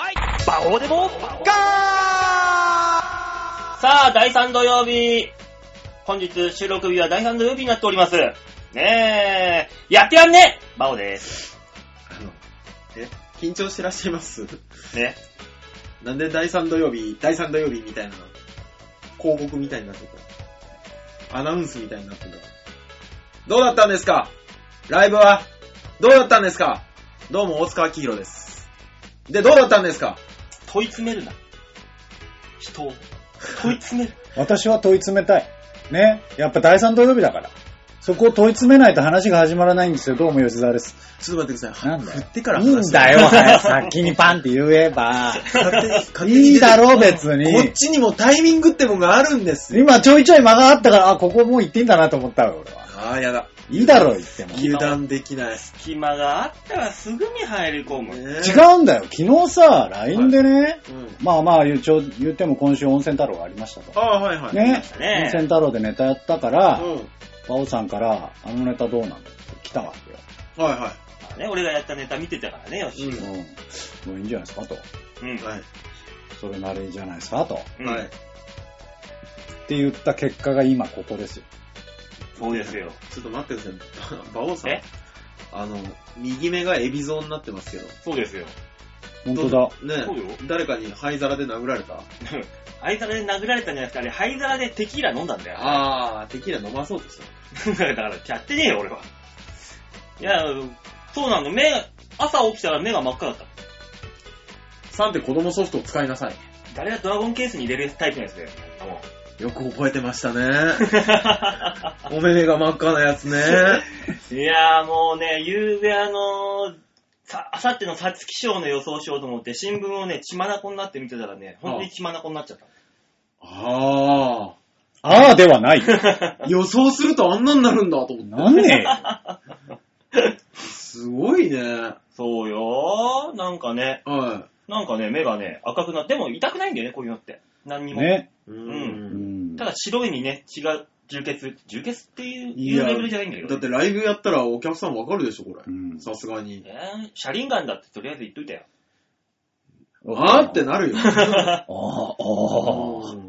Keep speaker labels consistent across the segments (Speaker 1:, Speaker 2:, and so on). Speaker 1: ここでも、ガー
Speaker 2: さあ、第3土曜日。本日収録日は第3土曜日になっております。ねえ、やってやんねバオです。
Speaker 3: あの、え、緊張してらっしゃいます
Speaker 2: ね。
Speaker 3: なんで第3土曜日、第3土曜日みたいな、広告みたいになってるアナウンスみたいになってるどうだったんですかライブはどうだったんですかどうも大塚明宏です。で、どうだったんですか
Speaker 2: 問い詰めるな。人を。問い詰める。
Speaker 4: 私は問い詰めたい。ね。やっぱ第3土曜日だから。そこを問い詰めないと話が始まらないんですよ。どうも吉沢です。
Speaker 3: ちょっと待ってください。
Speaker 4: なんだよ
Speaker 3: 振ってから
Speaker 4: いいんだよ、早く先にパンって言えば。
Speaker 3: 勝手に勝手に
Speaker 4: いいだろ、別
Speaker 3: こっ
Speaker 4: に。
Speaker 3: ちにもタイミングってもんがあるんですよ。
Speaker 4: 今ちょいちょい間があったから、あ、ここもう行ってんだなと思ったわ、俺は。
Speaker 3: ああ、やだ。
Speaker 4: いいだろ、言っても。
Speaker 3: 油断できない。
Speaker 2: 隙間があったらすぐに入り込む。
Speaker 3: 違
Speaker 4: 違うんだよ。昨日さ、LINE でね、
Speaker 3: う。うん。
Speaker 4: まあまあ言うちょ言っても今週温泉太郎がありました
Speaker 3: あ
Speaker 4: と。
Speaker 3: あ、はいはい。
Speaker 4: ね。
Speaker 2: ね
Speaker 4: 温泉太郎でネタやったから、
Speaker 3: う
Speaker 4: バオさんから、あのネタどうなのって来たわけよ。
Speaker 3: ん。はいは
Speaker 2: まあね、俺がやったネタ見てたからね、よし。
Speaker 3: うん
Speaker 4: うん。もういいんじゃないですかと。
Speaker 2: うん。
Speaker 3: い。はい。
Speaker 4: それなりじゃないですかと。っ
Speaker 2: うん
Speaker 3: はい。
Speaker 4: て言った結果が今ここですよ。
Speaker 2: そうですよ。
Speaker 3: ちょっと待ってください。 馬王さん
Speaker 2: え。
Speaker 3: あの、右目がエビゾーになってますけど。
Speaker 2: そうですよ。
Speaker 4: 本当だ。
Speaker 3: だ
Speaker 2: そうよ
Speaker 3: ね誰かに灰皿で殴られた
Speaker 2: 灰皿で殴られたんじゃなくて、あれ、灰皿でテキーラ飲んだんだよ。
Speaker 3: あー、テキーラ飲まそうとした。
Speaker 2: だから、やってねえよ、俺は。いや、そうなの、目、朝起きたら目が真っ赤だった。
Speaker 3: さんって子供ソフトを使いなさい。
Speaker 2: 誰がドラゴンケースに入れるタイプのやつだよ。も
Speaker 3: よく覚えてました ね。お目目が真っ赤なやつね。
Speaker 2: ういやーもうね、ゆうべあのー、さ、あさってのさつき賞の予想しようと思って、新聞をね、血まなこになって見てたらね、本当に血まなこになっちゃった。
Speaker 3: あ
Speaker 4: ああで はない。
Speaker 3: ー。予想するとあんなになるんだと思って。
Speaker 4: なんね
Speaker 3: すごいね。は
Speaker 2: そうよー、なんかね、なんかね、目がね、赤くなって、でも痛くないんだよね、こういうのって。何に
Speaker 4: え
Speaker 2: も。
Speaker 4: よ。ね。
Speaker 3: い。う。
Speaker 4: うんん
Speaker 2: た。だ白いにね、血が充血、充血っていう
Speaker 3: い
Speaker 2: い
Speaker 3: や
Speaker 2: うレベルじゃないんだけど、ね。
Speaker 3: だってライブやったらお客さんわかるでしょ、こ
Speaker 4: う
Speaker 3: れ。
Speaker 4: ん
Speaker 3: さすがに。
Speaker 2: えー、車輪ガンだってとりあえず言っといたよ。
Speaker 3: あーってなるよ。
Speaker 4: ああ、ああ。
Speaker 3: うん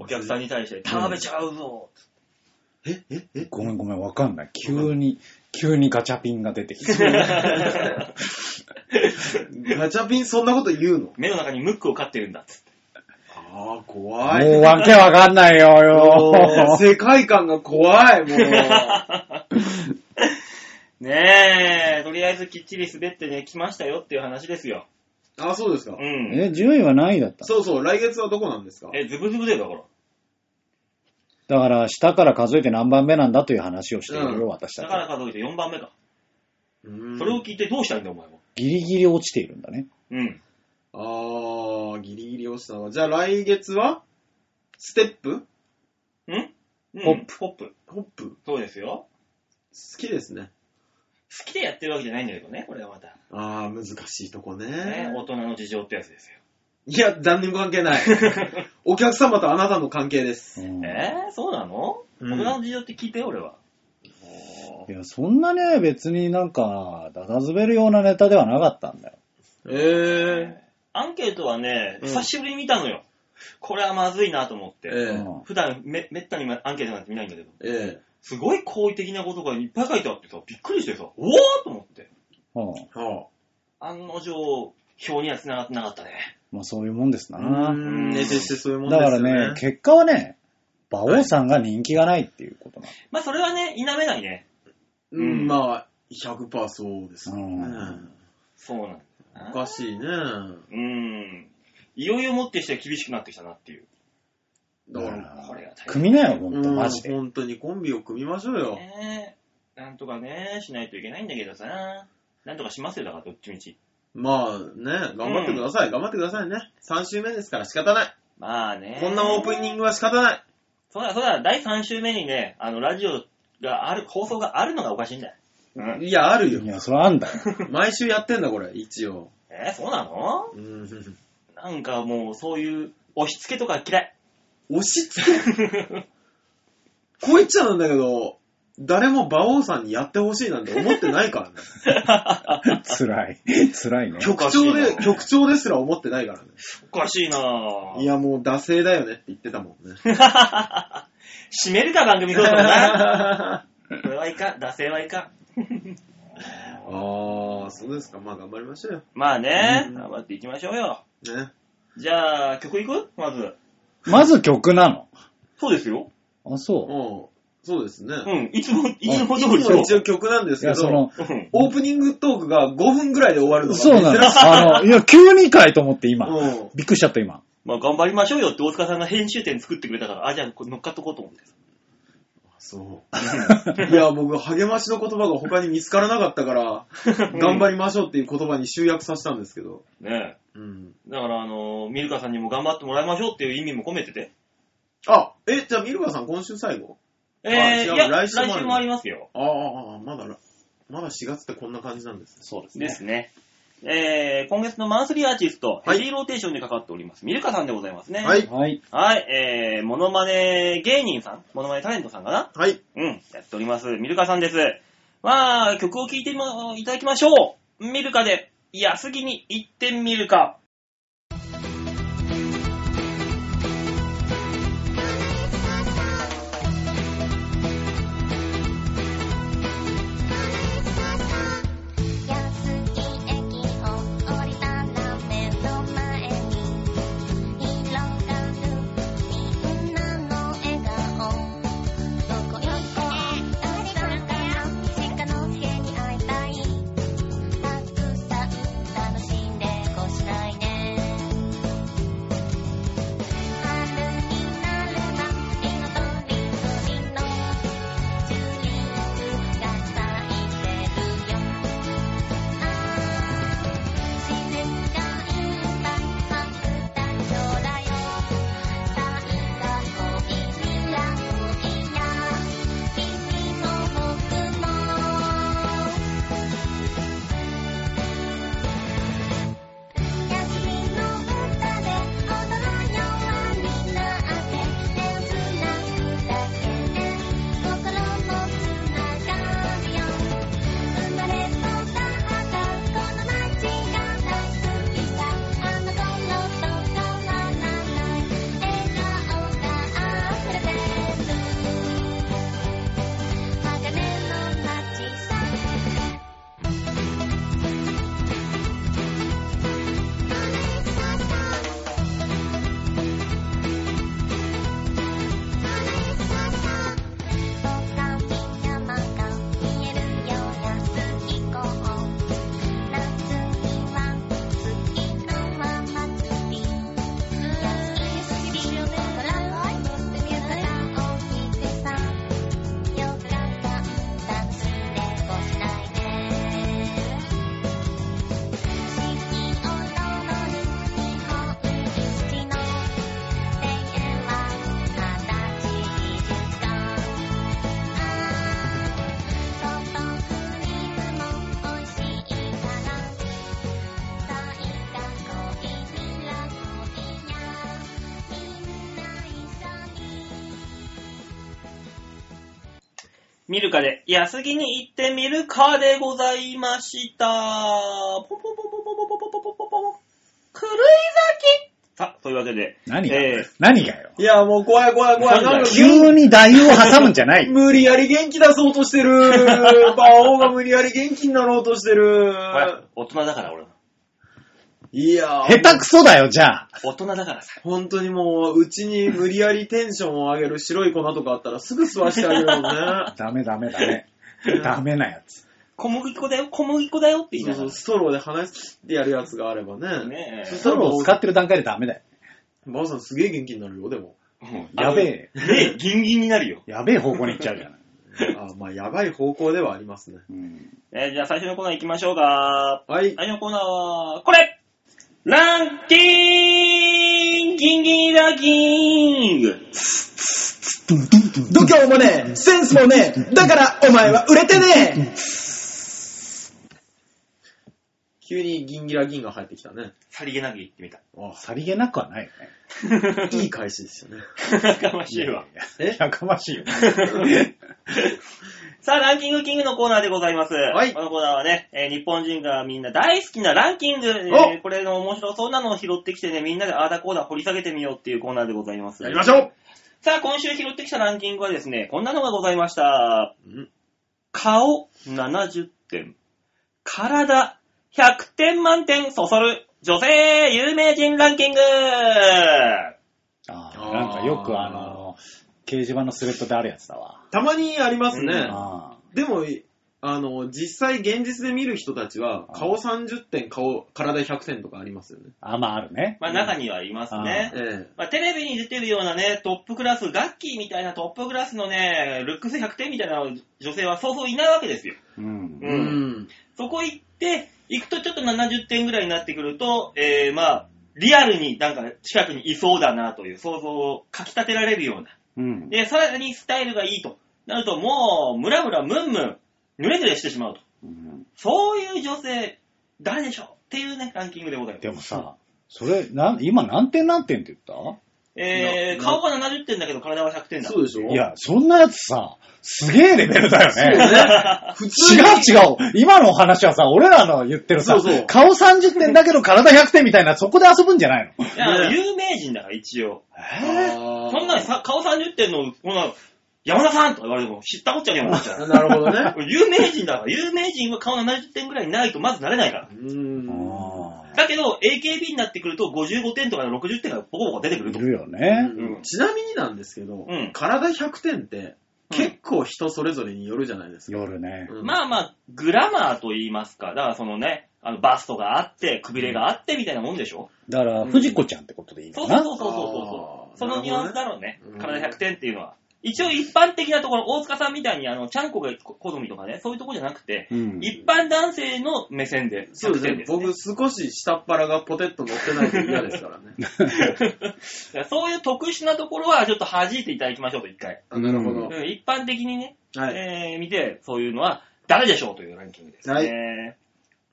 Speaker 2: お客さんに対して、食べちゃうぞ。
Speaker 3: え、え、え、
Speaker 4: ごめんごめん、わかんない。急に、急にガチャピンが出てきた。
Speaker 3: ガチャピンそんなこと言うの
Speaker 2: 目の中にムックを飼ってるんだっつって。
Speaker 3: ああ、怖い。
Speaker 4: もうわけわかんないよ、
Speaker 3: もう
Speaker 4: よ。
Speaker 3: 世界観が怖い、もう。
Speaker 2: ねえ、とりあえずきっちり滑ってね、来ましたよっていう話ですよ。
Speaker 3: あ、そうですか
Speaker 2: う。ん。
Speaker 4: え、順位は何位だった
Speaker 3: そうそう、来月はどこなんですか
Speaker 2: え、ズブズブだよ、だから。
Speaker 4: だから、下から数えて何番目なんだという話をしている
Speaker 3: う
Speaker 4: よ、
Speaker 3: ん
Speaker 4: 私
Speaker 2: だか
Speaker 4: た
Speaker 2: ら数えて4番目か。
Speaker 3: うーん
Speaker 2: それを聞いてどうしたいんだ、お前は。
Speaker 4: ち。ギリギリ落ちているんだね。
Speaker 2: うん。
Speaker 3: ああ、ギリギリ落ちたわ。じゃあ来月はステップ
Speaker 2: んうん
Speaker 4: ホッ
Speaker 2: プ。ホップ。
Speaker 3: ホップ
Speaker 2: そうですよ。
Speaker 3: 好きですね。
Speaker 2: 好きでやってるわけじゃないんだけどね、これはまた。
Speaker 3: ああ、難しいとこね
Speaker 2: ね、。大人の事情ってやつですよ。
Speaker 3: いや、残念関係ない。お客様とあなたの関係です。
Speaker 4: うん
Speaker 2: えー、そうなの、
Speaker 3: うん
Speaker 2: 大人の事情って聞いてよ、俺は。
Speaker 4: いや、そんなね、別になんか、だだ滑るようなネタではなかったんだよ。
Speaker 3: え
Speaker 2: アンケートはね、
Speaker 3: うん
Speaker 2: 久しぶりに見たのよ。これはまずいなと思っ
Speaker 3: え
Speaker 2: て。
Speaker 3: ええ
Speaker 4: うん
Speaker 2: 普段め、めったにアンケートなんて見ないんだけど、
Speaker 3: え
Speaker 2: すごい好意的なことがいっぱい書いてあってさ、びっくりしてさ、おおと思って。
Speaker 4: うん
Speaker 3: えは
Speaker 2: 案の定、表には繋がってなかったね。
Speaker 4: まあそういうもんです
Speaker 3: あ。
Speaker 4: な。
Speaker 3: うーん、えてしてそういうもんで
Speaker 4: だ
Speaker 3: す
Speaker 4: か
Speaker 3: よ
Speaker 4: ら
Speaker 3: ね。
Speaker 4: ね、結果はね、馬王さんが人気がないっていうことな
Speaker 2: まあそれはね、否めないね。
Speaker 3: う
Speaker 2: うん
Speaker 3: ん、まあ、100%そうですね。
Speaker 4: うん
Speaker 2: そうなんだ
Speaker 3: お
Speaker 2: な。
Speaker 3: かしいね。
Speaker 2: うーん。いよいよもってして厳しくなってきたなっていう。
Speaker 3: だ
Speaker 4: の。
Speaker 3: か、
Speaker 4: だから
Speaker 2: これ
Speaker 4: ら、
Speaker 2: が大
Speaker 4: 組なよ、ほ
Speaker 3: うんん
Speaker 4: と、マジで。
Speaker 3: 本当にコンビを組みましょうよ。
Speaker 2: ねえ。なんとかね、しないといけないんだけどさ。なんとかしますよ、だからどっちみち。
Speaker 3: まあね、頑張ってください、頑張ってくださいね。3週目ですから仕方ない。
Speaker 2: まあね。
Speaker 3: こんなオープニン
Speaker 2: グ。
Speaker 3: グは仕方ない。
Speaker 2: そうだ、そうだ、第3週目にね、あの、ラジオがある、放送があるのがおかしいんだよ。うん。
Speaker 3: いや、あるよ
Speaker 4: い。や、それはあん だよ。
Speaker 3: 毎週やってんだ、これ、一応。
Speaker 2: えーそうなの
Speaker 3: うん。
Speaker 2: なんかもう、そういう、押し付けとか嫌い。
Speaker 3: 押し付けこいっちゃなんだけど、誰も馬王さんにやってほしいなんて思ってないからね。
Speaker 4: 辛い。辛いね。
Speaker 3: 局長
Speaker 2: おかしい
Speaker 3: で、
Speaker 2: な
Speaker 3: 局長ですら思ってないからね。
Speaker 2: おかしいなぁ。
Speaker 3: いや、もう惰性だよねって言ってたもんね。
Speaker 2: 締めるか、番組そうだな。
Speaker 3: あ
Speaker 2: これはいかん。惰性はいかん。
Speaker 3: あ、そうですか。まあ頑張りましょう
Speaker 2: まあね、
Speaker 3: うん
Speaker 2: 頑張っていきましょうよ。
Speaker 3: よ。ね。
Speaker 2: じゃあ、曲いくまず。
Speaker 4: まず曲なの。
Speaker 2: そうですよ。
Speaker 4: あ、そう。
Speaker 3: うん。そうですね。
Speaker 2: うん。いつも、いつも
Speaker 3: いつ
Speaker 2: 通り
Speaker 3: も
Speaker 2: よ。
Speaker 3: 一応曲なんです
Speaker 4: い
Speaker 3: け
Speaker 4: や、そ
Speaker 3: ど、
Speaker 4: の、
Speaker 2: うん
Speaker 3: オープニングトークが5分ぐらいで終わるのが
Speaker 4: そう なの。
Speaker 3: 珍しい。
Speaker 4: あの、いや、急にかいと思って今。
Speaker 3: うん
Speaker 4: びっくりしちゃった今。
Speaker 2: まあ、頑張りましょうよって大塚さんが編集点作ってくれたから、あ、じゃあ、これ乗っかっとこうと思って。
Speaker 3: そう。いや、僕、励ましの言葉が他に見つからなかったから、頑張りましょうっていう言葉に集約させたんですけど。
Speaker 2: ね
Speaker 3: うん。
Speaker 2: え。だから、あのー、ミルカさんにも頑張ってもらいましょうっていう意味も込めてて。
Speaker 3: あ、え、じゃあ、ミルバさん今週最後
Speaker 2: え
Speaker 3: 違
Speaker 2: ー、
Speaker 3: う
Speaker 2: いや、来
Speaker 3: 来週もある
Speaker 2: 週もありますよ。
Speaker 3: ああ、まだら、まだ4月ってこんな感じなんですね。
Speaker 4: そうです
Speaker 2: ですね。えー、今月のマンスリーアーティスト、
Speaker 3: はい
Speaker 2: ヘビーローテーションにかかっております、ミルカさんでございますね。
Speaker 3: はい。
Speaker 4: はい。
Speaker 2: はい、えー、モノマネ芸人さんモノマネタレントさんかな
Speaker 3: はい。
Speaker 2: うん、やっております。ミルカさんです。まあ、曲を聴いてもいただきましょう。ミルカで、安木に行ってみるか。
Speaker 1: 安い駅を降りたら目の前に広がるみんなの笑顔どこ行こうどうしたかな鹿の毛に会いたいたくさん楽しんでこしたいね春になるなりのとりとりのチューリップが咲いてるよ自然がいっぱい拡大将来よ大が恋にら恋や君も僕も休みの歌で踊ろうよ輪になって手をつなぐだけで心もつながるよ生まれ育ったこの街が大好きさあの街に生まれた頃と変わらない笑顔が溢れてる鋼の街さ「みんなまが見えるよ安い子」「みんなの笑顔が夏には月のままつり」「安いすぎるからを聞いてさ」「よかった楽しんでこしたいね」「四季を守る日本一の庭園は形美術館」「外フリーズも美味しいから」「大が恋にら恋や」「みんな一緒に」
Speaker 2: ミルカで、安木に行ってみるかでございました。ポンポンポンポンポンポンポンポンポンポンポン。狂い咲きさあ、というわけで、
Speaker 4: 何が、
Speaker 2: え
Speaker 4: 何がよ。
Speaker 3: いや、もう怖い怖い怖い。なんか
Speaker 4: 急に台を挟むんじゃない。
Speaker 3: 無理やり元気出そうとしてる。馬王が無理やり元気になろうとして
Speaker 2: ー、
Speaker 3: る。
Speaker 2: ほら、大人だから俺は。
Speaker 3: いやー
Speaker 4: 下手くそだよ、じゃあ。。
Speaker 2: 大人だからさ。
Speaker 3: 本当にもう、うちに無理やりテンションを上げる白い粉とかあったらすぐ吸わしてあげるもんね
Speaker 4: ダメダメダ メ。ダメなやつ。
Speaker 2: 小麦粉だよ、小麦粉だよって言い
Speaker 3: そう
Speaker 2: なが
Speaker 3: そ
Speaker 2: ら
Speaker 3: う、。ストローで話してやるやつがあればね。
Speaker 2: ねえ
Speaker 3: そし
Speaker 4: ス
Speaker 3: た
Speaker 4: ト
Speaker 3: ら
Speaker 4: ロー
Speaker 3: も
Speaker 4: を
Speaker 3: う、
Speaker 4: 使ってる段階でダメだよ。
Speaker 3: 馬王さんすげえ元気になるよ、でも。
Speaker 2: うん
Speaker 4: やべえ。
Speaker 2: あのねえ、ギンギンになるよ。
Speaker 4: やべえ方向に行っちゃうじゃない。
Speaker 3: あまあ、やばい方向ではありますね。
Speaker 4: うん
Speaker 2: えーじゃあ最初のコーナー行きましょうか。
Speaker 3: はい。
Speaker 2: 最初のコーナーは、これランキングギンギンランキング
Speaker 5: 度胸もねえ、センスもねえ、だからお前は売れてね
Speaker 3: 急にギンギラギンが入ってきたね。
Speaker 2: さりげなく言ってみ た。
Speaker 3: あ
Speaker 4: さりげなくはないよね。
Speaker 3: いい返しですよね。
Speaker 2: やかましいわ。
Speaker 4: やかましいよ。
Speaker 2: さあ、ランキングキングのコーナーでございます。
Speaker 3: はい
Speaker 2: このコーナーはね、えー日本人がみんな大好きなランキング、えーこれの面白そうなのを拾ってきてね、みんなであーだこーだ掘り下げてみようっていうコーナーでございます。
Speaker 3: やりましょう
Speaker 2: さあ、今週拾ってきたランキングはですね、こんなのがございました。
Speaker 3: うん
Speaker 2: 顔70点、体100点満点そそる、女性有名人ランキング
Speaker 4: あ
Speaker 3: あ
Speaker 4: あ、
Speaker 3: ー
Speaker 4: なんかよくあの、掲示板のスレッドであるやつだわ。
Speaker 3: たまにありますね。
Speaker 4: あ
Speaker 3: でも、あの、実際現実で見る人たちは、顔30点、顔、体100点とかありますよね。
Speaker 4: あ、まああるね。
Speaker 2: まあ中にはいますね。
Speaker 3: え
Speaker 2: まあテレビに出てるようなね、トップクラス、ガッキーみたいなトップクラスのね、ルックス100点みたいな女性はそうそういないわけですよ。
Speaker 4: うん
Speaker 3: え。
Speaker 2: う。んそこ行って、行くとちょっと70点ぐらいになってくると、えー、まあ、リアルになんか近くにいそうだなという想像をかき立てられるような。
Speaker 4: うん。
Speaker 2: で、さらにスタイルがいいとなると、もう、ムラムラムンムン、ぬれぬれしてしまうと。
Speaker 4: うん
Speaker 2: そういう女性、誰でしょうっていうね、ランキングでございます。
Speaker 4: でもさ、それ、なん、今何点何点って言った
Speaker 2: えー、
Speaker 3: な
Speaker 2: 顔が70点だけど体は100点だ。
Speaker 3: そうでしょ
Speaker 4: い、や、そんなやつさ、すげえレベルだよ
Speaker 3: そう
Speaker 4: ね。
Speaker 3: ね。普通
Speaker 4: 違
Speaker 3: に
Speaker 4: う違う。今のお話はさ、俺らの言ってるさ、
Speaker 3: そうそう
Speaker 4: 顔30点だけど体100点みたいな、そこで遊ぶんじゃないの
Speaker 2: いやあの
Speaker 3: ね
Speaker 2: 有名人だから一応。
Speaker 4: え
Speaker 2: そ
Speaker 3: あー
Speaker 2: んなにさ顔30点の、こんな、山田さんとか言われても知ったこっちゃねえもんなっちゃう。
Speaker 3: なるほど ね。
Speaker 2: 有名人だから、有名人は顔70点ぐらいないとまずなれないから。
Speaker 3: うーん。
Speaker 2: だけど、AKB になってくると55点とか60点がボコボコ出てくる
Speaker 4: い
Speaker 2: と。
Speaker 4: るよね。
Speaker 3: うんちなみになんですけど、
Speaker 2: うん
Speaker 3: 体100点って結構人それぞれによるじゃないですか。
Speaker 4: 夜ね。
Speaker 3: うん
Speaker 2: まあまあ、グラマーと言いますか、だからそのね、あのバストがあって、くびれがあってみたいなもんでしょ、
Speaker 4: だから、藤子ちゃんってことでいい
Speaker 2: そ
Speaker 4: の
Speaker 2: う
Speaker 4: か
Speaker 2: そ
Speaker 4: な
Speaker 2: うそうそうそう。そ
Speaker 3: あー
Speaker 2: のニュアンスだろうね
Speaker 3: なる。ほどね
Speaker 2: 体100点っていうのは。一応一般的なところ、大塚さんみたいにあの、ちゃんこが好みとかね、そういうとこじゃなくて、
Speaker 4: うん
Speaker 2: 一般男性の目線で
Speaker 3: そう
Speaker 2: 100
Speaker 3: です
Speaker 2: 点
Speaker 3: ね
Speaker 2: で。す、ね。
Speaker 3: 僕少し下っ腹がポテッと乗ってないと嫌ですからね。
Speaker 2: だからそういう特殊なところはちょっと弾いていただきましょうと、一回。
Speaker 3: あなるほど。
Speaker 2: うん一般的にね、
Speaker 3: はい。
Speaker 2: えー見て、そういうのは誰でしょうというランキングです、ね。
Speaker 3: はい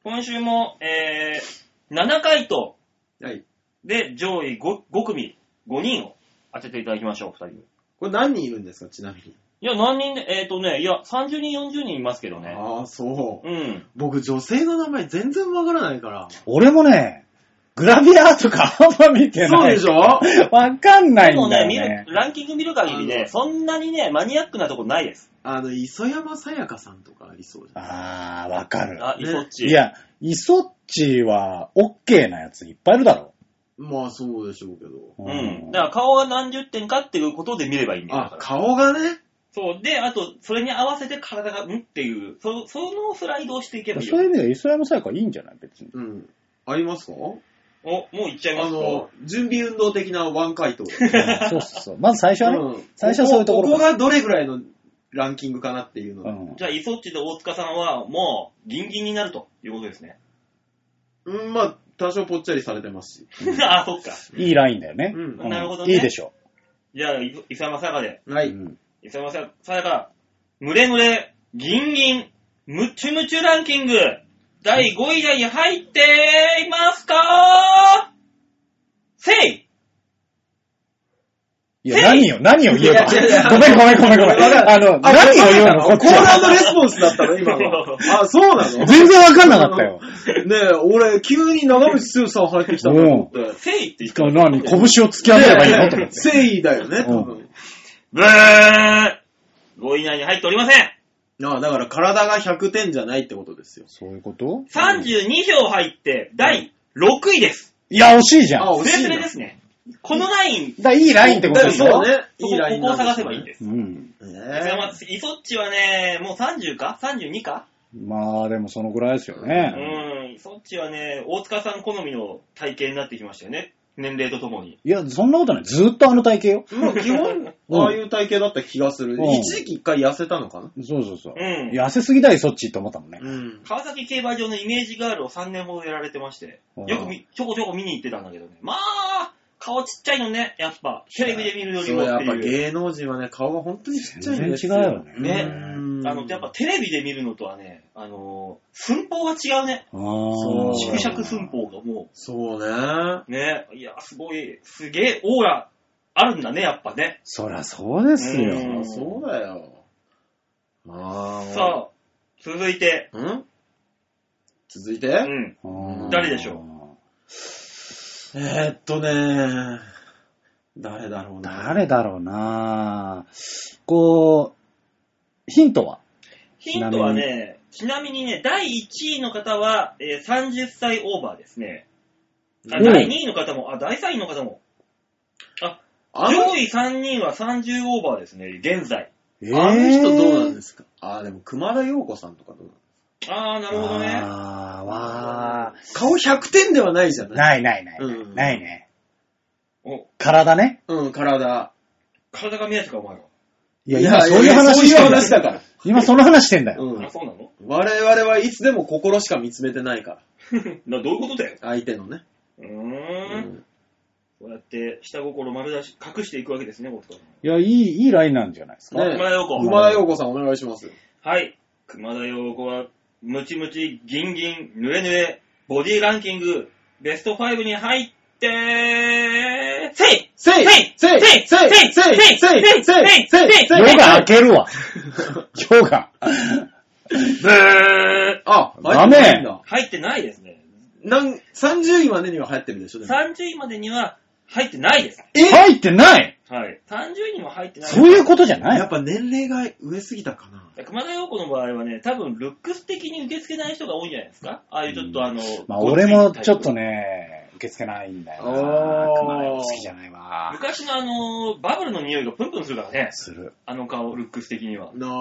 Speaker 2: 今週も、えー7回と
Speaker 3: はい。
Speaker 2: で上位 5, 5組5人を当てていただきましょう、2人に。
Speaker 3: これ何人いるんですか、ちなみに。
Speaker 2: いや、何人で、えっ、とね、いや、30人、40人いますけどね。
Speaker 3: ああ、そう。
Speaker 2: うん。
Speaker 3: 僕、女性の名前全然わからないから。
Speaker 4: 俺もね、グラビアとかあんま見てない。
Speaker 3: そうでしょ
Speaker 4: わかんない
Speaker 2: でも
Speaker 4: んだ
Speaker 2: ね
Speaker 4: よ
Speaker 2: 見
Speaker 4: ね
Speaker 2: る。、ランキング見る限り
Speaker 3: あ
Speaker 2: ね、
Speaker 3: の
Speaker 2: そんなにね、マニアックなとこないです。
Speaker 3: あの、磯山さやかさんとかありそうじゃん。
Speaker 4: あー、わかる。
Speaker 2: あ、いそっち。
Speaker 4: いや、イソッチは、オッケーなやついっぱいいるだろ。
Speaker 3: まあ、そうでしょうけど。
Speaker 2: うん。だから顔が何十点かっていうことで見ればいいんだよ。だか
Speaker 3: あ、
Speaker 2: ら
Speaker 3: 顔がね。
Speaker 2: そう。で、あと、それに合わせて体が、んっていう、そそのスライドをしていけばいいよ。
Speaker 4: そういう意味では、磯山さやかいいんじゃない別に。
Speaker 3: うん。ありますか
Speaker 2: お、もう行っちゃいま
Speaker 3: あ
Speaker 2: すか
Speaker 3: の、準備運動的なワン回答。
Speaker 4: そうそうそう。まず最初はね、
Speaker 3: うん
Speaker 4: 最初はそういうところ
Speaker 3: こここがどれぐらいのランキングかなっていう
Speaker 4: う
Speaker 3: の。
Speaker 4: ん。
Speaker 2: じゃあ、イソッチと大塚さんは、もう、ギンギンになるということですね。
Speaker 3: うん、まあ、多少ぽっちゃりされてますし。
Speaker 2: あ、そっか。
Speaker 4: いいラインだよね。
Speaker 3: うん
Speaker 4: う
Speaker 2: なるほどね
Speaker 4: いいでしょ
Speaker 2: じゃあ、い磯山さやかで。
Speaker 4: う。
Speaker 3: は
Speaker 4: う
Speaker 3: い。
Speaker 4: ん
Speaker 2: 磯山さやか、ムレムレ、ギンギン、ムチュムチュランキング、第5位以内に入っていますかせい
Speaker 4: いや、何よ、何を言えば。
Speaker 3: いやいやいや
Speaker 4: ごめんごめんごめんごめ
Speaker 3: わか
Speaker 4: ん。
Speaker 3: る
Speaker 4: あの、
Speaker 3: あ
Speaker 4: 何を言うのこっ
Speaker 3: コ
Speaker 4: ち
Speaker 3: ーナー
Speaker 4: は。
Speaker 3: のレスポンスだったの、今の。あ、そうなの
Speaker 4: 全然わかんなかったよ。
Speaker 3: ねえ、俺、急に長渕剛さん入ってきたと思って。
Speaker 2: せいって言
Speaker 4: しかも何、拳を突き上げればいいのと思って。
Speaker 3: 誠意だよね、多分。
Speaker 2: ブー !5 位以内に入っておりません
Speaker 3: ああだから体が100点じゃないってことですよ。
Speaker 4: そういうこと
Speaker 2: 32票入って、第6位です。
Speaker 4: いや、惜しいじゃん。
Speaker 3: あ
Speaker 4: だか
Speaker 2: スレ
Speaker 3: 惜し
Speaker 2: ス
Speaker 3: いな
Speaker 2: レですね。このライン、
Speaker 4: らいいラインってことでし
Speaker 3: だよ
Speaker 4: ょ
Speaker 3: そうね。
Speaker 2: そこ、ここを探せばいいんです。
Speaker 4: うん。
Speaker 3: ね
Speaker 2: イソッチはね、もう30か ?32 か
Speaker 4: まあ、でもそのぐらいですよ
Speaker 2: う
Speaker 4: ね。
Speaker 2: ん、イソッチはね、大塚さん好みの体型になってきましたよね。年齢とともに。
Speaker 4: いや、そんなことない。ずーっとあの体型よ。
Speaker 3: え。もう基本、ああいう体型だった気がする。
Speaker 4: うん
Speaker 3: 一時期一回痩せたのかな
Speaker 4: そうそうそう。
Speaker 2: うん
Speaker 4: 痩せすぎだよ、そっちと思ったもんね。
Speaker 3: うん。
Speaker 2: 川崎競馬場のイメージガールを3年ほどやられてまして、
Speaker 4: うん
Speaker 2: よくみちょこちょこ見に行ってたんだけどね。まあ、顔ちっちゃいのね、やっぱ。テレビで見るより
Speaker 3: そう、
Speaker 2: も
Speaker 3: や
Speaker 2: っ
Speaker 3: ってぱ
Speaker 2: いう。
Speaker 3: 芸能人はね、顔が本当にちっちゃいん
Speaker 4: 全
Speaker 3: です
Speaker 4: 然違うよね。
Speaker 2: ね
Speaker 3: うん
Speaker 2: あの、やっぱテレビで見るのとはね、あのー寸法が違うね。
Speaker 4: あー
Speaker 3: そう
Speaker 2: 縮尺寸法がもう。
Speaker 3: そうね。
Speaker 2: ねいや、すごい、すげえオーラあるんだね、やっぱね。
Speaker 4: そりゃそうですよ。
Speaker 2: うん
Speaker 3: そうだよ。あー
Speaker 2: さあ、続いて、
Speaker 3: ん続いうて、
Speaker 2: ん。
Speaker 4: うん
Speaker 2: 誰でしょ
Speaker 3: えー、っとねー、誰だろうな。
Speaker 4: 誰だろうなこう、ヒントは
Speaker 2: ヒントはね、ちなみにね、第1位の方は、えー30歳オーバーですね。あ
Speaker 4: おう
Speaker 2: 第2位の方も、あ、第3位の方も。
Speaker 3: あの
Speaker 2: 上位3人は30オーバーですね、現在。
Speaker 4: え
Speaker 3: あの人どうなんですか、あー、でも熊田陽子さんとかどうなんです
Speaker 2: あー、な
Speaker 4: か
Speaker 2: るほどね。
Speaker 4: あーわ
Speaker 3: か顔100点ではないじゃ
Speaker 4: ー。
Speaker 3: ない
Speaker 4: ないないない。
Speaker 3: うん
Speaker 4: ないね。
Speaker 2: お、
Speaker 4: 体ね。
Speaker 3: うん、体。
Speaker 2: 体が見えたか、お前ら。
Speaker 4: いや、今そういう話して
Speaker 3: そうんいう
Speaker 4: だよ
Speaker 3: 話だから。
Speaker 4: 今その話してんだよ。
Speaker 3: うん
Speaker 2: あ、。そうなの
Speaker 3: 我々はいつでも心しか見つめてないから。
Speaker 2: などういうことだよ。
Speaker 3: 相手のね。
Speaker 2: うーん。こうやって、下心丸出し、隠していくわけですね、僕と。
Speaker 4: いや、いい、いいラインなんじゃないですか。
Speaker 3: ね
Speaker 2: 熊田陽子。
Speaker 3: 熊田陽子さんお願いします。
Speaker 2: はい。熊田陽子は、ムチムチ、ギンギン、ヌレヌレ、ボディランキング、ベスト5に入って、せい
Speaker 3: せいせいせいせいせいせいせいせいせいせ
Speaker 4: ヨ
Speaker 3: い
Speaker 4: ガ開けるわ。ヨガ。
Speaker 2: ブー
Speaker 3: あ、
Speaker 4: ダメ
Speaker 3: 入ってないんだ
Speaker 2: 入ってないですね。
Speaker 3: なん30位までには入ってるでしょでも
Speaker 2: 30位までには入ってないです。
Speaker 4: 入ってない
Speaker 2: はい。30位にも入ってない。
Speaker 4: そういうことじゃない
Speaker 3: やっぱ年齢が上すぎたかな。
Speaker 2: 熊田陽子の場合はね、多分、ルックス的に受け付けない人が多いんじゃないですかああいうちょっとあの、
Speaker 4: まあ、俺もちょっと。ね、受け付けないんだよな。
Speaker 3: おー
Speaker 4: 熊谷も好きじゃないわ。
Speaker 2: 昔のあの、バブルの匂いがプンプンするからね。
Speaker 4: する。
Speaker 2: あの顔、ルックス的には。
Speaker 3: なあ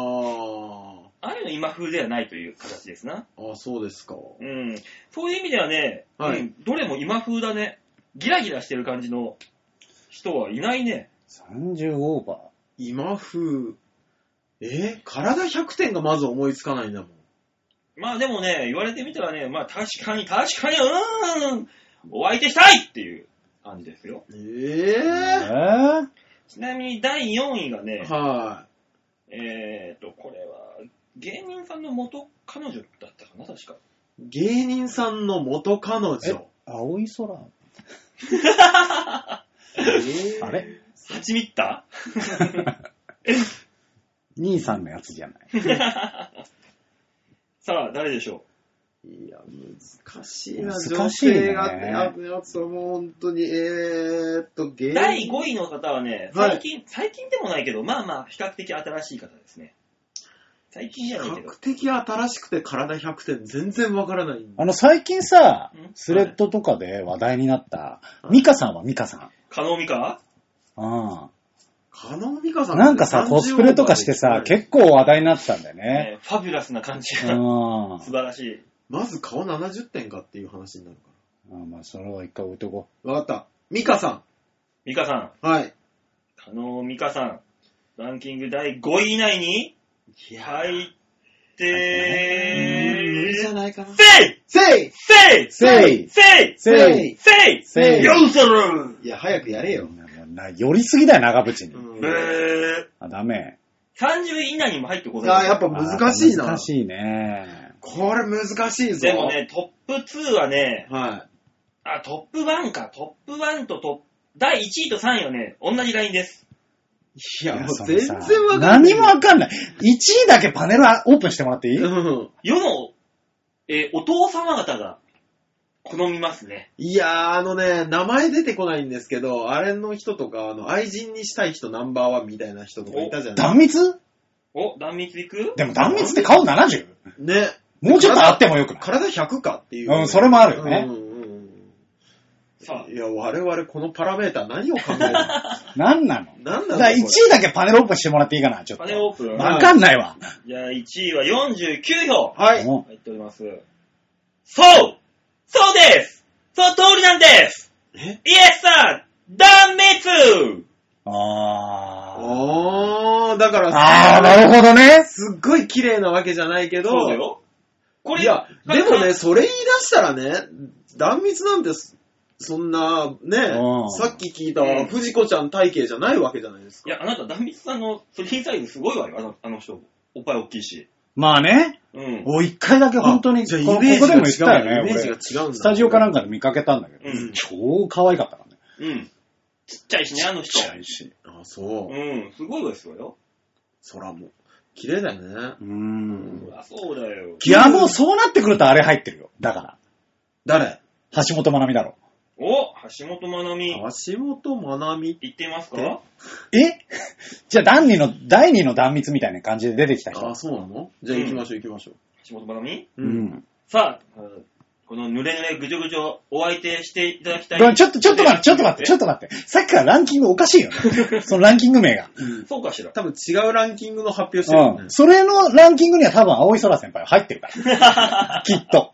Speaker 2: ああいうの今風ではないという形ですな。
Speaker 3: あ、そうですか。
Speaker 2: うん。そういう意味ではね、
Speaker 3: はい
Speaker 2: うん、どれも今風だね。ギラギラしてる感じの人はいないね。
Speaker 4: 30オーバー。
Speaker 3: 今風。え体100点がまず思いつかないんだもん。
Speaker 2: まあでもね、言われてみたらね、まあ確かに確かに、うーん、お相手したいっていう感じですよ。
Speaker 3: え
Speaker 4: えー
Speaker 2: ちなみに第4位が
Speaker 3: え
Speaker 2: ね、
Speaker 3: は
Speaker 2: えーと、これは、芸人さんの元彼女だったかな、確か。
Speaker 3: い。芸人さんの元彼女。
Speaker 4: 青い空。
Speaker 3: えー
Speaker 4: あれ
Speaker 2: はちみった
Speaker 4: 兄さんのやつじ ゃない。
Speaker 2: さあ、誰でしょ
Speaker 3: いや、難しいな、
Speaker 4: 難
Speaker 3: 女
Speaker 4: しいね
Speaker 3: 性がね、あのやつはもう本当に、えーっと、芸
Speaker 2: う
Speaker 3: 人。
Speaker 2: 第5位の方はね、
Speaker 3: はい
Speaker 2: 最近、最近でもないけど、まあまあ、比較的新しい方ですね。最近じゃないけ
Speaker 3: 比
Speaker 2: ど
Speaker 3: 較。的新しくて体100点全然わからない。
Speaker 4: あの、最近さ
Speaker 2: ん、
Speaker 4: スレッドとかで話題になった、ミカさんはミカさん。
Speaker 2: 可能美香
Speaker 4: うん。
Speaker 3: 加納美香さん
Speaker 4: なんかさ、コスプレとかしてさ、
Speaker 3: 結
Speaker 4: 結構話題になってたんだよね。
Speaker 2: ねファビュラスな感じ
Speaker 4: う
Speaker 2: が、
Speaker 4: ん。あ
Speaker 2: 素晴らしい。
Speaker 3: まず顔70点かっていう話になるか
Speaker 4: まあ、それは一回置いとこ
Speaker 3: ら。わかった。美香さ
Speaker 2: 美香さん、
Speaker 3: ん。はい。
Speaker 2: 加納美香さん、ランキング第5位以内に入って、
Speaker 3: じゃないかな。
Speaker 2: せい
Speaker 3: せい
Speaker 2: せい
Speaker 4: せい
Speaker 2: せい
Speaker 4: せい
Speaker 2: せい
Speaker 4: せい
Speaker 2: よいしょ
Speaker 3: いや、早くやれ
Speaker 4: う。
Speaker 3: よ。
Speaker 4: なな寄りすぎだよ、長渕に。
Speaker 3: うん、
Speaker 2: え
Speaker 4: あ、ダメ。
Speaker 2: ー、30位以内にも入ってこ
Speaker 3: あ
Speaker 2: ない。
Speaker 3: やっぱ難しい
Speaker 4: あ
Speaker 3: な
Speaker 4: 難。しいね。
Speaker 3: これ難しいぞ。
Speaker 2: でもね、トップ2はね、
Speaker 3: は
Speaker 2: あ、トップ1か、トップ1とトップ、第1位と3位はね、同じラインです。
Speaker 3: い。いや、
Speaker 4: いや
Speaker 3: もう
Speaker 4: そ
Speaker 3: 全然
Speaker 4: のさ
Speaker 3: わかんない。
Speaker 4: 何もわかんない。1位だけパネルオープンしてもらっていい
Speaker 3: うん。
Speaker 2: 世の、えーお父様方が好みますね。
Speaker 3: いやー、あのね、名前出てこないんですけど、あれの人とか、あの、愛人にしたい人ナンバーワンみたいな人とかいたじゃない
Speaker 4: 断密
Speaker 2: お、断密いく
Speaker 4: でも断密って顔 70?
Speaker 3: ね。
Speaker 4: もうちょっとあってもよくない
Speaker 3: 体100かっていう。
Speaker 4: うんそれもあるよね
Speaker 3: うんうんうん
Speaker 2: さあ
Speaker 3: いや、我々このパラメーター何を考える の
Speaker 4: なんなの
Speaker 3: 何な
Speaker 4: だ
Speaker 3: の
Speaker 4: から1
Speaker 3: これ
Speaker 4: 位だけパネルオープンしてもらっていいかな、ちょっ
Speaker 2: パネル
Speaker 4: と。
Speaker 2: オープン。
Speaker 3: まあ
Speaker 4: わかんないわ。
Speaker 2: じゃあ1位は49票
Speaker 3: はい。
Speaker 4: も
Speaker 2: 入っております。そうそうですその通りなんです
Speaker 3: え
Speaker 2: イエスさん断密
Speaker 4: うあー。
Speaker 3: おー、だから
Speaker 4: あー、なるほどね。
Speaker 3: すっごい綺麗なわけじゃないけど、
Speaker 2: そうだよ。これ、
Speaker 3: いや、でもね、
Speaker 2: か、
Speaker 3: それ言い出したらね、断密なんてそ、そんな、ね
Speaker 4: う、ん
Speaker 3: さっき聞い
Speaker 2: うん
Speaker 3: た藤子ちゃん体型じゃないわけじゃないです
Speaker 2: い
Speaker 3: か。
Speaker 2: や、あなた、断密さんのフリーサイズすごいわよ、あのあの人。おっぱい大きいし。
Speaker 4: まあね。
Speaker 2: うん。
Speaker 4: お、一回だけ本当に、
Speaker 3: あ
Speaker 4: こ
Speaker 3: じゃあ
Speaker 4: こ
Speaker 3: イ
Speaker 4: こ
Speaker 3: メージ
Speaker 4: こで
Speaker 3: が違
Speaker 4: も言った
Speaker 3: う
Speaker 4: よ
Speaker 3: イ
Speaker 4: ね。
Speaker 3: メージが
Speaker 4: 俺
Speaker 3: 違うんだ。
Speaker 4: スタジオかなん
Speaker 3: か。
Speaker 4: かで見かけたんだけど、
Speaker 2: うん
Speaker 4: 超可愛かったからね。
Speaker 2: うん。ちっちゃいしね、あの人
Speaker 4: ちっ。ちゃいし。
Speaker 3: あ、そ
Speaker 2: う
Speaker 3: う。
Speaker 2: ん、すごいですわよ。
Speaker 3: そらもう、綺麗だよね。
Speaker 4: うん。
Speaker 2: あ、そうだよ。
Speaker 4: いや、もうそうなってくるとあれ入ってるよ。だか
Speaker 3: 誰
Speaker 4: ら。橋本まなみだろ。
Speaker 2: お橋本まなみ、
Speaker 3: 橋本まなみ。
Speaker 2: 行ってます
Speaker 3: え
Speaker 2: か
Speaker 4: えじゃあ、第二の、第二の断蜜みたいな感じで出てきた人。
Speaker 3: あ、そうなのじゃあ行きましょう行きましょ
Speaker 2: 橋本まなみ
Speaker 3: う。
Speaker 4: う。ん。
Speaker 2: さあ、このぬれぬれぐじょぐじょお相手していただきたい。
Speaker 4: ごめん、ちょっと、ちょっと待って、ちょっと待って、ちょっと待って。さっきからランキングおかしいよね。そのランキング名が。
Speaker 2: そうかしら。
Speaker 3: 多分違うランキングの発表してるよ
Speaker 4: う
Speaker 3: ね
Speaker 4: ん。。それのランキングには多分青い空先輩入ってる から。きっと。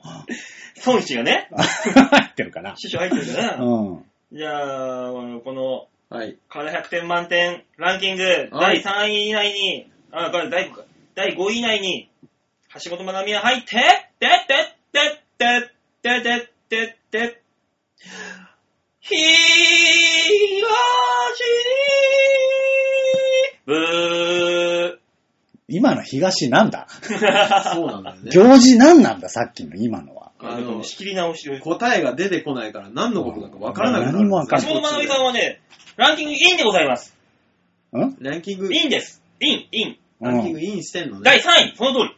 Speaker 2: 孫子がね、
Speaker 4: 入ってるかな。
Speaker 2: 師匠入ってるか
Speaker 4: う
Speaker 2: ら。
Speaker 4: ん。
Speaker 2: じゃあ、この、
Speaker 3: はい。
Speaker 2: から100点満点ランキング、
Speaker 3: は
Speaker 2: 第
Speaker 3: い
Speaker 2: 3位以内に、あ、これ第5第5位以内に、橋本まなみが入って、ででででででででで、ひーわしーぶ
Speaker 4: 今の東なんだ
Speaker 2: ー。
Speaker 3: そうなんだよね。
Speaker 4: 行事なんなんださっきの今のは。
Speaker 2: あの、仕切り直しを。橋
Speaker 3: 答えが出てこないから何のことだか分からなくなる。
Speaker 4: 何も分かんない
Speaker 2: 本まなみさんはね、ランキングインでございます。
Speaker 4: ん
Speaker 3: ランキング、
Speaker 2: インです。イン、イン。
Speaker 4: う
Speaker 3: ランキング
Speaker 4: ん。
Speaker 3: インしてんの
Speaker 2: 第
Speaker 3: ね。
Speaker 2: 3位、その通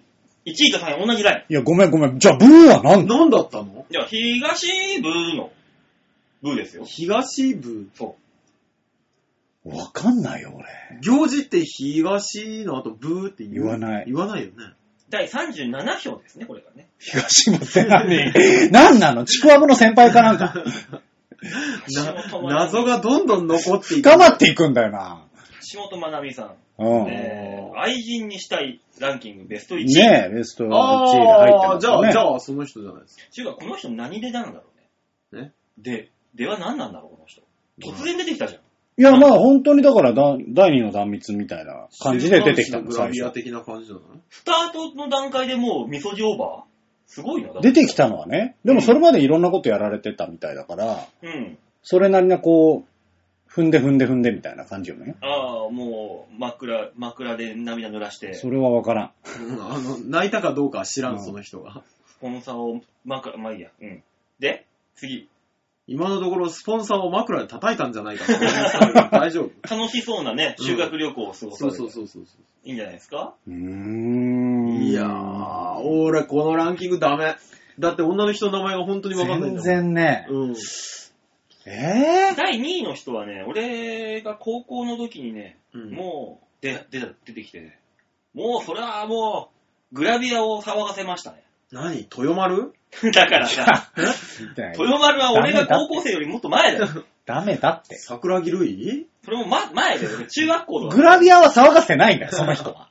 Speaker 2: り。1位と3位、同じライン。
Speaker 4: いや、ごめんごめん。じゃあ、ブーはなんだ
Speaker 3: 何だったの
Speaker 2: じゃあ、東部の部ですよ。
Speaker 3: 東部。
Speaker 2: そ
Speaker 4: わかんないよ、俺。
Speaker 3: 行事って東の後ブーって言う
Speaker 4: 言わない
Speaker 3: 言わないよね。
Speaker 2: う。第37票ですね、これがね。
Speaker 4: 東もって何何なのちくわぶの先輩かな んか。
Speaker 2: 橋本
Speaker 3: な
Speaker 2: まなみ
Speaker 3: 謎がどんどん残っていく。
Speaker 4: 深まっていくんだよな。
Speaker 2: 橋本まなみさ
Speaker 4: うん
Speaker 2: ん、。えー、愛人にしたいランキングベスト1位。
Speaker 4: ねえ、ベスト1位で入って
Speaker 3: ああ、
Speaker 4: ます
Speaker 3: じ
Speaker 4: から
Speaker 3: ゃ
Speaker 4: ね。
Speaker 3: あ、じゃあ、その人じゃないですか。
Speaker 2: 中学、この人何でなんだろうね。
Speaker 3: え
Speaker 2: で、では何なんだろう、この人。突然出てきたじゃん。
Speaker 4: いや、まあ本当にだからだ第二の断蜜みたいな感じで出てきたの、
Speaker 3: グラ
Speaker 4: 最
Speaker 3: ビア
Speaker 4: 初。
Speaker 3: 的な感じじゃない
Speaker 2: スタートの段階でもう、みそじオーバーすごいな、だって
Speaker 4: 出てきたのはね、でもそれまでいろんなことやられてたみたいだから、
Speaker 2: うん。
Speaker 4: それなりなこう、踏んで踏んで踏んでみたいな感じよね。
Speaker 2: ああ、もう、枕、枕で涙濡らして、ス
Speaker 4: それはわからん。
Speaker 3: うんあの、泣いたかどうかは知ら
Speaker 4: うん
Speaker 3: ん、その人が。
Speaker 2: ポンサーを枕、まあいいや。うん。で、次。
Speaker 3: 今のところ、スポンサーを枕で叩いたんじゃないかと思いますけ ど大丈夫。
Speaker 2: 楽しそうなね、修学旅行を過ごさ
Speaker 3: そ
Speaker 2: れ
Speaker 3: う
Speaker 2: て、
Speaker 3: そうそうそうそう
Speaker 2: いいんじゃないですか
Speaker 4: うーん。
Speaker 3: いやー、俺、このランキングダメ。だって女の人の名前が本当にわかんないんだ
Speaker 4: 全
Speaker 3: もん。
Speaker 4: 然ね。
Speaker 3: うん。
Speaker 4: えー
Speaker 2: 第2位の人はね、俺が高校の時にね、
Speaker 3: うん
Speaker 2: もう出出た出てきてね、もうそれはもう、グラビアを騒がせましたね。
Speaker 3: 何豊丸
Speaker 2: だからさ、
Speaker 4: 見てない
Speaker 2: 豊丸は俺が高校生よりもっと前だよ。
Speaker 4: ダメだって。
Speaker 3: 桜木るい
Speaker 2: それも、ま、前だよ。俺中学校と
Speaker 4: グラビアは騒がせないんだよ、その人は。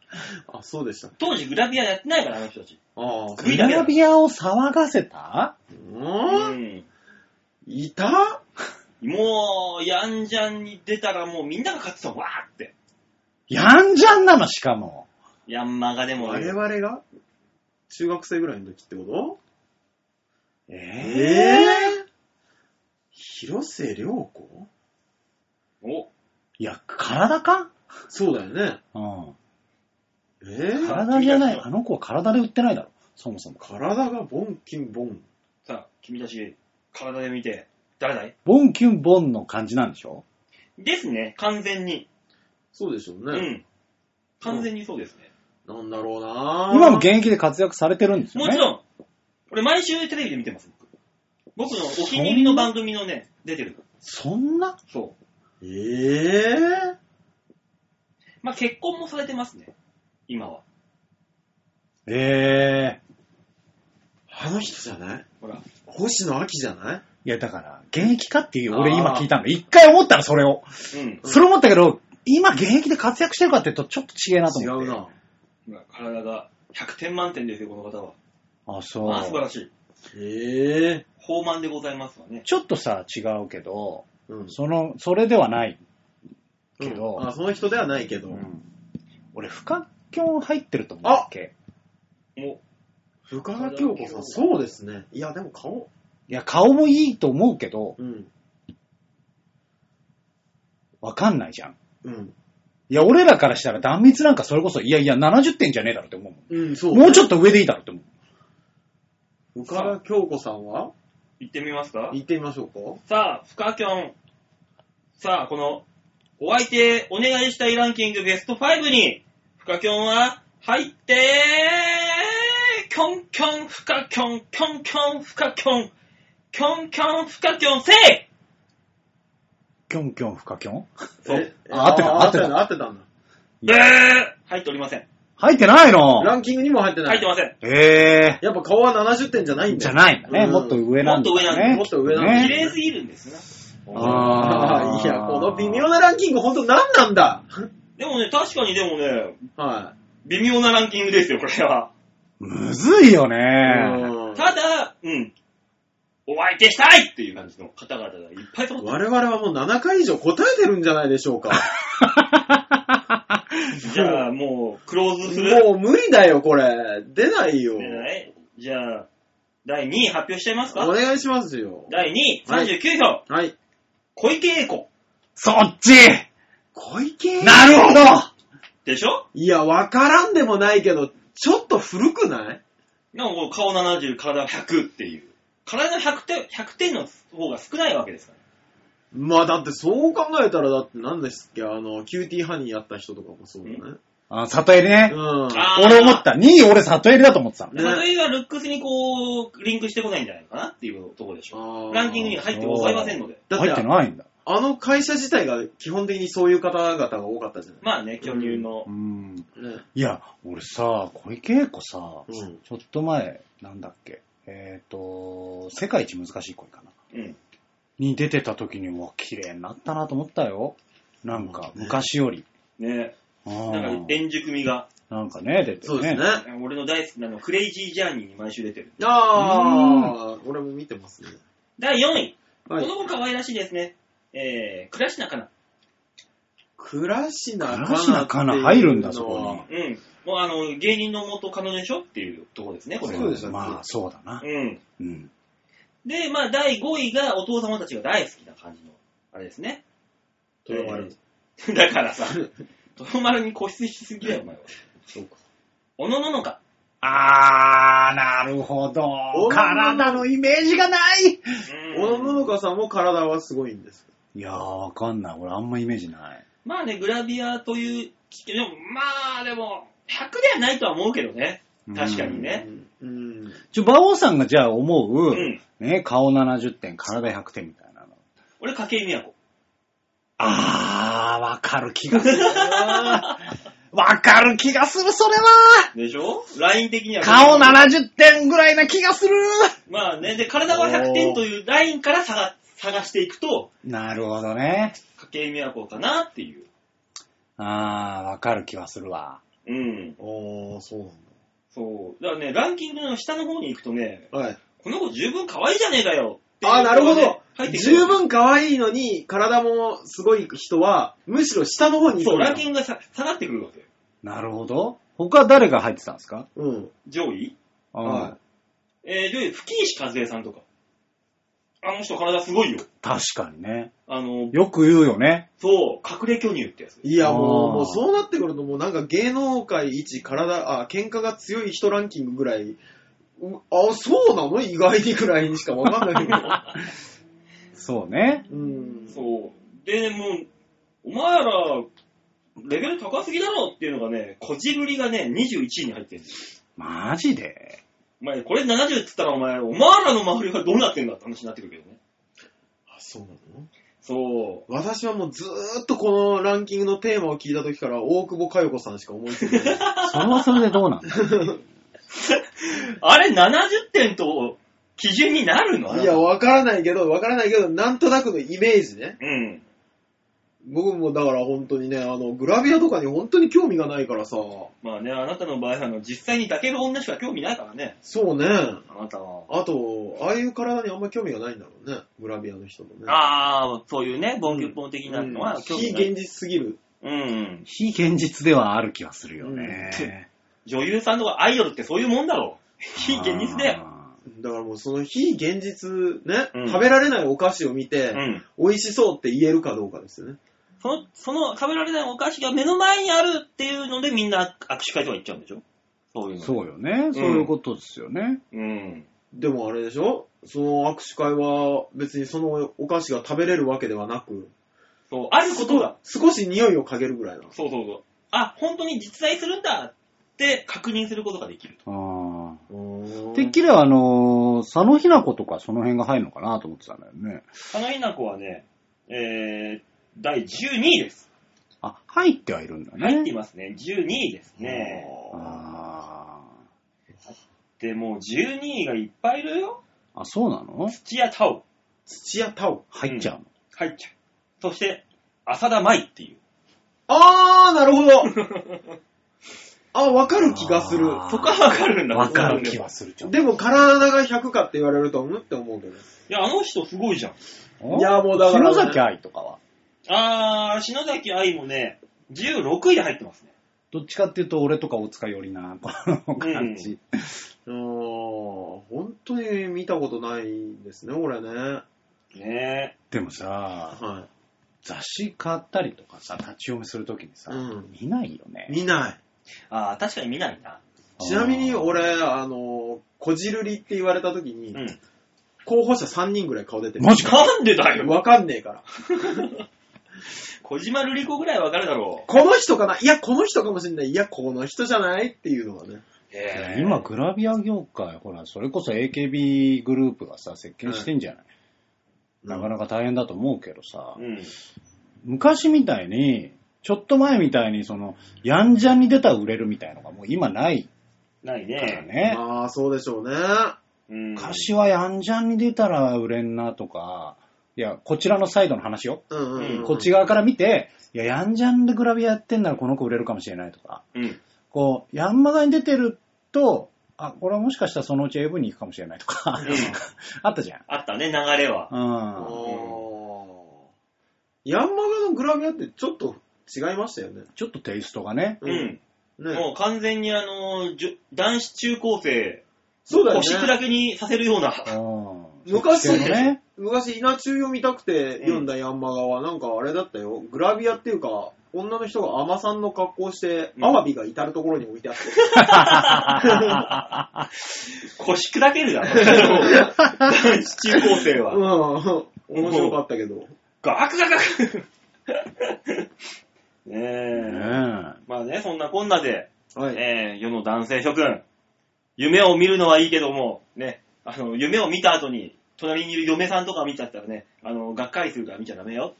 Speaker 3: あ、そうでした。
Speaker 2: 当時グラビアやってないから、あの人たち。
Speaker 3: ああ。
Speaker 4: グラビアを騒がせた
Speaker 3: う
Speaker 2: うんん。
Speaker 3: いた
Speaker 2: もう、ヤンジャンに出たらもうみんなが勝つの、わーって。
Speaker 4: やんじゃんなの、しかも。
Speaker 2: ヤンマガでも、
Speaker 3: 我
Speaker 2: ね、
Speaker 3: 々が中学生ぐらいの時ってこと
Speaker 4: え
Speaker 3: ぇ広瀬良子
Speaker 2: お、
Speaker 4: いや、体か
Speaker 3: そうだよね。
Speaker 4: うん。
Speaker 3: えぇ
Speaker 4: 体じゃない。あの子は体で売ってないだろ。そもそも。
Speaker 3: 体がボンキンボン。
Speaker 2: さあ、君たち、体で見て、誰だい
Speaker 4: ボンキュンボンの感じなんでしょ
Speaker 2: ですね、完全に。
Speaker 3: そうでしょう
Speaker 2: う
Speaker 3: ね。
Speaker 2: ん。完全にそうですね。
Speaker 3: なんだろうなぁ
Speaker 4: 今も現役で活躍されてるんですよ
Speaker 2: も
Speaker 4: ね。
Speaker 2: ちろん、俺毎週テレビで見てます、僕。僕のお気に入りの番組のね、出てる。
Speaker 4: そんな
Speaker 2: そう。
Speaker 3: えぇ
Speaker 2: まあ、結婚もされてますね、今は。
Speaker 4: ええ
Speaker 3: あの人じゃない
Speaker 2: ほら。
Speaker 3: 星野秋じゃない
Speaker 4: いや、だから、現役かっていう、
Speaker 3: あー
Speaker 4: 俺今聞いたんだ。一回思ったの、それを。
Speaker 2: うん。
Speaker 4: それ思ったけど、今現役で活躍してるかっていうと、ちょっと違えなと
Speaker 3: 違
Speaker 4: 思って。
Speaker 3: うな。
Speaker 2: 今体が100点満点ですよ、この方は。
Speaker 4: あ、そう。
Speaker 2: まあ、素晴らしい。
Speaker 3: えぇ
Speaker 2: 豊満でございますわね。
Speaker 4: ちょっとさ、違うけど、
Speaker 3: うん
Speaker 4: その、それではない。けど
Speaker 3: うんあ、その人ではないけど。
Speaker 4: 俺、不可教入ってると思うっけ。
Speaker 2: も
Speaker 3: 深田恭子さん、そうですね。いや、でも顔。
Speaker 4: いや、顔もいいと思うけど、
Speaker 3: うん。
Speaker 4: わかんないじゃん。
Speaker 3: うん。
Speaker 4: いや、俺らからしたら断密なんかそれこそ、いやいや、70点じゃねえだろって思うも
Speaker 3: うん、そ
Speaker 4: ん。もうち
Speaker 3: ょ
Speaker 4: ょっと上でいいだろって思う。
Speaker 3: っと。深田恭子さんは
Speaker 2: う、行ってみますか
Speaker 3: 行ってみましょう
Speaker 2: さあ、フカキョン。さあ、この、お相手、お願いしたいランキングベスト5に、フカキョンは、入って、キョンキョン、フカキョン、キョンキョン、フカキョン、キョンキョン、フカキョン、せい
Speaker 4: キョンキョン、フカキョン
Speaker 3: え
Speaker 4: あ合ってた
Speaker 3: あ
Speaker 4: 合ってた
Speaker 3: 合ってたんだ。
Speaker 2: ブー入っておりません。
Speaker 4: 入ってないの
Speaker 3: ランキングにも入ってな
Speaker 2: 入っ
Speaker 3: い
Speaker 2: て。ません。
Speaker 4: え
Speaker 3: やっぱ顔は70点じゃないん
Speaker 4: ー、
Speaker 3: だ
Speaker 4: じ
Speaker 3: よ
Speaker 4: ゃ。ないんだね。
Speaker 3: うん
Speaker 4: もっと上な
Speaker 2: も
Speaker 4: んだ、ね。
Speaker 2: っと上なんだ
Speaker 3: もっと上なんだ
Speaker 2: 綺
Speaker 4: ね
Speaker 2: 麗すぎるんですね。
Speaker 4: あー
Speaker 3: いや、この微妙なランキング本当何なんだ
Speaker 2: でもね、確かにでもね、
Speaker 3: は
Speaker 2: 微妙なランキングですよ、これは。
Speaker 4: むずいよ
Speaker 3: い。
Speaker 4: ね。
Speaker 3: うん
Speaker 2: ただ、うん。お相手したいっていう感じの方々がいっぱい揃ってる。
Speaker 3: 我々はもう7回以上答えてるんじゃないでしょうか。
Speaker 2: じゃあ、もう、クローズする
Speaker 3: もう無理だよ、これ。出ないよ。
Speaker 2: ねはいじゃあ、第2位発表しちゃいます
Speaker 3: お
Speaker 2: か
Speaker 3: 願いしますよ。
Speaker 2: 第2位、39票、
Speaker 3: はい。
Speaker 2: 小池栄子。
Speaker 4: そっち
Speaker 3: 小池
Speaker 4: なるほど
Speaker 2: でしょ
Speaker 3: いや、わからんでもないけど、ちょっと古くない
Speaker 2: なんかこう顔70、体100っていう。体の100点、100点の方が少ないわけですから。
Speaker 3: まあだってそう考えたらだって何ですっけ、あの、キューティーハニーやった人とかもそうだね。
Speaker 4: あ、里襟ね。
Speaker 3: うん。
Speaker 2: あー
Speaker 4: 俺思った。2位俺里襟だと思ってたの。
Speaker 3: ね
Speaker 2: 例えばルックスにこう、リンクしてこないんじゃないかなっていうところでしょ。
Speaker 3: あー
Speaker 2: ランキングには入ってございませんので。
Speaker 3: だっ
Speaker 4: 入っててないんだ。
Speaker 3: あの会社自体が基本的にそういう方々が多かったじゃない
Speaker 2: まあね、巨乳の
Speaker 4: う。ん。
Speaker 3: ね
Speaker 4: いや、俺さ、小池栄子さ、
Speaker 3: うん
Speaker 4: ちょっと前、なんだっけ、えっ、と、世界一難しい恋かな。
Speaker 2: うん。
Speaker 4: に出てた時に、うわ、綺麗になったなと思ったよ。なんか、昔より。
Speaker 2: ね
Speaker 4: うん
Speaker 2: なんか、円熟味が。
Speaker 4: なんかね、出て
Speaker 3: そうですね。。
Speaker 2: 俺の大好きなあの、クレイジージャーニーに毎週出てる。
Speaker 3: ああ、俺も見てますね。
Speaker 2: 第4位。
Speaker 3: は
Speaker 2: こ
Speaker 3: い。
Speaker 2: の子可愛らしいですね。えー、倉科かな。
Speaker 3: クラシナカナ。
Speaker 4: 倉科カナ入るんだそこに
Speaker 2: うん。もうあの、芸人の元彼女でしょっていうところですね、これは。
Speaker 3: そうですよ
Speaker 4: まあ、そうだな。
Speaker 2: うん。
Speaker 4: うん。
Speaker 2: で、まあ、第5位がお父様たちが大好きな感じの、あれです ね。
Speaker 3: と呼ばれ
Speaker 2: え
Speaker 3: る。
Speaker 2: ーだからさ、豊丸に固執しすぎだよ、お前は。
Speaker 3: そうか。
Speaker 2: おのののか。
Speaker 4: あー、なるほど
Speaker 3: お。
Speaker 4: 体のイメージがない
Speaker 3: 小野ものかさんも体はすごいんです。
Speaker 4: いやー、わかんない。俺あんまイメージない。
Speaker 2: まあね、グラビアという、でも、まあ、でも、100ではないとは思うけどね。確かにね。
Speaker 3: うん。
Speaker 4: ちょ、馬王さんがじゃあ思
Speaker 2: う
Speaker 4: う、
Speaker 2: ん
Speaker 4: ね、顔70点、体100点みたいなの。
Speaker 2: 俺、筧美和子。
Speaker 4: あー、わかる気がするな。わかる気がする、それは。
Speaker 2: でしょライン的には。
Speaker 4: 顔。70点ぐらいな気がする。
Speaker 2: まあね、で、体は100点というラインから探探していくと、
Speaker 4: なるほどね。
Speaker 2: 筧美和子かなっていう。
Speaker 4: あー、わかる気はするわ。
Speaker 2: うん。
Speaker 3: ああ、そうなん
Speaker 2: そう。だからね、ランキングの下の方に行くとね、
Speaker 3: だ。はい。
Speaker 2: この子十分可愛いじゃねえかよっていう
Speaker 3: ああ、なるほ
Speaker 2: 人がね
Speaker 3: ど
Speaker 2: 入っ。てくる
Speaker 3: 十分可愛いのに、体もすごい人は、むしろ下の方に行
Speaker 2: そう、
Speaker 3: くんだ
Speaker 2: ランキングがさ下がってくるわけよ。
Speaker 4: なるほど。他誰が入ってたんですか
Speaker 3: うん。
Speaker 2: 上位
Speaker 3: は
Speaker 2: えー、上位、吹石和恵さんとか。あの人体すごいよ。
Speaker 4: い。確かにね。
Speaker 2: あの、
Speaker 4: よく言うよね。
Speaker 2: そう、隠れ巨乳ってやつ。
Speaker 3: い。いや、も
Speaker 4: あ
Speaker 3: う、
Speaker 4: ー
Speaker 3: もうそうなってくると、もうなんか芸能界一体、あ、喧嘩が強い人ランキングぐらい、うあ、そうなの意外にぐらいにしかわかん ないけど。
Speaker 4: そうね。
Speaker 3: うん。
Speaker 2: そう。で、もう、お前ら、レベル高すぎだろっていうのがね、こじるりがね、21位に入ってるんですよ
Speaker 4: マジで
Speaker 2: お前、これ70って言ったらお前、お前らの周りはどうなってんだって話になってくるけどね。
Speaker 3: あ、そうなの
Speaker 2: そう。
Speaker 3: 私はもうずーっとこのランキングのテーマを聞いた時から、大久保佳代子さんしか思いつかない。
Speaker 4: それはそれでどうなん だ
Speaker 2: あれ、70点と、基準になるの
Speaker 3: いや、、わからないけど、わからないけど、なんとなくのイメージね。
Speaker 2: うん。
Speaker 3: 僕もだから本当にね、あの、グラビアとかに本当に興味がないからさ、
Speaker 2: まあね、あなたの場合は、あの、実際に抱ける女しか興味ないからね。
Speaker 3: そうね。
Speaker 2: あなたは。
Speaker 3: あと、ああいう体にあんま興味がないんだろうね。グラビアの人もね。
Speaker 2: ああ、そういうね、ボンキュッポン的なの
Speaker 3: う
Speaker 2: は
Speaker 3: ん
Speaker 2: 興味
Speaker 3: 非
Speaker 2: ない。
Speaker 3: 現実すぎる。
Speaker 2: うん。
Speaker 4: 非現実ではある気はするよね。
Speaker 2: 女優さんとかアイドルってそういうもんだろう。非現実だよ。
Speaker 4: あ
Speaker 3: だからもうその非現実ね、
Speaker 2: うん
Speaker 3: 食べられないお菓子を見
Speaker 2: う
Speaker 3: て、
Speaker 2: ん。
Speaker 3: 美味しそうって言えるかどうかですよね。
Speaker 2: その、その食べられないお菓子が目の前にあるっていうのでみんな握手会とか行っちゃうんでしょそういう
Speaker 4: ー。
Speaker 2: の。
Speaker 4: そうよね。そういうことですよね。
Speaker 2: うん。
Speaker 3: でもあれでしょその握手会は別にそのお菓子が食べれるわけではなく、
Speaker 2: そう、あることが。
Speaker 3: 少し匂いを嗅げるぐらいなの。
Speaker 2: そうそうそう。あ、本当に実在するんだっって確認することができると。
Speaker 4: あ
Speaker 3: う
Speaker 4: あ。
Speaker 3: ん
Speaker 4: てっきりあのー、佐野ひな子とかその辺が入るのかなと思ってたんだよね。
Speaker 2: あのひな子はね、えー、第12位です。
Speaker 4: あ、入ってはいるんだね。
Speaker 2: 入っていますね。12位ですね。
Speaker 4: あ
Speaker 2: で、もう12位がいっぱいいるよ。
Speaker 4: ーあ、そうなの
Speaker 2: 土屋太鳳。
Speaker 3: 土屋太鳳。
Speaker 4: 入っちゃうの、
Speaker 2: 入っちゃう。そして、浅田舞っていう。
Speaker 3: あー、なるほど。 あ、わかる気がする。
Speaker 4: あー
Speaker 2: そこはわかるんだ
Speaker 4: わかる気はするじゃん。
Speaker 3: でも体が100かって言われると、うんって思うけど。
Speaker 2: いや、あの人すごいじゃん。
Speaker 4: お
Speaker 3: いやもうだからね
Speaker 4: 篠崎愛とかは
Speaker 2: あー、篠崎愛もね、16位で入ってますね。
Speaker 4: どっちかっていうと俺とか大塚よ りな、この感じ。
Speaker 3: あー、本当に見たことないんですね、俺ね。
Speaker 2: ね
Speaker 4: でもさ、
Speaker 3: は
Speaker 4: 雑誌買ったりとかさ、立ち読みするときにさ、
Speaker 3: うん
Speaker 4: 見ないよ
Speaker 3: い。
Speaker 4: ね。
Speaker 3: 見ない。
Speaker 2: え。あー、確かに見ないな。
Speaker 3: ちなみに俺、あの、こじるりって言われた時に、
Speaker 2: うん。
Speaker 3: 候補者3人ぐらい顔出てる。
Speaker 4: マジか
Speaker 2: なんでだよ
Speaker 3: わかんねえから。
Speaker 2: 小島瑠璃子ぐらいわかるだろ
Speaker 3: この人かないや、この人かもしんない。いや、この人じゃないっていうのはね。
Speaker 2: う。へー
Speaker 4: 今グラビア業界、ほら、それこそ AKB グループがさ、設計してんじゃない、なかなか大変だと思うけどさ、
Speaker 2: うん。
Speaker 4: 昔みたいに、ちょっと前みたいに、その、やんじゃんに出たら売れるみたいのがもう今ない
Speaker 2: ない
Speaker 4: から
Speaker 2: ね。
Speaker 4: ね。
Speaker 3: まあ、そうでしょうね。
Speaker 2: うん。
Speaker 4: 昔はやんじゃんに出たら売れんなとか、いや、こちらのサイドの話よ。
Speaker 3: うんうんうん、
Speaker 2: うん
Speaker 4: こっち側から見て、いや、やんじゃんでグラビアやってんならこの子売れるかもしれないとか、
Speaker 2: うん。
Speaker 4: こう、ヤンマガに出てると、あ、これはもしかしたらそのうち AV に行くかもしれないとか、 あったじゃん。
Speaker 2: あったね、流れは。
Speaker 3: あ
Speaker 4: うん。
Speaker 3: ーヤンマガのグラビアってちょっと違いましたよね。
Speaker 4: ちょっとテイストがね。
Speaker 2: う。ん。
Speaker 3: ね、
Speaker 2: もう完全にあの、じょ男子中高生、
Speaker 3: そうだよね
Speaker 2: 腰砕けにさせるような。
Speaker 4: うん。
Speaker 3: 昔
Speaker 4: そっち系のね。
Speaker 3: 昔、稲中読みたくて読んだヤンマガは、なんかあれだったよ。グラビアっていうか、女の人がアマさんの格好をして、
Speaker 2: うん
Speaker 3: アワビが至るところに置いてあって。
Speaker 2: 腰砕けるだろ。男子中高生
Speaker 3: う
Speaker 2: は。
Speaker 3: ん。面白かったけど。
Speaker 2: ガクガクガク。ねえ。
Speaker 4: ね
Speaker 2: まあね、そんなこんなで、
Speaker 3: はい。
Speaker 2: えー世の男性諸君、夢を見るのはいいけども、ね、あの、夢を見た後に、隣にいる嫁さんとか見ちゃったらね、あの、がっかりするから見ちゃダメよ。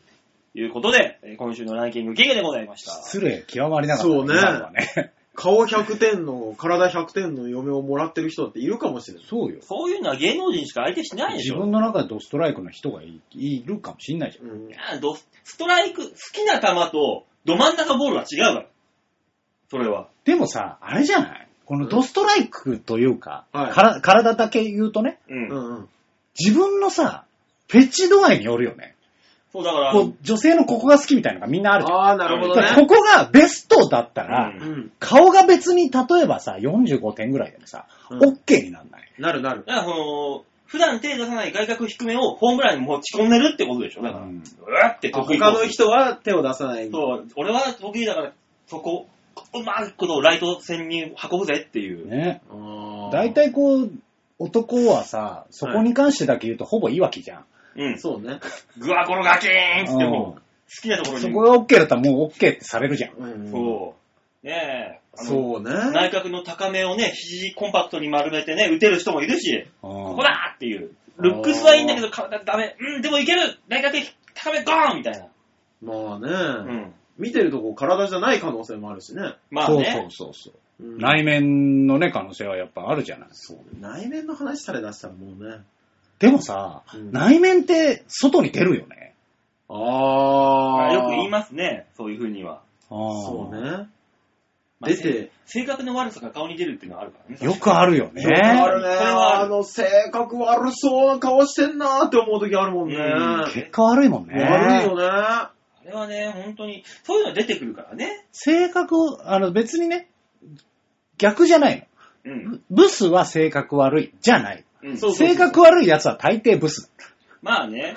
Speaker 2: ということで、えー今週のランキング、ゲゲでございました。
Speaker 4: 失礼極まりなかった。
Speaker 3: そうね
Speaker 4: 今のはね
Speaker 3: 顔100点の、体100点の嫁をもらってる人だっているかもしれない。
Speaker 4: そうよ。
Speaker 2: そういうのは芸能人しか相手しないでし
Speaker 4: 自
Speaker 2: ょ。
Speaker 4: 分の中でドストライクの人がいいるかもしんないじゃん。
Speaker 3: うん
Speaker 2: い。やどストライク、好きな球と、ど真ん中ボールは違うから。それは。
Speaker 4: でもさ、あれじゃないこのドストライクというか、
Speaker 3: はい
Speaker 4: から体だけ言うとね、
Speaker 2: うん。
Speaker 3: うんうん。
Speaker 4: 自分のさ、フェチ度合いによるよね。
Speaker 2: そうだから、
Speaker 4: こう女性のここが好きみたいなのがみんなあるじゃん。
Speaker 3: ああ、なるほど
Speaker 4: だから
Speaker 3: ね。
Speaker 4: ここがベストだったら、
Speaker 2: う
Speaker 3: うん。
Speaker 4: 顔が別に例えばさ、45点ぐらいでもさ、
Speaker 3: うん
Speaker 4: OK になんない。
Speaker 3: なるなる。
Speaker 2: だからその、普段手出さない外角低めをホームランに持ち込んでるってことでしょだから、
Speaker 4: う
Speaker 2: うんわって
Speaker 3: あ
Speaker 2: 得意コー
Speaker 3: 他
Speaker 2: ス
Speaker 3: の人は手を出さない。
Speaker 2: そう、俺は得意だから、そこ、うまいことライト線に運ぶぜっていう。
Speaker 4: ね。
Speaker 3: 大
Speaker 4: 大体こう、男はさ、そこに関してだけ言うとほぼいいわけじゃん。
Speaker 2: うん。
Speaker 3: そうね。
Speaker 2: グワコロガキーンっつっても、
Speaker 4: う
Speaker 2: 好
Speaker 4: ん
Speaker 2: きなところに。
Speaker 4: そこが OK だったらもう OK ってされるじゃん。
Speaker 3: うん
Speaker 2: そう。ねえ。あの
Speaker 3: そうね。
Speaker 2: 内角の高めをね、肘コンパクトに丸めてね、打てる人もいるし、ここだっていう。ルックスはいいんだけど、体ダメ。うん、でもいける内角高めゴーンみたいな。
Speaker 3: まあね、
Speaker 2: うん。
Speaker 3: 見てるとこ体じゃない可能性もあるしね。
Speaker 2: まあね。
Speaker 4: そうそうそうそう。
Speaker 3: うん
Speaker 4: 内面のね、可能性はやっぱあるじゃない。
Speaker 3: 内面の話され出したらもうね。
Speaker 4: でもさ、
Speaker 3: うん
Speaker 4: 内面って外に出るよね。
Speaker 3: あ
Speaker 2: まあ
Speaker 3: あ。
Speaker 2: よく言いますね、そういう風には。
Speaker 3: そうね。
Speaker 2: まあ
Speaker 3: 出。て、
Speaker 2: 性格の悪さが顔に出るっていうのはあるからね。
Speaker 4: よくあるよね。
Speaker 3: よくあるね。
Speaker 2: これはあ
Speaker 3: あ
Speaker 2: る
Speaker 3: の、性格悪そうな顔してんなーって思う時あるもんね。
Speaker 2: うん
Speaker 4: 結果悪いもんね。
Speaker 3: 悪いよね。
Speaker 2: あれはね、本当に、そういうのが出てくるからね。
Speaker 4: 性格を、あの別にね、逆じゃない
Speaker 2: うん
Speaker 4: の。。ブスは性格悪いじゃない。
Speaker 2: うん、
Speaker 3: そう
Speaker 4: 性格悪い奴は大抵ブス。
Speaker 2: まあね、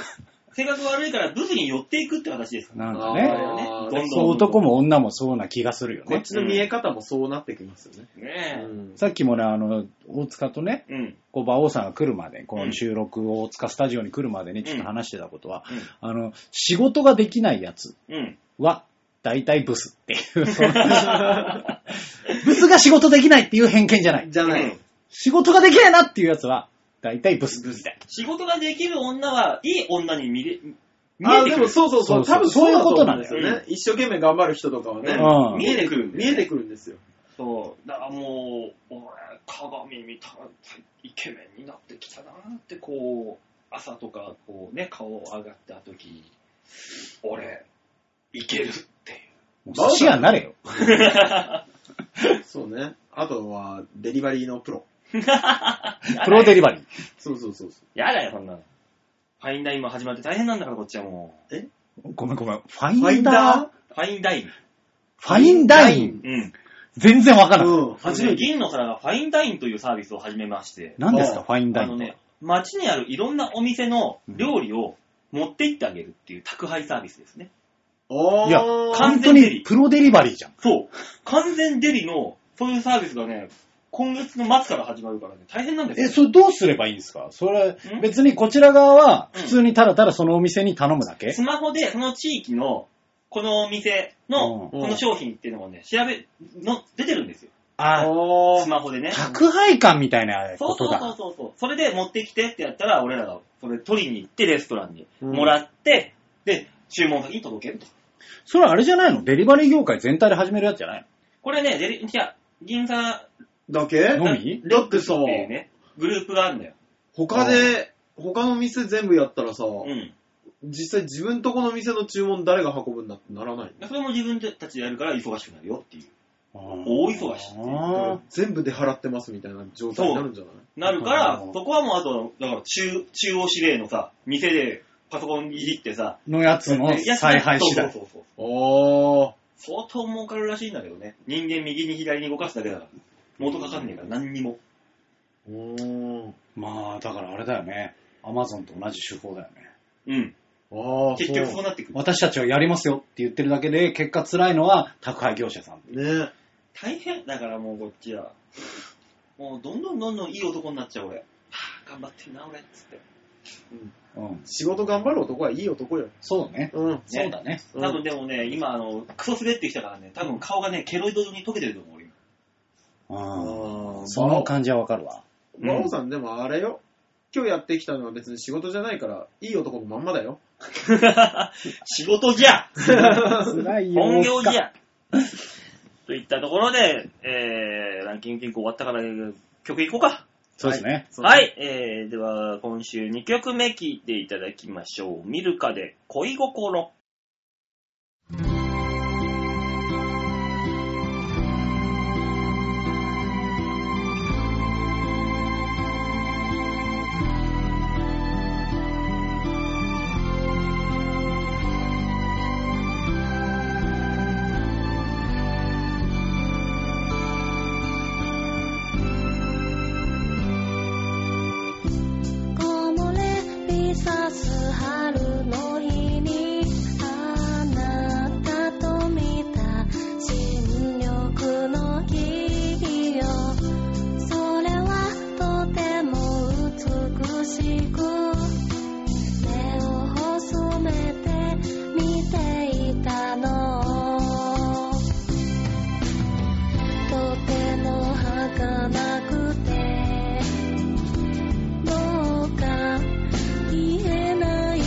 Speaker 2: 性格悪いからブスに寄っていくって話ですから。
Speaker 4: なんか
Speaker 2: あれ
Speaker 4: ね。
Speaker 2: はね
Speaker 3: あ
Speaker 2: どん
Speaker 3: ー
Speaker 2: どん
Speaker 4: そう男も女もそうな気がするよ
Speaker 3: こっ
Speaker 4: ね。
Speaker 3: ちの見え方もそうなってきますよね。
Speaker 2: ね
Speaker 3: うん
Speaker 4: さっきもね、あの、大塚とね、
Speaker 2: え。うん。
Speaker 4: こう、馬王さんが来るまで、こ
Speaker 2: う
Speaker 4: の
Speaker 2: ん
Speaker 4: 収録を大塚スタジオに来るまでね、ちょっと話してたことは、
Speaker 2: う
Speaker 4: あの、仕事ができない奴
Speaker 2: ん。うん。
Speaker 4: は、大体ブスっていう、そのブスが仕事できないっていう偏見じゃない。
Speaker 3: じゃな
Speaker 2: う
Speaker 3: い
Speaker 2: ん。
Speaker 4: 仕事ができないなっていうやつは、大体ブスみたい
Speaker 2: 仕事ができる女は、いい女に見れ、見
Speaker 3: あ、
Speaker 2: えて
Speaker 3: で
Speaker 2: く
Speaker 3: も
Speaker 2: る。
Speaker 3: そうそうそう。
Speaker 4: そうそう
Speaker 3: 多分そういうことなんです
Speaker 2: そう
Speaker 3: よ
Speaker 2: いうことなん
Speaker 3: ね。一生懸命頑張る人とかはね。
Speaker 4: うん
Speaker 2: 見えてくるんで
Speaker 3: 見えてくるんですよ。
Speaker 2: そう。だからもう、俺、鏡見たらイケメンになってきたなって、こう、朝とか、こうね、顔上がった時に、俺、いけるっていう。
Speaker 4: な。もう寿司屋になれよ。
Speaker 3: そうね。あとは、デリバリーのプロ。
Speaker 4: プロデリバリー。
Speaker 3: そうそうそうそ
Speaker 2: やだよ、そんなの。ファインダインも始まって大変なんだから、こっちはも
Speaker 4: ごめんごめん。ファ
Speaker 3: う。
Speaker 4: インダー
Speaker 2: う。ファインダイン。
Speaker 4: ファインダイン。
Speaker 2: うん。
Speaker 4: 全然わ
Speaker 3: フ
Speaker 4: からん。
Speaker 3: うん。初めて。
Speaker 2: 銀の皿がファインダインというサービスを始めまして、
Speaker 4: 何ですか、
Speaker 3: うん
Speaker 4: ファインダ
Speaker 2: あ
Speaker 4: イン
Speaker 2: の
Speaker 4: って
Speaker 2: ね、街にあるいろんなお店の料理を持って行ってあげるっていう宅配サービスですね。
Speaker 3: おー。
Speaker 4: いや
Speaker 2: 完
Speaker 4: 本当にプロデリバリーじゃん。
Speaker 2: そう。完全デリの、そういうサービスがね、今月の末から始まるからね、大変なんです
Speaker 4: え、
Speaker 2: よ。
Speaker 4: それどうすればいいんですかそれ
Speaker 2: ん、
Speaker 4: 別にこちら側は、普通にただただそのお店に頼むだけ
Speaker 2: スマホでその地域の、このお店の、
Speaker 3: うん
Speaker 2: この商品っていうのもね、調べ、の、出てるんですよ。
Speaker 4: あ、
Speaker 3: お
Speaker 2: ス
Speaker 3: ー。
Speaker 2: マホでね。
Speaker 4: 宅配感みたいな
Speaker 2: そ
Speaker 4: こ
Speaker 2: うそ
Speaker 4: と
Speaker 2: うそう
Speaker 4: だ。
Speaker 2: そうそう。それで持ってきてってやったら、俺らがそれ取りに行ってレストランに
Speaker 3: うん
Speaker 2: もらって、で、注文先に届けると。
Speaker 4: それあれじゃないのデリバリー業界全体で始めるやつじゃない
Speaker 2: これね、デリ、いや、銀座っ
Speaker 3: だけ
Speaker 4: ののみ
Speaker 3: だってさ
Speaker 2: て、いうね、グループがあるんだよ。
Speaker 3: 他で、他の店全部やったらさ、
Speaker 2: うん。
Speaker 3: 実際自分とこの店の注文誰が運ぶんだってならない。
Speaker 2: それも自分たちでやるから忙しくなるよっていう。
Speaker 4: 大
Speaker 2: 忙しいっていう
Speaker 4: あ
Speaker 3: 全部で払ってますみたいな状態になるんじゃない
Speaker 2: なるから
Speaker 4: う、ん
Speaker 2: そこはもうあと、だから中、中央指令のさ、店でパソコンいじってさ、
Speaker 4: ーのやつの再配次
Speaker 2: そう
Speaker 4: 第。
Speaker 2: そうそう。
Speaker 3: おー。
Speaker 2: 相当儲かるらしいんだけどね。人間右に左に動かすだけだから。元かかんねえから、何にも。
Speaker 3: おー。
Speaker 4: まあ、だからあれだよね。アマゾンと同じ手法だよね。
Speaker 2: うん。
Speaker 3: あー、
Speaker 2: 結局そうなってくる。
Speaker 4: 私たちはやりますよって言ってるだけで、結果辛いのは宅配業者さん。
Speaker 3: そう。ね
Speaker 2: 大変だからもうこっちは。もうどんどんどんどんいい男になっちゃう俺。はぁ、頑張ってるな俺、つって。
Speaker 4: うん。
Speaker 3: 仕事頑張る男はいい男よ。
Speaker 4: そうね。
Speaker 3: うん。
Speaker 4: そうだね。
Speaker 2: 多分でもね、今あの、クソ滑ってきたからね、多分顔がね、ケロイド状に溶けてると 思う、今。
Speaker 4: うん。
Speaker 3: あー
Speaker 4: その感じはわかるわ。
Speaker 3: 馬王さん、でもあれよ。今日やってきたのは別に仕事じゃないから、いい男のまんまだよ。
Speaker 2: 仕事じゃ
Speaker 4: 辛い
Speaker 2: 本業じゃといったところで、えー、ランキング結構終わったから、曲いこうか。
Speaker 4: そうですね。
Speaker 3: そう
Speaker 2: はい、えー、では、今週2曲目聴いていただきましょう。ミルカで恋心。
Speaker 1: 木漏れ日差す春の日にあなたと見た新緑の木よそれはとても美しく目を細めて見ていたのとても儚くてどうか言えない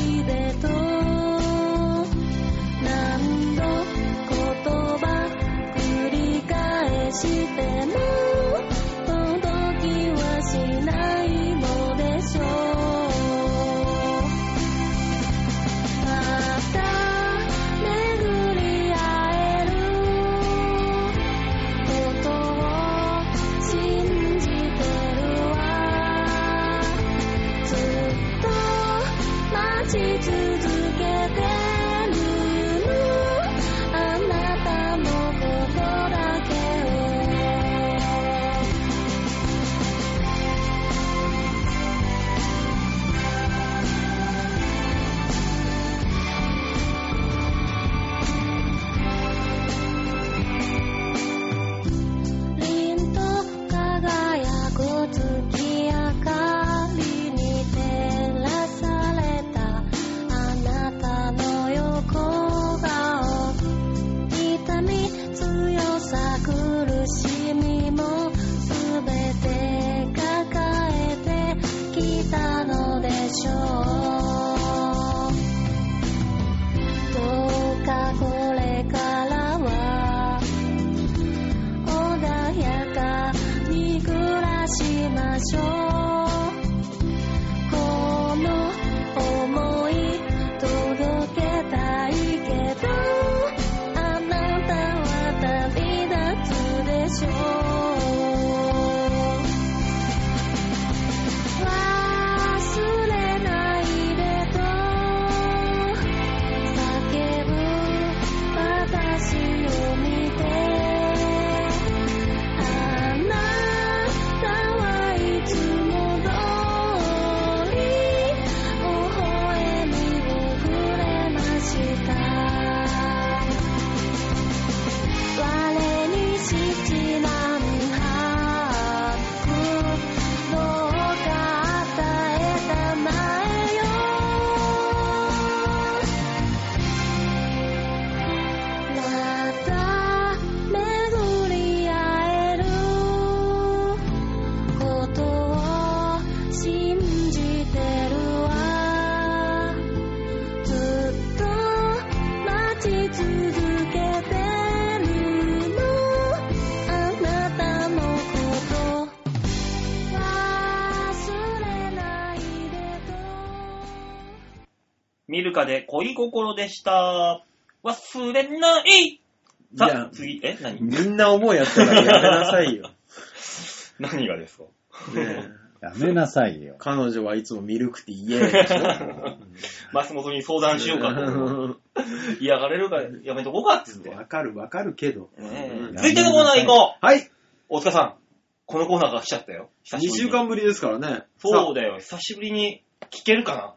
Speaker 2: 見るかで恋心でした。忘れないさ
Speaker 3: いや
Speaker 2: あ、次、え何
Speaker 3: みんな思うやつだからやめなさいよ。
Speaker 2: 何がですか
Speaker 3: ねえ
Speaker 4: やめなさいよ。
Speaker 3: 彼女はいつもミルクティーイエーイでし
Speaker 2: マスモトに相談しようかと。
Speaker 3: ょ。
Speaker 2: 嫌がれるからやめとこうかっつって。
Speaker 3: わかるわかるけど。
Speaker 2: ね
Speaker 3: う
Speaker 2: え
Speaker 3: ん
Speaker 2: 続いてのコーナー行こう
Speaker 3: はい
Speaker 2: 大塚さん、このコーナーが来ちゃったよ。久
Speaker 3: !2
Speaker 2: しぶり
Speaker 3: 週
Speaker 2: に
Speaker 3: 間ぶりですからね。
Speaker 2: そう
Speaker 3: う
Speaker 2: だよ、久しぶりに聞けるかな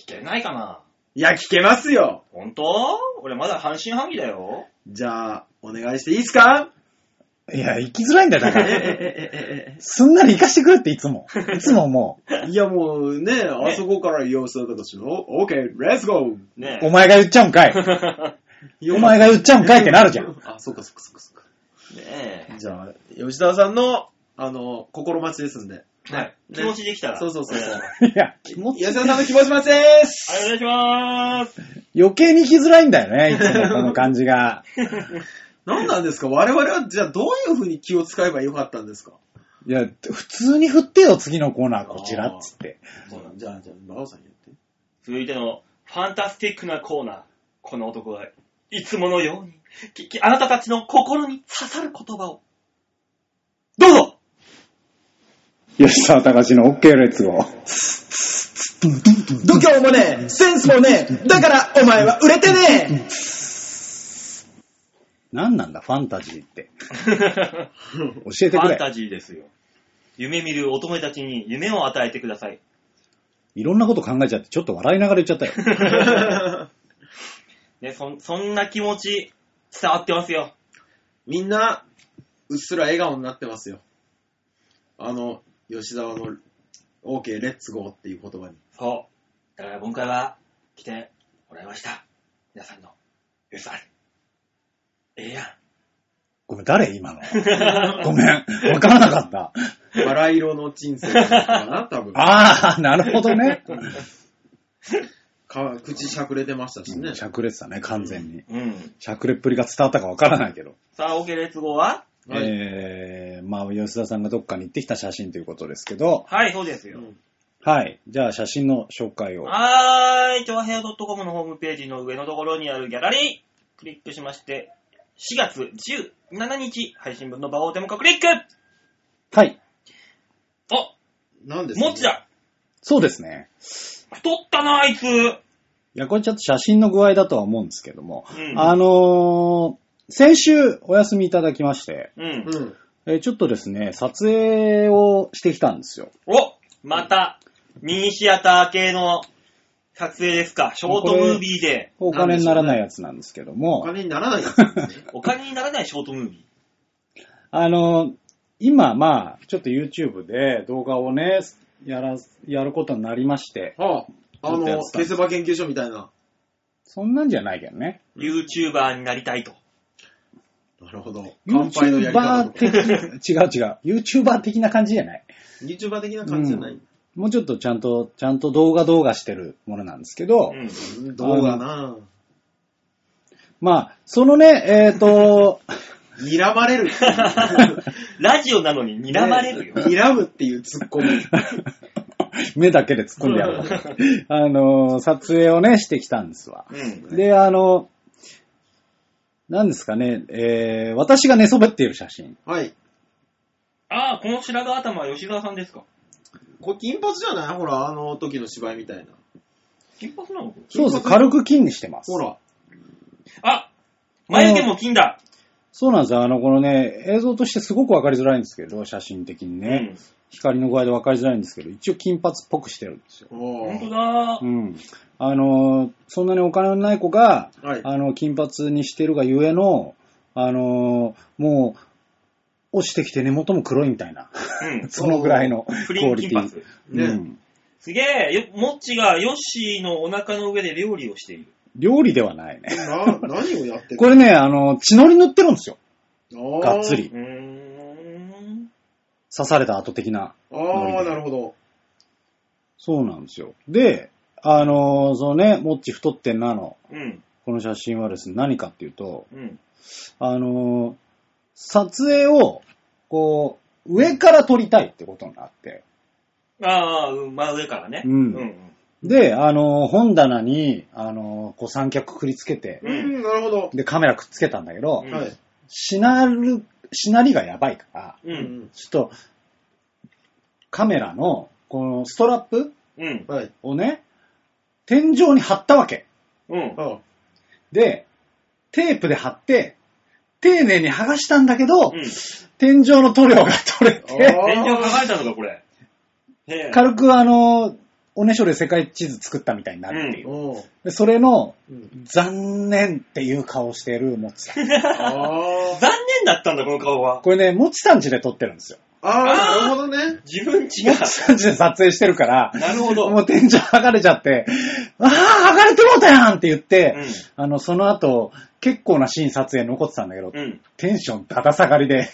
Speaker 2: 聞けないかない
Speaker 3: や、聞けますよ
Speaker 2: 本当俺まだ半信半疑だよ。
Speaker 3: じゃあ、お願いしていいですか
Speaker 4: いや、行きづらいんだよ、だ
Speaker 3: え
Speaker 4: か
Speaker 3: え
Speaker 4: ら。
Speaker 3: えええ
Speaker 4: すんなり行かしてくれって、いつも。いつももう、
Speaker 3: えいや、もうね、あそこから様子だったとしても、OK, let's go!
Speaker 2: ね
Speaker 4: お前が言っちゃうんかい。お前が言っちゃうんかいってなるじゃん。。
Speaker 3: あ、そっかそっかそっかそっか。
Speaker 2: え。ね
Speaker 3: じゃあ、吉田さんの、あの、心待ちですんで。
Speaker 2: え。はい。
Speaker 3: ね
Speaker 2: 気持ちできたら。
Speaker 3: そうそうそうそう
Speaker 2: ね。
Speaker 4: いや、気持ち
Speaker 3: 吉田さんの気持ち待ちでーす
Speaker 2: はい、お願いします。
Speaker 4: 余計に行きづらいんだよね、いつもこの感じが。
Speaker 3: 何なんですか我々は、じゃあどういう風に気を使えばよかったんですか
Speaker 4: いや、普通に振ってよ、次のコーナー、こちらっつって。
Speaker 2: そうなん
Speaker 3: じゃあ、じゃあ、馬尾さん言って。
Speaker 2: 続いてのファンタスティックなコーナー。この男がいつものように聞き、あなたたちの心に刺さる言葉を。どうぞ
Speaker 4: 吉沢隆の OK レッツゴー。
Speaker 5: 度胸もねえ、センスもねえ、だからお前は売れてね
Speaker 4: 何なんだ、ファンタジーって。教え
Speaker 2: フ
Speaker 4: てく
Speaker 2: ァン
Speaker 4: れ。
Speaker 2: タジーですよ。夢見る乙女たちに夢を与えてください。
Speaker 4: いろんなこと考えちゃって、ちょっと笑いながら言っちゃったよ。
Speaker 2: ね、そんそんな気持ち伝わってますよ。
Speaker 3: みんな、うっすら笑顔になってますよ。あの、吉沢の OK、レッツゴーっていう言葉に。
Speaker 2: そう。だから今回は来てもらいました。皆さんの、よさあれ。ええやん。
Speaker 4: ごめん、誰今 の。ごめん、わからなかった。
Speaker 3: バラ色の人生だったかな、多分。
Speaker 4: ああ、なるほどね。
Speaker 3: か口しゃくれてましたしね。
Speaker 4: しゃくれてたね、完全に。
Speaker 2: うん。
Speaker 4: しゃくれっぷりが伝わったかわからないけど。
Speaker 2: さあ、OK レッツゴーは
Speaker 3: はい
Speaker 4: えー、まあ、吉田さんがどっかに行ってきた写真ということですけど、
Speaker 2: はい、そうですよ。
Speaker 3: うん
Speaker 4: はい。じゃあ、写真の紹介を。
Speaker 2: はーい、長平 .com のホームページの上のところにあるギャラリー、クリックしまして、4月17日配信分の場をデモ化クリック
Speaker 4: はい。
Speaker 2: お、
Speaker 3: 何ですか
Speaker 2: もっちだ
Speaker 4: そうですね。
Speaker 2: 太ったな、あいつ
Speaker 4: いや、これちょっと写真の具合だとは思うんですけども、
Speaker 2: うん
Speaker 4: あのー、先週お休みいただきまして、
Speaker 2: うん。
Speaker 3: うん。
Speaker 4: えーちょっとですね、撮影をしてきたんですよ。
Speaker 2: お、また、ミニシアター系の撮影ですか。ショートムービーで。
Speaker 4: お金にならないやつなんですけど
Speaker 3: お
Speaker 4: も、
Speaker 3: 金にならないやつなんですね。
Speaker 2: お金にならないショートムービ
Speaker 4: あのー、今、まあ、ちょっと YouTube で動画をね、やら、やることになりまして、
Speaker 3: はあ、あ
Speaker 4: ずっとや
Speaker 3: の
Speaker 4: っ、てた
Speaker 3: ケセバ研究所みたいな。
Speaker 4: そんなんじゃないけどね。
Speaker 2: ー。YouTuber になりたいと。
Speaker 3: なるほど。乾杯のやり方
Speaker 4: YouTuber
Speaker 3: とか。
Speaker 4: 的、違 う違う。YouTuber 的な感じじゃない。
Speaker 3: YouTuber 的な感じじゃない。
Speaker 4: もうちょっとちゃんと、ちゃんと動画動画してるものなんですけど、
Speaker 2: うん。
Speaker 3: うんどうかな
Speaker 4: まあ、そのね、えっ、と、
Speaker 3: 睨まれる。
Speaker 2: ラジオなのに睨まれるよ。
Speaker 3: 睨むっていうツッコミ。
Speaker 4: 目だけで突っ込んでやるわ。あのー、撮影をね、してきたんですわ。
Speaker 2: うん。
Speaker 4: で、あの、なんですかね、えー、私が寝そべっている写真。
Speaker 3: はい。
Speaker 2: ああ、この白髪頭は吉沢さんですか。
Speaker 3: これ金髪じゃないほら、あの時の芝居みたいな。
Speaker 2: 金髪なの
Speaker 4: そうそう、軽く金にしてます。
Speaker 3: ほら。
Speaker 2: あ眉毛も金だ。
Speaker 4: そうなんですよ。あの、このね、映像としてすごくわかりづらいんですけど、写真的に
Speaker 2: う
Speaker 4: ね。
Speaker 2: ん。
Speaker 4: 光の具合で分かりづらいんですけど、一応金髪っぽくしてるんですよ。
Speaker 3: お
Speaker 2: 本当
Speaker 3: ー
Speaker 2: だ
Speaker 4: う。ん。あのー、そんなにお金のない子が、
Speaker 3: はい
Speaker 4: あの、金髪にしてるがゆえの、あのー、もう、落ちてきて根元も黒いみた いな、
Speaker 2: うん。
Speaker 4: そのぐらいの
Speaker 2: 不
Speaker 4: クオ
Speaker 2: 倫
Speaker 4: リ
Speaker 2: 金
Speaker 4: テ
Speaker 2: 髪
Speaker 4: ィ。。
Speaker 3: ね
Speaker 4: うん。
Speaker 2: すげえ、よもっちがヨッシーのお腹の上で料理をしている。
Speaker 4: 料理ではないね。
Speaker 3: な、何をやってる
Speaker 4: これね、あの、血のり塗ってるんですよ。
Speaker 3: の
Speaker 4: がっつ。
Speaker 2: う
Speaker 4: り。
Speaker 2: ーん。
Speaker 4: 刺された後的な。
Speaker 3: あーあー、なるほど。
Speaker 4: そうなんですよ。で、あのー、そのね、もっち太ってんなの、
Speaker 2: うん。
Speaker 4: この写真はですね、何かっていうと、
Speaker 2: うん。
Speaker 4: あのー撮影を、こう、上から撮りたいってことになって、
Speaker 2: ああ、うん真上からね。
Speaker 4: うん
Speaker 2: うん
Speaker 4: で、あの、本棚に、あの、こう三脚くりつけて、
Speaker 2: うん
Speaker 3: うん、なるほど。
Speaker 4: で、カメラくっつけたんだけど、
Speaker 2: うん
Speaker 3: はい。
Speaker 4: しなる、しなりがやばいから、
Speaker 2: う。
Speaker 3: うんん。
Speaker 4: ちょっと、カメラの、このストラップ
Speaker 2: うん。
Speaker 3: はい。
Speaker 4: をね、天井に貼ったわけ。
Speaker 2: うん。
Speaker 3: あ
Speaker 4: で、テープで貼って、丁寧に剥がしたんだけど、
Speaker 2: うん。
Speaker 4: 天井の塗料が取れて、
Speaker 2: 天井書かれたのか、これ。ねえ
Speaker 4: 軽くあの、おねしょで世界地図作ったみたいになるっていう。
Speaker 3: おー
Speaker 4: でそれの、
Speaker 3: うん。
Speaker 4: 残念っていう顔してるもちさん。
Speaker 3: あー
Speaker 2: 残念だったんだ、この顔は。
Speaker 4: これね、もちさんちで撮ってるんですよ。
Speaker 3: あー、なるほどね。
Speaker 2: 自分ち
Speaker 4: も
Speaker 2: が。
Speaker 4: ちさんちで撮影してるから、
Speaker 2: なるほど。
Speaker 4: もう天井剥がれちゃって、ああ、剥がれてもうたやんって言って、あの、その後、結構なシーン撮影残ってたんだけど、
Speaker 2: うん。うん。
Speaker 4: テンションだだ下が りで、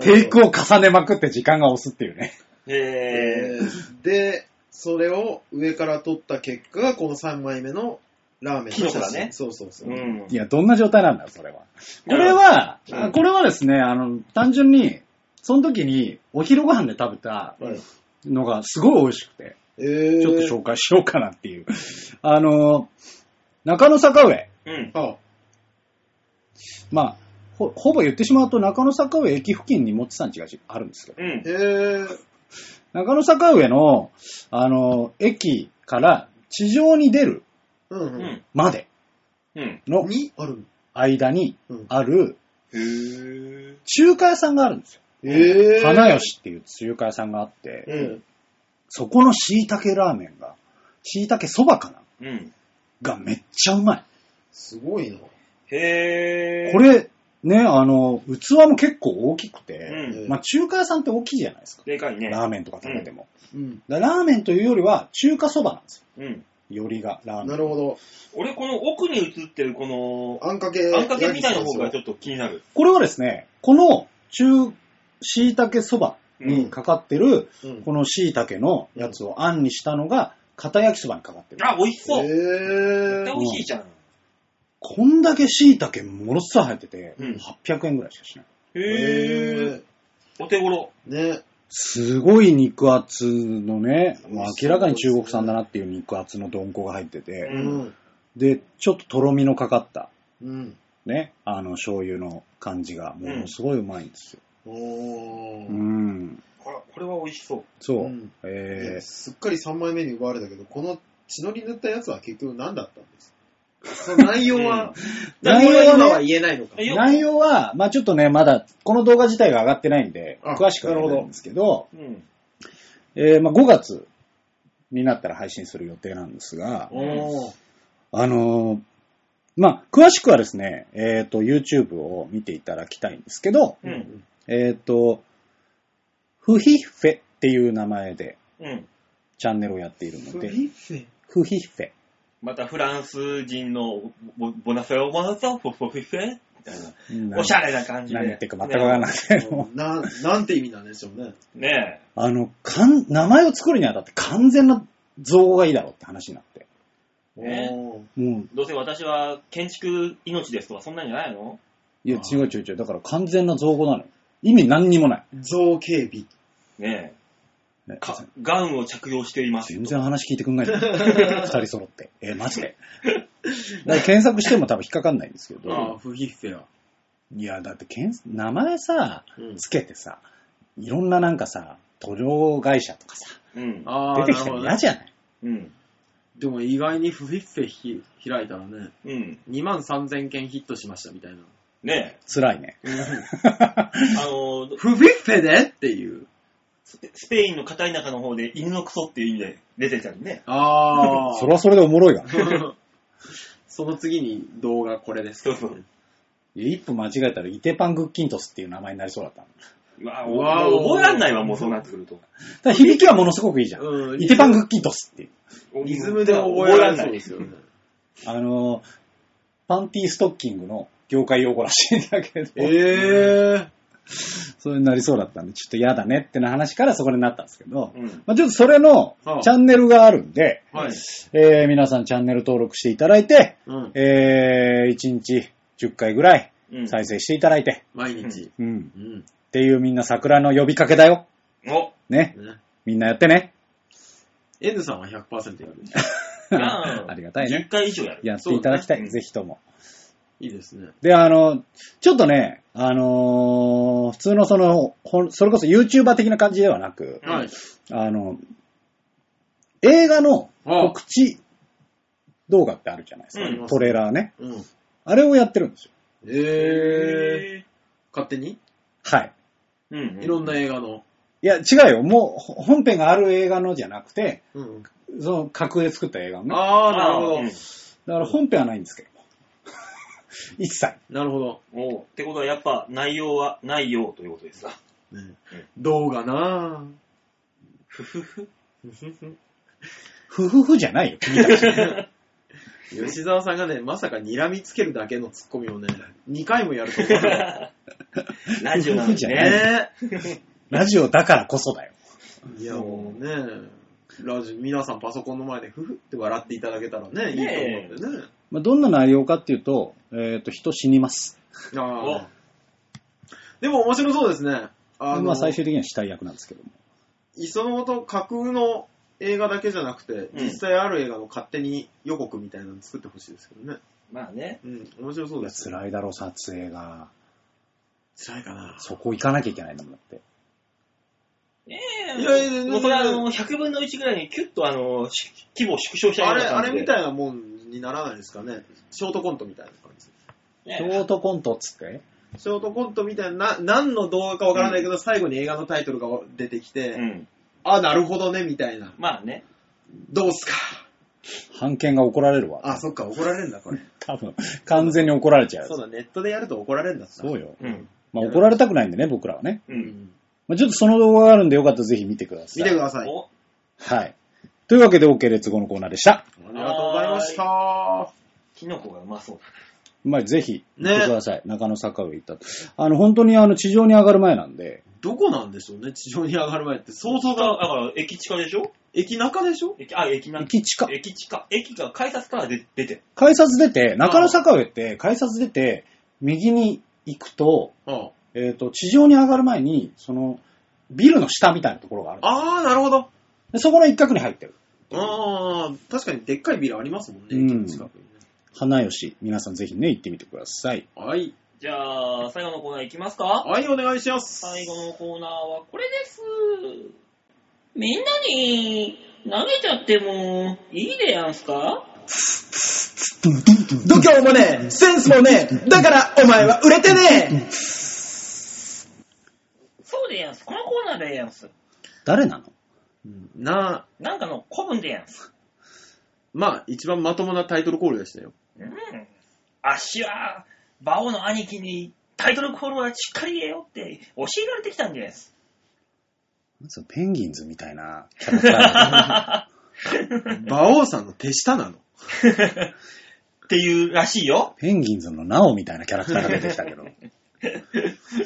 Speaker 4: テイクを重ねまくって時間が押すっていうね。
Speaker 2: え
Speaker 3: えーで、それを上から撮った結果が、この3枚目のラーメンの写真
Speaker 2: キノコだね
Speaker 3: そうそうそ
Speaker 2: ー。
Speaker 3: う。
Speaker 2: うん。
Speaker 4: いや、どんな状態なんだよ、それは。これは、
Speaker 2: うん
Speaker 4: あこれはですね、あの、単純に、その時にお昼ご飯で食べた
Speaker 3: はい
Speaker 4: のがすごい美味しくて、
Speaker 3: えー、
Speaker 4: ちょっと紹介しようかなっていう。あの、中野坂上。
Speaker 2: うん。
Speaker 3: あ、
Speaker 4: まあ、ほほぼ言ってしまうと中野坂上駅付近にもちさんちがあるんですけど、
Speaker 2: うん
Speaker 3: え。ー、
Speaker 4: 中野坂上の、あの、駅から地上に出る
Speaker 3: うん
Speaker 2: う。
Speaker 3: うん
Speaker 4: まで
Speaker 2: うん。
Speaker 4: の
Speaker 3: ん。にある
Speaker 4: 間に
Speaker 3: うん
Speaker 4: ある
Speaker 2: へぇ
Speaker 4: 中華屋さんがあるんですよ。
Speaker 3: えー、
Speaker 4: 花吉っていう中華屋さんがあって、
Speaker 3: うん。
Speaker 4: そこの椎茸ラーメンが、椎茸そばかな
Speaker 2: うん。
Speaker 4: がめっちゃうまい。
Speaker 3: すごいな。
Speaker 2: へぇー。
Speaker 4: これ、ね、あの、器も結構大きく
Speaker 2: う
Speaker 4: て、
Speaker 2: ん。
Speaker 4: まあ中華屋さんって大きいじゃないですか。
Speaker 2: でかいね。
Speaker 4: ラーメンとか食べても。
Speaker 3: うん。
Speaker 4: だからラーメンというよりは中華そばなんです
Speaker 2: うん。
Speaker 4: よ。よりが、ラーメ
Speaker 3: な
Speaker 4: ン。
Speaker 3: るほど。
Speaker 2: 俺、この奥に映ってるこの、
Speaker 3: あんかけ。
Speaker 2: あんかけみたいな方がちょっと気になる。
Speaker 4: これはですね、この中、椎茸そばにかかってる、
Speaker 3: うん。
Speaker 4: この椎茸のやつをあんにしたのが、片焼きそばにかかってる。
Speaker 2: あ、美味しそう。絶
Speaker 3: え
Speaker 2: 対
Speaker 3: ー
Speaker 2: 美、味しいじゃん。
Speaker 4: こんだけ椎茸ものすごい入ってて、
Speaker 2: うん
Speaker 4: 800円ぐらいしかしない。
Speaker 2: へぇー。お手頃。
Speaker 3: ー、ね。
Speaker 4: すごい肉厚のね、まあ明らかに中国産だなっていう肉厚のどんこが入って
Speaker 2: う
Speaker 4: て、
Speaker 3: うん。
Speaker 4: で、ちょっととろみのかかった、
Speaker 3: うん。
Speaker 4: ね、あの、醤油の感じが、ものすごいうまいんですよ。
Speaker 3: お
Speaker 4: う
Speaker 3: ー。
Speaker 4: ん。
Speaker 2: ほら、これは美味しそう。
Speaker 4: そう。
Speaker 3: うんい
Speaker 4: え
Speaker 3: やすっかり3枚目に奪われたけど、この血のり塗ったやつは結局何だったんですかその内容は、
Speaker 4: 内容はね
Speaker 3: 今は言えないのか。
Speaker 2: え
Speaker 4: ー、内容は、まあちょっとね、まだ、この動画自体が上がってないんで、
Speaker 3: あ
Speaker 4: 詳しくは言えないんですけど、
Speaker 2: うん。
Speaker 4: えー、まあ5月になったら配信する予定なんですが、
Speaker 3: おー。
Speaker 4: あのーまあ詳しくはですね、えっ、と、YouTube を見ていただきたいんですけど、
Speaker 2: うん。
Speaker 4: えっ、と、フヒッフェっていう名前で
Speaker 2: うん。
Speaker 4: チャンネルをやっているの
Speaker 3: フェ
Speaker 4: で、フヒッフェ。
Speaker 2: またフランス人のボボナフェオボナフェオフォフォフィフェみたい
Speaker 4: うん
Speaker 2: な。おしゃれな感じで。
Speaker 4: 何言ってるか全くわからないけど、
Speaker 3: な、なんて意味なんでしょうね。
Speaker 2: ね
Speaker 4: あの、かん、名前を作るにあたって完全な造語がいいだろうって話になって。
Speaker 2: ね
Speaker 3: おー
Speaker 4: もう、
Speaker 2: え。どうせ私は建築命ですとかそんなんじゃないの
Speaker 4: いや
Speaker 3: あ、
Speaker 4: 違う違う違う。だから完全な造語なのよ。意味何にもない。
Speaker 3: 造形美。
Speaker 2: ね
Speaker 4: ね
Speaker 2: え。かガウンを着用しています。
Speaker 4: 全然話聞いてく んないのよ二人揃って。えーマジで。だから検索しても多分引っかかんないんですけ
Speaker 2: あ
Speaker 4: ど。
Speaker 3: フヒッフェは。
Speaker 4: いや、だって検索、名前さ、
Speaker 3: うん
Speaker 4: つけてさ、いろんななんかさ、塗料会社とかさ、
Speaker 2: うん。
Speaker 3: あ
Speaker 4: 出てきたら嫌じゃない
Speaker 2: うん。
Speaker 3: でも意外にフヒッフェひ開いたらね、
Speaker 2: うん。
Speaker 3: 2万3000件ヒットしましたみたいな。
Speaker 2: ね
Speaker 4: 辛いね。
Speaker 2: え。あのー、
Speaker 3: フヒッフェでっていう。
Speaker 2: スペスペインの片田舎の方で犬のクソっていう意味で出てたりね。
Speaker 3: あ
Speaker 4: それはそれでおもろいが。
Speaker 3: は。その次に動画これです
Speaker 2: そうそう。
Speaker 4: いや一歩間違えたら、イテパングッキントスっていう名前になりそうだったの。
Speaker 2: うわ
Speaker 3: うわ
Speaker 2: お覚えらんないわ、もうそうなってくると。
Speaker 4: ただ響きはものすごくいいじゃん。
Speaker 3: うん
Speaker 4: イテパングッキントスっていう。
Speaker 3: リズムで覚えられそうですよね。
Speaker 4: あのー、パンティーストッキングの業界用語らしいんだけど、
Speaker 3: え
Speaker 4: それになりそうだったんで、ちょっと嫌だねってな話からそこになったんですけど、
Speaker 2: うん。
Speaker 4: まあ、ちょっとそれの
Speaker 3: はあ
Speaker 4: チャンネルがあるんで、
Speaker 3: はい。
Speaker 4: えー皆さんチャンネル登録していただいて、
Speaker 3: うん。
Speaker 4: えー1日10回ぐらい
Speaker 2: うん。
Speaker 4: 再生していただいて、
Speaker 3: 毎日。
Speaker 4: うん
Speaker 3: うん。
Speaker 4: っていうみんな桜の呼びかけだよ。
Speaker 2: お
Speaker 4: ね。
Speaker 3: ね
Speaker 4: みんなやってね。
Speaker 3: N さんは100%やる。
Speaker 2: や
Speaker 4: ありがたい
Speaker 2: 10
Speaker 4: ね。
Speaker 2: 回以上やる。
Speaker 4: やっていただきた
Speaker 3: そう
Speaker 4: い、
Speaker 3: です
Speaker 4: ぜひとも。
Speaker 3: いいですね。
Speaker 4: で、あの、ちょっとね、あのー普通のその、ほんそれこそ YouTuber 的な感じではなく、
Speaker 2: は
Speaker 3: はいい。
Speaker 4: あの、映画の告知動画ってあるじゃないですか。
Speaker 2: うん
Speaker 4: トレーラーね。
Speaker 3: うん。
Speaker 4: あれをやってるんですよ。
Speaker 3: えー、
Speaker 2: へ
Speaker 3: 勝手に
Speaker 4: はい。
Speaker 2: ーうん。
Speaker 3: いろんな映画の。
Speaker 4: いや、違うよ。もう、ほ本編がある映画のじゃなくて、
Speaker 3: うん。
Speaker 4: その、架空で作った映画のね。
Speaker 3: あー、なるほ
Speaker 2: あ
Speaker 3: ど。
Speaker 2: ー
Speaker 4: だから本編はないんですけど。 一切。
Speaker 3: なるほど。
Speaker 2: うんおうってことはやっぱ内容はないようということ ですか。
Speaker 3: ね、動画なぁ。
Speaker 2: ふふふ。
Speaker 4: ふふふじゃないよ。君たち
Speaker 3: 吉沢さんがね、まさか睨みつけるだけのツッコミをね、2回もやると思う。ね
Speaker 2: ラジオなのに
Speaker 4: じゃない
Speaker 3: え。
Speaker 4: ラジオだからこそだよ。
Speaker 3: いや、もうね、ラジオ、皆さんパソコンの前でフフって笑っていただけたらね、いいと思うんでね。
Speaker 4: まあ、どんな内容かっていうと、えっ、と、人死にます。
Speaker 3: あーでも面白そうですね。あ
Speaker 4: ま
Speaker 3: の
Speaker 4: あ、、最終的には死体役なんですけども。
Speaker 3: いっそのこと架空の映画だけじゃなくて、
Speaker 2: うん
Speaker 3: 実際ある映画の勝手に予告みたいなの作ってほしいですけどね。
Speaker 2: まあね。
Speaker 3: うん、面白そう
Speaker 4: い
Speaker 3: で
Speaker 4: や、
Speaker 3: す、い。
Speaker 4: 辛いだろ、撮影が。
Speaker 3: 辛いかな。
Speaker 4: そこ行かなきゃいけないんだもんだって。
Speaker 2: え
Speaker 3: いやいや
Speaker 2: え、も
Speaker 3: 全
Speaker 2: う
Speaker 3: 然
Speaker 2: これあの、100分の1ぐらいにキュッとあの、し規模を縮小したよ
Speaker 3: あ
Speaker 2: う
Speaker 3: れ、
Speaker 2: な
Speaker 3: あ
Speaker 2: 感じ
Speaker 3: れ
Speaker 2: で。
Speaker 3: みたいなもんにならないですかね。ショートコントみたいな感じ。
Speaker 4: シ
Speaker 2: ね
Speaker 4: ョートコントっつって。
Speaker 3: ショートコントみたいな、な何の動画かわからないけど、最後に映画のタイトルが出てきて、
Speaker 2: うん。
Speaker 3: あ、なるほどね、みたいな。
Speaker 2: まあね。
Speaker 3: どうっすか。
Speaker 4: 判決が怒られるわ。
Speaker 3: あ、そっか、怒られるんだ、これ。
Speaker 4: 多分、完全に怒られちゃ う。
Speaker 3: そうだ、ネットでやると怒られるんだった。
Speaker 4: そうよ。
Speaker 2: うん。
Speaker 4: まあ、怒られたくないんでね、僕らはね。
Speaker 2: う。
Speaker 3: うんん。
Speaker 4: まあ、ちょっとその動画があるんで、よかったらぜひ見てください。
Speaker 3: 見てください。
Speaker 2: お
Speaker 4: はい。というわけで、OK レッツゴーのコーナーでした。
Speaker 3: ありがとうございました。
Speaker 2: キノコがうまそう。
Speaker 4: まあ、ぜひ、
Speaker 3: ね
Speaker 4: 行ってください。中野坂上行ったと。あの、本当にあの、地上に上がる前なんで、
Speaker 3: どこなんでしょうね、地上に上がる前って。想像
Speaker 2: だから
Speaker 3: が、
Speaker 2: だから、駅地下でしょ
Speaker 3: 駅中でしょ
Speaker 2: 駅、あ、駅なん
Speaker 4: 駅地下。
Speaker 2: 駅地下。駅が改札から出出て。
Speaker 4: 改札出て、中野坂上って、改札出て、右に行くと、
Speaker 3: あ
Speaker 4: えっ、と、地上に上がる前に、その、ビルの下みたいなところがある。
Speaker 3: あー、なるほど。
Speaker 4: でそこの一角に入ってる。
Speaker 3: あー、確かにでっかいビルありますもんね、
Speaker 4: うん
Speaker 3: 駅の近くにね。
Speaker 4: 花吉、皆さんぜひね、行ってみてください。
Speaker 3: はい。
Speaker 2: じゃあ、最後のコーナーいきますか
Speaker 3: はい、お願いします。
Speaker 2: 最後のコーナーはこれです。みんなに投げちゃってもいいでやんすか
Speaker 5: 度胸もねえ、センスもねえ、だからお前は売れてね
Speaker 2: そうでやんす。このコーナーでやんす。
Speaker 4: 誰なの
Speaker 3: うんな、
Speaker 2: なんかの古文でやんす。
Speaker 3: まあ、一番まともなタイトルコールでしたよ。
Speaker 2: うん。あっしは、馬王の兄貴にタイトルコールはしっかり言えよって教えられてきたんです。
Speaker 4: そうペンギンズみたいなキャラクターだね
Speaker 3: 馬王さんの手下な
Speaker 2: っ
Speaker 3: の。
Speaker 2: ていうらしいよ。
Speaker 4: ペンギンズのナオみたいなキャラクターが出てきたけど。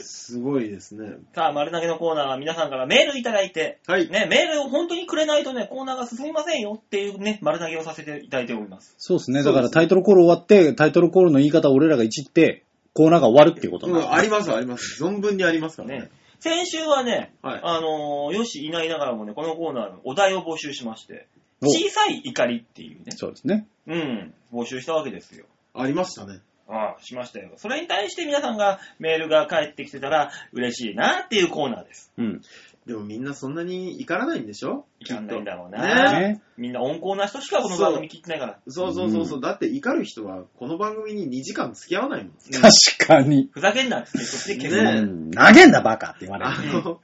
Speaker 3: すごいですね。
Speaker 2: さあ、丸投げのコーナーは皆さんからメールいただいて、
Speaker 3: はい。
Speaker 2: ね、メールを本当にくれないとね、コーナーが進みませんよっていうね、丸投げをさせていただいております。
Speaker 4: そうですね。
Speaker 3: そ
Speaker 4: だ
Speaker 3: うですね
Speaker 4: からタイトルコール終わって、タイトルコールの言い方を俺らがいじって、コーナーが終わるっていうことに
Speaker 3: う
Speaker 4: なる
Speaker 3: ん、あります、あります。存分にありますからね。
Speaker 2: ね、先週はね、
Speaker 3: はい
Speaker 2: あのーよしいないながらもね、このコーナーのお題を募集しまして、
Speaker 4: お
Speaker 2: 小さい怒りっていうね、
Speaker 4: そうですね。
Speaker 2: うん、募集したわけですよ。
Speaker 3: ありましたね。
Speaker 2: ああ、しましたよ。それに対して皆さんがメールが返ってきてたら嬉しいなっていうコーナーです。
Speaker 4: うん。
Speaker 3: でもみんなそんなに怒らないんでしょ
Speaker 2: いかんないんだろうな。
Speaker 3: ね
Speaker 4: ね、
Speaker 2: みんな温厚な人しかこの番組聞いてないから。
Speaker 3: そうそうそうそう。だって怒る人はこの番組に2時間付き合わないもん。
Speaker 2: うん
Speaker 4: 確かに。
Speaker 2: ふざけんなって、そっちで消
Speaker 3: ね
Speaker 2: す。
Speaker 4: うん投げんなバカって言われ
Speaker 3: あ
Speaker 4: る。
Speaker 3: の、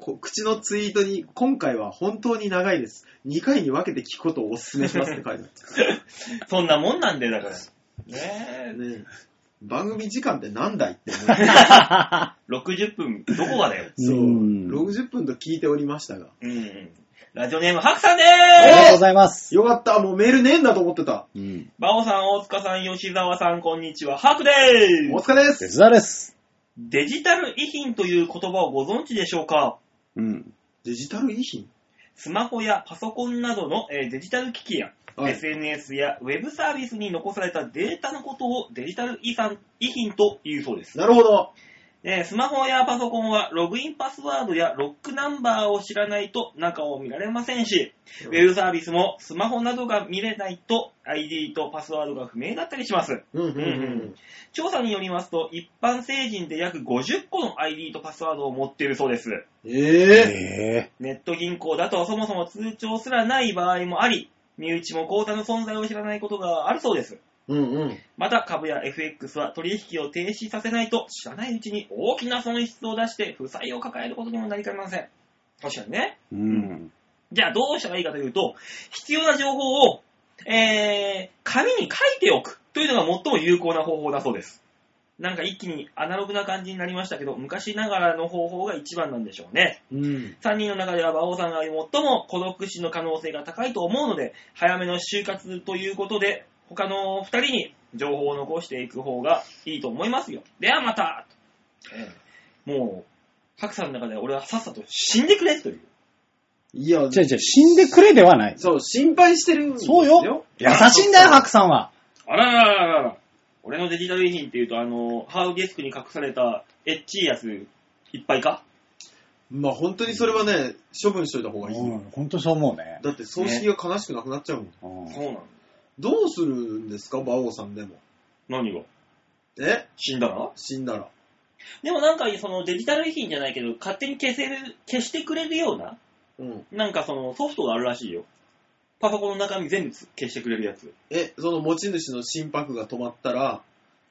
Speaker 3: こ口のツイートに、今回は本当に長いです。2回に分けて聞くことをお勧めしますって書いて
Speaker 2: そんなもんなんで、だから。ね
Speaker 3: あ
Speaker 2: え
Speaker 3: る。ね番組時間ってなんだいって思 う。
Speaker 2: 60分、どこが だよ。
Speaker 3: そう。
Speaker 4: うん
Speaker 3: 60分と聞いておりましたが。
Speaker 2: うん。ラジオネーム、ハクさんで
Speaker 4: ありが
Speaker 2: ー
Speaker 4: と
Speaker 2: す
Speaker 4: うございます。
Speaker 3: よかった、もうメールねえんだと思ってた。
Speaker 4: うん。
Speaker 2: バオさん、大塚さん、吉沢さん、こんにちは。ハクで
Speaker 3: お
Speaker 2: ーす
Speaker 3: 疲れで
Speaker 4: 手
Speaker 3: す。
Speaker 4: 伝です。
Speaker 2: デジタル遺品という言葉をご存知でしょうか
Speaker 4: うん。
Speaker 3: デジタル遺品
Speaker 2: スマホやパソコンなどの、えーデジタル機器や、
Speaker 3: はい。
Speaker 2: SNS やウェブサービスに残されたデータのことをデジタル遺産遺品というそうです。
Speaker 3: なるほど。
Speaker 2: えースマホやパソコンはログインパスワードやロックナンバーを知らないと中を見られませんし、ウェブサービスもスマホなどが見れないと ID とパスワードが不明だったりします。
Speaker 3: うんうんう
Speaker 2: うんん調査によりますと、一般成人で約50個の ID とパスワードを持っているそうです。
Speaker 3: ええ
Speaker 4: え
Speaker 2: ネット銀行だとそもそも通帳すらない場合もあり、身内も口座の存在を知らないことがあるそうです。
Speaker 3: うんうん。
Speaker 2: また株や FX は取引を停止させないと知らないうちに大きな損失を出して負債を抱えることにもなりかねません。確かにね。
Speaker 4: えうん。
Speaker 2: じゃあどうしたらいいかというと、必要な情報を、えー、紙に書いておくというのが最も有効な方法だそうです。なんか一気にアナログな感じになりましたけど、昔ながらの方法が一番なんでしょうね。
Speaker 3: うん。
Speaker 2: 3人の中では馬王さんが最も孤独死の可能性が高いと思うので、早めの就活ということで、他の2人に情報を残していく方がいいと思いますよ。ではまた、もう、白さんの中では俺はさっさと死んでくれという。
Speaker 3: いや、
Speaker 4: じゃあじゃあ死んでくれではない。
Speaker 3: そう、心配してるんです
Speaker 4: そうよ。優しいんだよ、白さんは。
Speaker 2: あらららららら。俺のデジタル遺品っていうと、あの、ハードディスクに隠されたエッチいやついっぱいか
Speaker 3: まあ本当にそれはね、処分しといた方がいい。
Speaker 4: うん、本当そう思うね。
Speaker 3: だって葬式が悲しくなくなっちゃうもん。
Speaker 4: うん
Speaker 2: そうなの。
Speaker 3: どうするんですか、馬王さんでも。
Speaker 2: 何が
Speaker 3: え
Speaker 2: 死んだら
Speaker 3: 死んだら。
Speaker 2: でもなんかそのデジタル遺品じゃないけど、勝手に消せる、消してくれるような
Speaker 3: うん。
Speaker 2: なんかそのソフトがあるらしいよ。パソコンの中身全部消してくれるやつ。
Speaker 3: え、その持ち主の心拍が止まったら、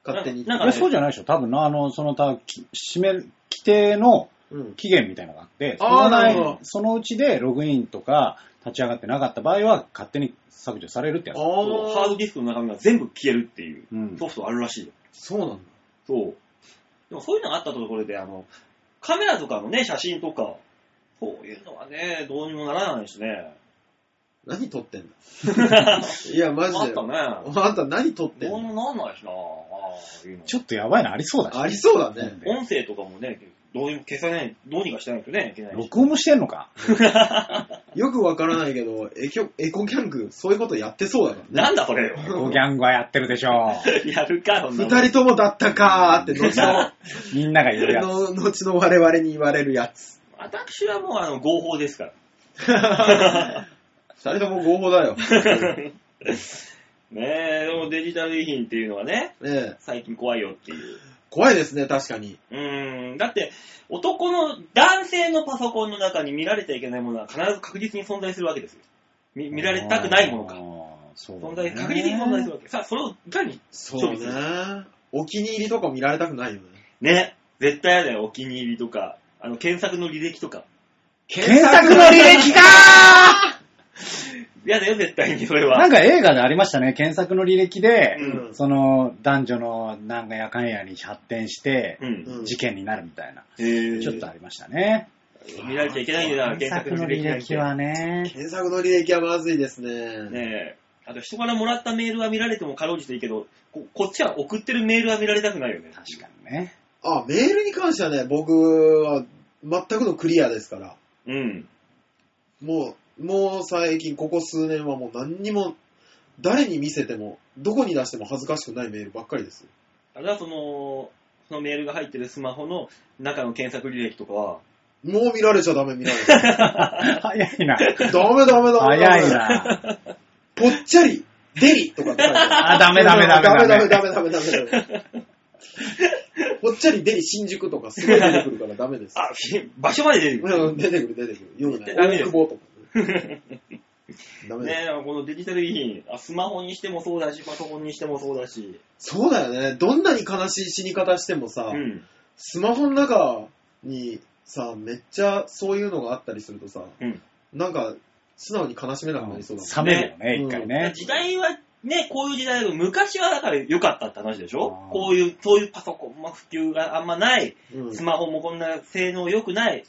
Speaker 3: 勝手に。
Speaker 2: なんか
Speaker 4: えそうじゃないでしょ多分な、あの、その他、き締め、規定の
Speaker 3: うん。
Speaker 4: 期限みたいなのがあって、そ
Speaker 3: あー
Speaker 4: の内
Speaker 3: なるほど
Speaker 4: そのうちでログインとか立ち上がってなかった場合は勝手に削除されるってや
Speaker 3: あ
Speaker 4: つ。
Speaker 2: そうハード
Speaker 3: あ、
Speaker 2: ディスクの中身が全部消えるっていう
Speaker 4: うん。
Speaker 2: ソフトあるらしいよ。
Speaker 3: そうなんだ。
Speaker 2: そう。でもそういうのがあったところで、あの、カメラとかのね、写真とか、そういうのはね、どうにもならないし ね。
Speaker 3: 何撮ってんだいや、マジ
Speaker 2: あっ
Speaker 3: で。
Speaker 2: た
Speaker 3: あ
Speaker 2: ね。
Speaker 3: んた何撮ってん
Speaker 2: どうに
Speaker 3: の
Speaker 2: もならないしな。ああいうの
Speaker 4: ちょっとやばいのありそうだし。
Speaker 3: ありそうだね。
Speaker 2: 音声とかもね、どうにも消さない、どうにかしてないとね、いけないし。
Speaker 4: 録音もしてんのか
Speaker 3: よくわからないけど、エキョエコギャング、そういうことやってそうだからね。
Speaker 2: なんだそれよ。
Speaker 4: ゴギャングはやってるでしょ。
Speaker 2: やるか、そんな
Speaker 3: 二
Speaker 2: の
Speaker 3: 人ともだったかーって、後の、
Speaker 4: みんなが言うやつ。
Speaker 3: の後の我々に言われるやつ。
Speaker 2: 私はもうあの合法ですから。
Speaker 3: 二人とも合法だよ。
Speaker 2: ねえ、でもデジタル遺品っていうのはね、
Speaker 3: ねえ
Speaker 2: 最近怖いよっていう。
Speaker 3: 怖いですね、確かに。
Speaker 2: うーん、だって、男の、男性のパソコンの中に見られちゃいけないものは必ず確実に存在するわけですよ。見見られたくないもの
Speaker 4: あ
Speaker 2: か。
Speaker 4: ー。そうね
Speaker 2: 存在、確実に存在するわけ。さあ、それをいかに、
Speaker 3: そうね。お気に入りとか見られたくないよね。
Speaker 2: ね、絶対やだよ、お気に入りとか、あの、検索の履歴とか。
Speaker 4: 検索の履歴か
Speaker 2: やだよ、絶対に、それ
Speaker 4: ーな
Speaker 2: は
Speaker 4: ん。か映画でありましたね。検索の履歴で、
Speaker 2: うん
Speaker 4: その男女のなんかやかんやに発展して、
Speaker 2: うん。
Speaker 3: うん
Speaker 4: 事件になるみたいな、
Speaker 2: えー
Speaker 4: ちょっとありましたね。
Speaker 2: 見られちゃいけないんだよ、
Speaker 4: 検
Speaker 2: 検
Speaker 4: 索
Speaker 2: 索の履
Speaker 4: の履
Speaker 2: 歴なんて
Speaker 4: 歴はね。
Speaker 3: 検索の履歴はまずいですね。
Speaker 2: ねえ、あと人からもらったメールは見られてもかろうじていいけど、ここっちは送ってるメールは見られたくないよね。
Speaker 4: 確かに ね。
Speaker 3: あ、メールに関してはね、僕は全くのクリアですから。
Speaker 2: うん。
Speaker 3: もう、もう最近、ここ数年はもう何にも、誰に見せても、どこに出しても恥ずかしくないメールばっかりです。
Speaker 2: あれはその、そのメールが入ってるスマホの中の検索履歴とかは、
Speaker 3: もう見られちゃダメ、見られちゃ
Speaker 4: 早いな。
Speaker 3: ダメ。ダメ、ダメ、ダメ。
Speaker 4: 早い。な。
Speaker 3: ぽっちゃり、デリとかって書いてある
Speaker 4: あ、ダメダメダメ
Speaker 3: ダ
Speaker 4: ダ
Speaker 3: メ
Speaker 4: メ。
Speaker 3: ダメダメダメダメダメ。ぽっちゃりデリ新宿とかすごい出てくるからダメです。
Speaker 2: あ、ひ場所まで出てくる。
Speaker 3: うん出てくる出てくる。夜ね。
Speaker 2: ダメです
Speaker 3: 大久保とかね。ダメです。
Speaker 2: ねえ、このデジタル遺品、あスマホにしてもそうだし、パソコンにしてもそうだし、
Speaker 3: そうだよね。どんなに悲しい死に方してもさ、
Speaker 2: うん、
Speaker 3: スマホの中にさ、めっちゃそういうのがあったりするとさ、
Speaker 2: うん
Speaker 3: なんか素直に悲しめなくなりそうだもん。
Speaker 4: 冷める
Speaker 3: ね
Speaker 4: よね、一回ね。
Speaker 2: 時代はね、こういう時代だけど、昔はだから良かったって話でしょ
Speaker 4: あー
Speaker 2: こういう、そういうパソコン、まあ、普及があんまない、
Speaker 3: うん
Speaker 2: スマホもこんな性能良くない。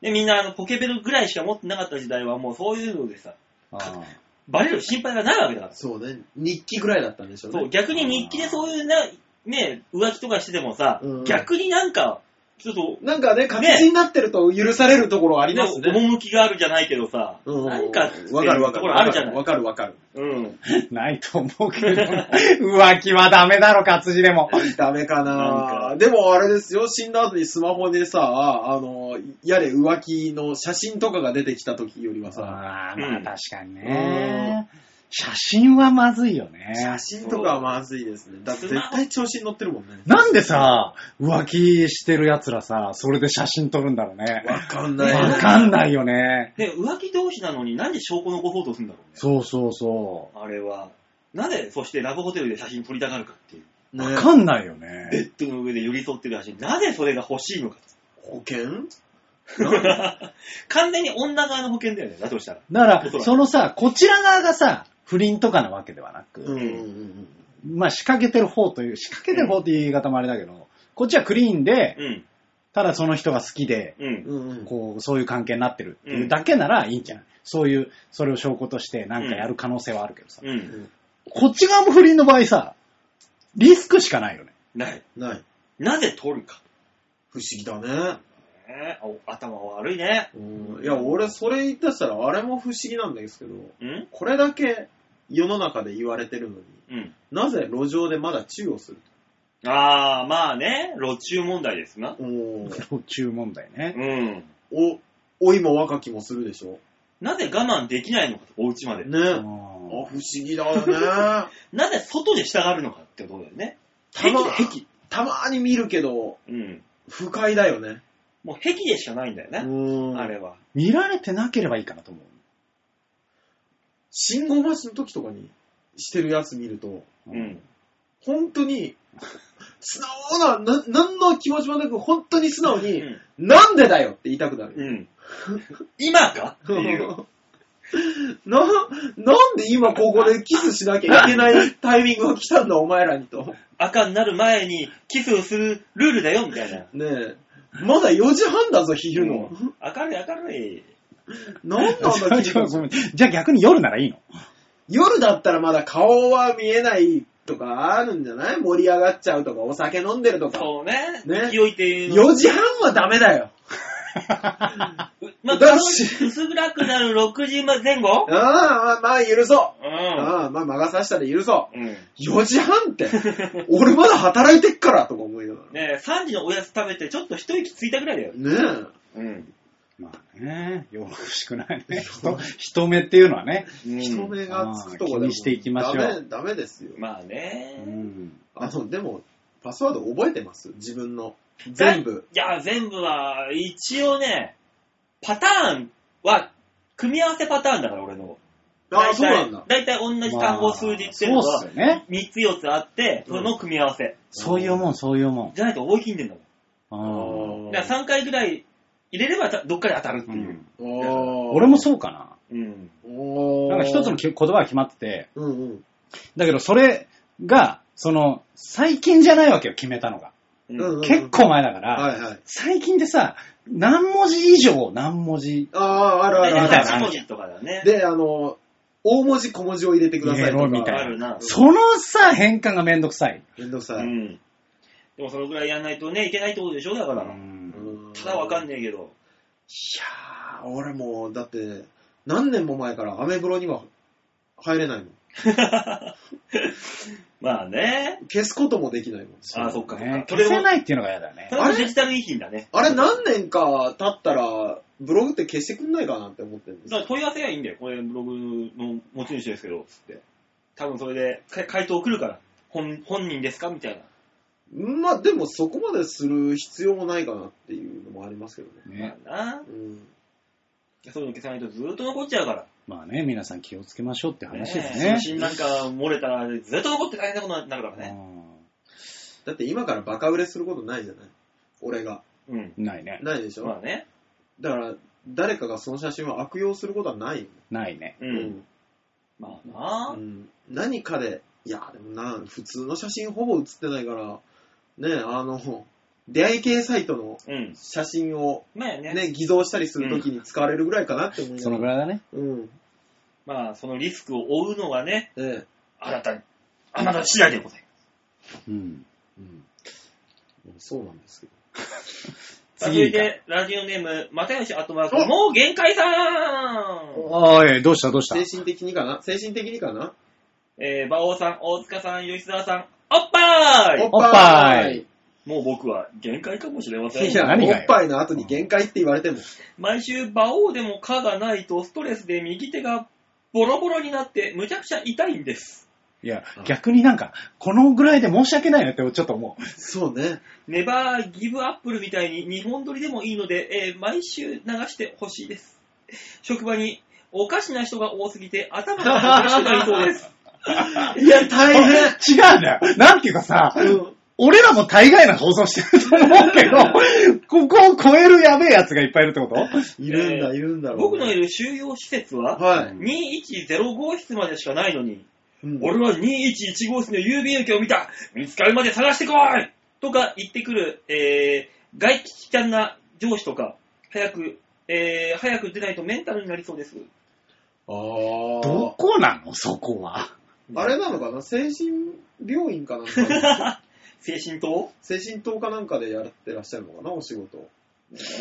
Speaker 2: で、みんなあのポケベルぐらいしか持ってなかった時代はもうそういうのでさ、
Speaker 4: あ
Speaker 2: バレる心配がないわけだから。
Speaker 3: そうね。日記ぐらいだったんでしょう
Speaker 2: そう、
Speaker 3: ね。
Speaker 2: 逆に日記でそういうな、ね、浮気とかしててもさ
Speaker 3: うん、
Speaker 2: 逆になんか、ちょっと、
Speaker 3: なんかね、形になってると許されるところありますね。
Speaker 2: 趣があるじゃないけどさ、
Speaker 3: う
Speaker 2: なんか、
Speaker 3: わかるわ
Speaker 2: と
Speaker 3: かる。
Speaker 2: ころあるじゃない
Speaker 3: わ。かるわかる。
Speaker 2: うん。
Speaker 4: ないと思うけど。浮気はダメだろ、活字でも。
Speaker 3: ダメ
Speaker 2: な
Speaker 3: か
Speaker 2: ん
Speaker 3: なでもあれですよ、死んだ後にスマホでさ、あの、やれ浮気の写真とかが出てきた時よりはさ、
Speaker 4: あー
Speaker 2: うん
Speaker 4: まあ確かにね。写真はまずいよね
Speaker 3: 写。真とかはまずいですね。だって絶対調子に乗ってるもんね。
Speaker 4: なんでさ、浮気してる奴らさ、それで写真撮るんだろうね。
Speaker 3: わかんない。
Speaker 4: わかんないよね。
Speaker 2: ね、浮気同士なのになんで証拠残そうとするんだろうね。
Speaker 4: そうそうそ
Speaker 2: あれは。なぜ、そしてラブホテルで写真撮りたがるかっていう。
Speaker 4: う。
Speaker 3: ね
Speaker 4: わかんないよ
Speaker 2: ベ
Speaker 4: ね。
Speaker 2: ッドの上で寄り添ってる写真。なぜそれが欲しいのか
Speaker 3: 保険
Speaker 2: と。完全に女側の保険だよね、だとしたら。
Speaker 4: だか
Speaker 2: そうだ
Speaker 4: ら、そのさ、こちら側がさ、不倫とかなわけではなく、
Speaker 3: うんうんうん
Speaker 4: まあ仕掛けてる方という、仕掛けてる方っていう言い方もあれだけど、こっちはクリーンで、
Speaker 2: うん。
Speaker 4: ただその人が好きで、
Speaker 2: うん。
Speaker 3: うんうん。
Speaker 4: こう、そういう関係になってるっていうだけならいいんじゃない、そういう、それを証拠としてなんかやる可能性はあるけどさ、
Speaker 2: うん。
Speaker 4: こっち側も不倫の場合さ、リスクしかないよね。
Speaker 2: ない。
Speaker 3: ない。
Speaker 2: なぜ撮るか。
Speaker 3: 不思議だね。
Speaker 2: ねお頭悪いね。
Speaker 3: うんいや、俺それ言い出したらあれも不思議なんですけど、
Speaker 2: うん
Speaker 3: これだけ世の中で言われてるのに、
Speaker 2: うん。
Speaker 3: なぜ路上でまだチューをする
Speaker 2: あー、まあね、路中問題ですな。
Speaker 3: お
Speaker 4: 途中問題ね。
Speaker 2: うん。
Speaker 3: お、老いも若きもするでしょ
Speaker 2: なぜ我慢できないのかと、お家まで。
Speaker 3: ね
Speaker 4: う
Speaker 3: あ、不
Speaker 4: ん
Speaker 3: 思議だよね。
Speaker 2: なぜ外で従うのかってことだよね。
Speaker 3: た
Speaker 2: 壁
Speaker 3: ま
Speaker 2: だ、壁。
Speaker 3: たまに見るけど、
Speaker 2: うん。
Speaker 3: 不快だよね。
Speaker 2: もう壁でしかないんだよね。あれは。
Speaker 4: 見られてなければいいかなと思
Speaker 3: 信号待ちの時とかにしてるやつ見ると、
Speaker 4: う。
Speaker 2: うん。
Speaker 3: 本当に、素直な、な、何の気持ちもなく、本当に素直
Speaker 2: う
Speaker 3: に、
Speaker 2: ん。
Speaker 3: なんでだよって言いたくなる。
Speaker 2: うん。 今かって いう。
Speaker 3: な、なんで今ここでキスしなきゃいけないタイミングが来たんだ、お前らにと。
Speaker 2: 赤になる前にキスをするルールだよ、みたいな。
Speaker 3: ねえ。まだ4時半だぞ、昼の。
Speaker 2: 明るい明るい。
Speaker 3: なんなんだ、君たち
Speaker 4: ごめん じゃあ逆に夜ならいいの
Speaker 3: 夜だったらまだ顔は見えないとかあるんじゃない盛り上がっちゃうとか、お酒飲んでるとか。
Speaker 2: そうね。
Speaker 3: ね
Speaker 2: 勢いっていうの。
Speaker 3: 4時半はダメだ よ。
Speaker 2: まあ、
Speaker 3: だし
Speaker 2: 薄暗くなる6時前後
Speaker 3: ああ、まあ、まあ、許そうう。
Speaker 2: ん。
Speaker 3: ああ、まあ、魔が差したら許そ
Speaker 2: うん。
Speaker 3: う。4時半 って、俺まだ働いてっからとか思いなが
Speaker 2: ねえ3時のおやつ食べてちょっと一息ついたぐらいだよ。
Speaker 3: ら。ね
Speaker 2: うん。
Speaker 4: まあね、よろしくないね。人人目っていうのはね。
Speaker 3: え。人目がつくとこで
Speaker 4: ああ気
Speaker 3: も
Speaker 4: にしていきましょう
Speaker 3: ダメ、ダメですよ。
Speaker 2: まあね。
Speaker 4: うん。
Speaker 3: あの、でも、パスワード覚えてます自分の。全部。
Speaker 2: いや、全部は、一応ね、パターンは、組み合わせパターンだから、俺の。
Speaker 3: ああ、そうなんだ。
Speaker 2: 大体大体同じ単語数字っていうの
Speaker 4: まあ
Speaker 2: は
Speaker 4: そうっすよね。
Speaker 2: 3つ4つあって、
Speaker 3: うん
Speaker 2: その組み合わせ。
Speaker 4: そういうもん、そういうも
Speaker 2: じゃないと覚えきんでんだもん。
Speaker 4: ん。
Speaker 2: だから3回ぐらい入れればたどっかで当たるって
Speaker 4: う
Speaker 2: いう。
Speaker 4: ん、
Speaker 3: 俺
Speaker 4: 俺もそうか
Speaker 2: うん。
Speaker 4: な。なんか一つのき言葉が決まってて、
Speaker 3: うんうん。
Speaker 4: だけどそれが、その、最近じゃないわけよ、決めたのが。
Speaker 2: うん
Speaker 3: うん
Speaker 4: 結構前だから、
Speaker 3: はいはい。
Speaker 4: 最近でさ、何文字以上何文字
Speaker 3: ああ、あるあ
Speaker 2: 大
Speaker 3: るあ
Speaker 4: み
Speaker 3: る
Speaker 4: たい
Speaker 2: 体8
Speaker 4: な
Speaker 2: 文字とかだね。
Speaker 3: で、あの、大文字小文字を入れてくださいと
Speaker 4: 入
Speaker 3: か。
Speaker 4: れろみたい
Speaker 2: あ
Speaker 4: な
Speaker 2: るな。
Speaker 4: そのさ、変換がめんどくさい。
Speaker 3: めんどく
Speaker 2: う
Speaker 3: さい。
Speaker 2: ん。でもそのぐらいやんないとね、いけないってことでしょだから。
Speaker 4: うん
Speaker 2: ただわかん
Speaker 3: い。
Speaker 2: ねえけど。
Speaker 3: いやー、俺もう、だって、何年も前からアメブロには入れないもん。
Speaker 2: まあね。
Speaker 3: 消すこともできないもん。
Speaker 2: ああ、そっかそっか
Speaker 4: ね。
Speaker 2: そ
Speaker 4: 消
Speaker 2: れ
Speaker 4: せ
Speaker 2: も、
Speaker 4: ないっていうのが嫌だね
Speaker 2: そ。れもデジタル遺品だね。
Speaker 3: あれ何年か経ったら、ブログって消してくんないかなって思ってるんです
Speaker 2: だか
Speaker 3: よ
Speaker 2: ら問い合わせがいいんだよ。これブログの持ち主ですけど、つって。多分それでか回答来るから。本本人ですかみたいな。
Speaker 3: まあ、でもそこまでする必要もないかなっていうのもありますけどね。
Speaker 4: ね
Speaker 2: まあな。
Speaker 3: うん。
Speaker 2: そういうの消さないとずーっと残っちゃうから。
Speaker 4: まあね、皆さん気をつけましょうって話です
Speaker 2: え
Speaker 4: ね。
Speaker 2: 写真なんか漏れたらずっと残って大変なことになるからね。
Speaker 3: だって今からバカ売れすることないじゃない俺が。
Speaker 2: うん。
Speaker 4: うんないね。
Speaker 3: ないでしょ、
Speaker 2: まあね。
Speaker 3: だから、誰かがその写真を悪用することはないよね。
Speaker 4: ないね。
Speaker 2: う。
Speaker 3: うん
Speaker 2: まあな。
Speaker 3: うん何かで、いや、でもな、普通の写真ほぼ写ってないから、ね、あの、出会い系サイトの
Speaker 2: うん。
Speaker 3: 写真を
Speaker 2: まあね。
Speaker 3: ね、偽造したりするときに使われるぐらいかなって思い
Speaker 4: そ
Speaker 3: な
Speaker 4: の
Speaker 3: が
Speaker 4: ぐ
Speaker 3: ら。
Speaker 4: らいだね。
Speaker 3: うん。
Speaker 2: まあ、そのリスクを負うのはね、
Speaker 3: ええ
Speaker 2: あなたに、あなた次第でございます。
Speaker 4: うん。
Speaker 3: うん。そうなんですけど。
Speaker 2: 続
Speaker 4: 次
Speaker 2: い
Speaker 4: いか
Speaker 2: て、ラジオネーム、又吉アットマーク、もう限界さん
Speaker 4: ああ、ええどうしたどうした
Speaker 3: 精神的にかな精神的にかな
Speaker 2: えー、馬王さん、大塚さん、吉沢さん、おっぱーい
Speaker 4: おっぱい
Speaker 2: もう僕は限界かもしれません
Speaker 3: い。や、
Speaker 4: 何
Speaker 3: お
Speaker 4: がよ
Speaker 3: っぱいの後に限界って言われても。
Speaker 2: 毎週、馬王でも蚊がないとストレスで右手がボロボロになって、むちゃくちゃ痛いんです。
Speaker 4: いや、逆になんか、このぐらいで申し訳ないなってちょっと思う。
Speaker 3: そうね。
Speaker 2: ネバーギブアップルみたいに2本撮りでもいいので、えー毎週流してほしいです。職場におかしな人が多すぎて頭がおかしくなりそうです。
Speaker 3: いや、大変。
Speaker 4: 違うんだよ。なんていうかさ、
Speaker 3: うん
Speaker 4: 俺らも大概な放送してると思うけど、ここを超えるやべえやつがいっぱいいるってこと
Speaker 3: いるんだ、
Speaker 2: えー
Speaker 3: いるんだろう。
Speaker 2: 僕のいる収容施設は、
Speaker 3: は
Speaker 2: 2105室までしかないのに、
Speaker 3: い。うん
Speaker 2: 俺は211号室の郵便受けを見た見つかるまで探してこいとか言ってくる、えー、外気ちゃんな上司とか、早く、えー、早く出ないとメンタルになりそうです。
Speaker 3: あー
Speaker 4: どこなのそこは。
Speaker 3: あれなのかな精神病院かなん か
Speaker 2: 精神統
Speaker 3: 精神統かなんかでやってらっしゃるのかなお仕事。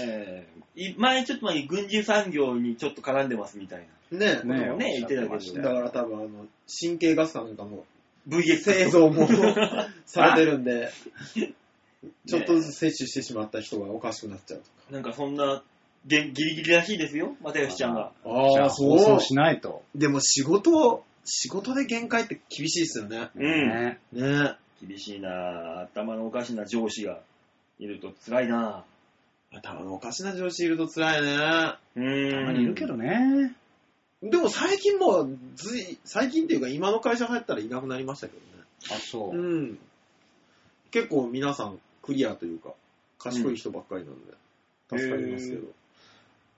Speaker 2: えー、い前ちょっと前に軍事産業にちょっと絡んでますみたいな。
Speaker 3: ねえ。
Speaker 2: ね言ってたけど
Speaker 3: だから多分、あの、神経ガスかなんかも、製
Speaker 2: VS
Speaker 3: 造 もされてるんで、ちょっとずつ摂取してしまった人がおかしくなっちゃう
Speaker 2: なんかそんな、げギリギリらしいですよ、又吉ちゃん が。
Speaker 3: と
Speaker 4: じ
Speaker 3: か。
Speaker 4: ゃあ放送しないと。
Speaker 3: でも仕事、仕事で限界って厳しいですよね。
Speaker 2: うん
Speaker 4: ね
Speaker 3: ね
Speaker 2: 厳しいなぁ頭のおかしな上司がいると辛いなぁ
Speaker 3: え。多分おかしな上司いると辛いね。
Speaker 2: うーん。
Speaker 4: たまにいるけどね。
Speaker 3: でも最近もうずい、最近っていうか今の会社入ったらいなくなりましたけどね。
Speaker 4: あ、そうう。
Speaker 3: ん。結構皆さんクリアというか、賢い人ばっかりなんで、
Speaker 4: うん
Speaker 3: 助かりますけど。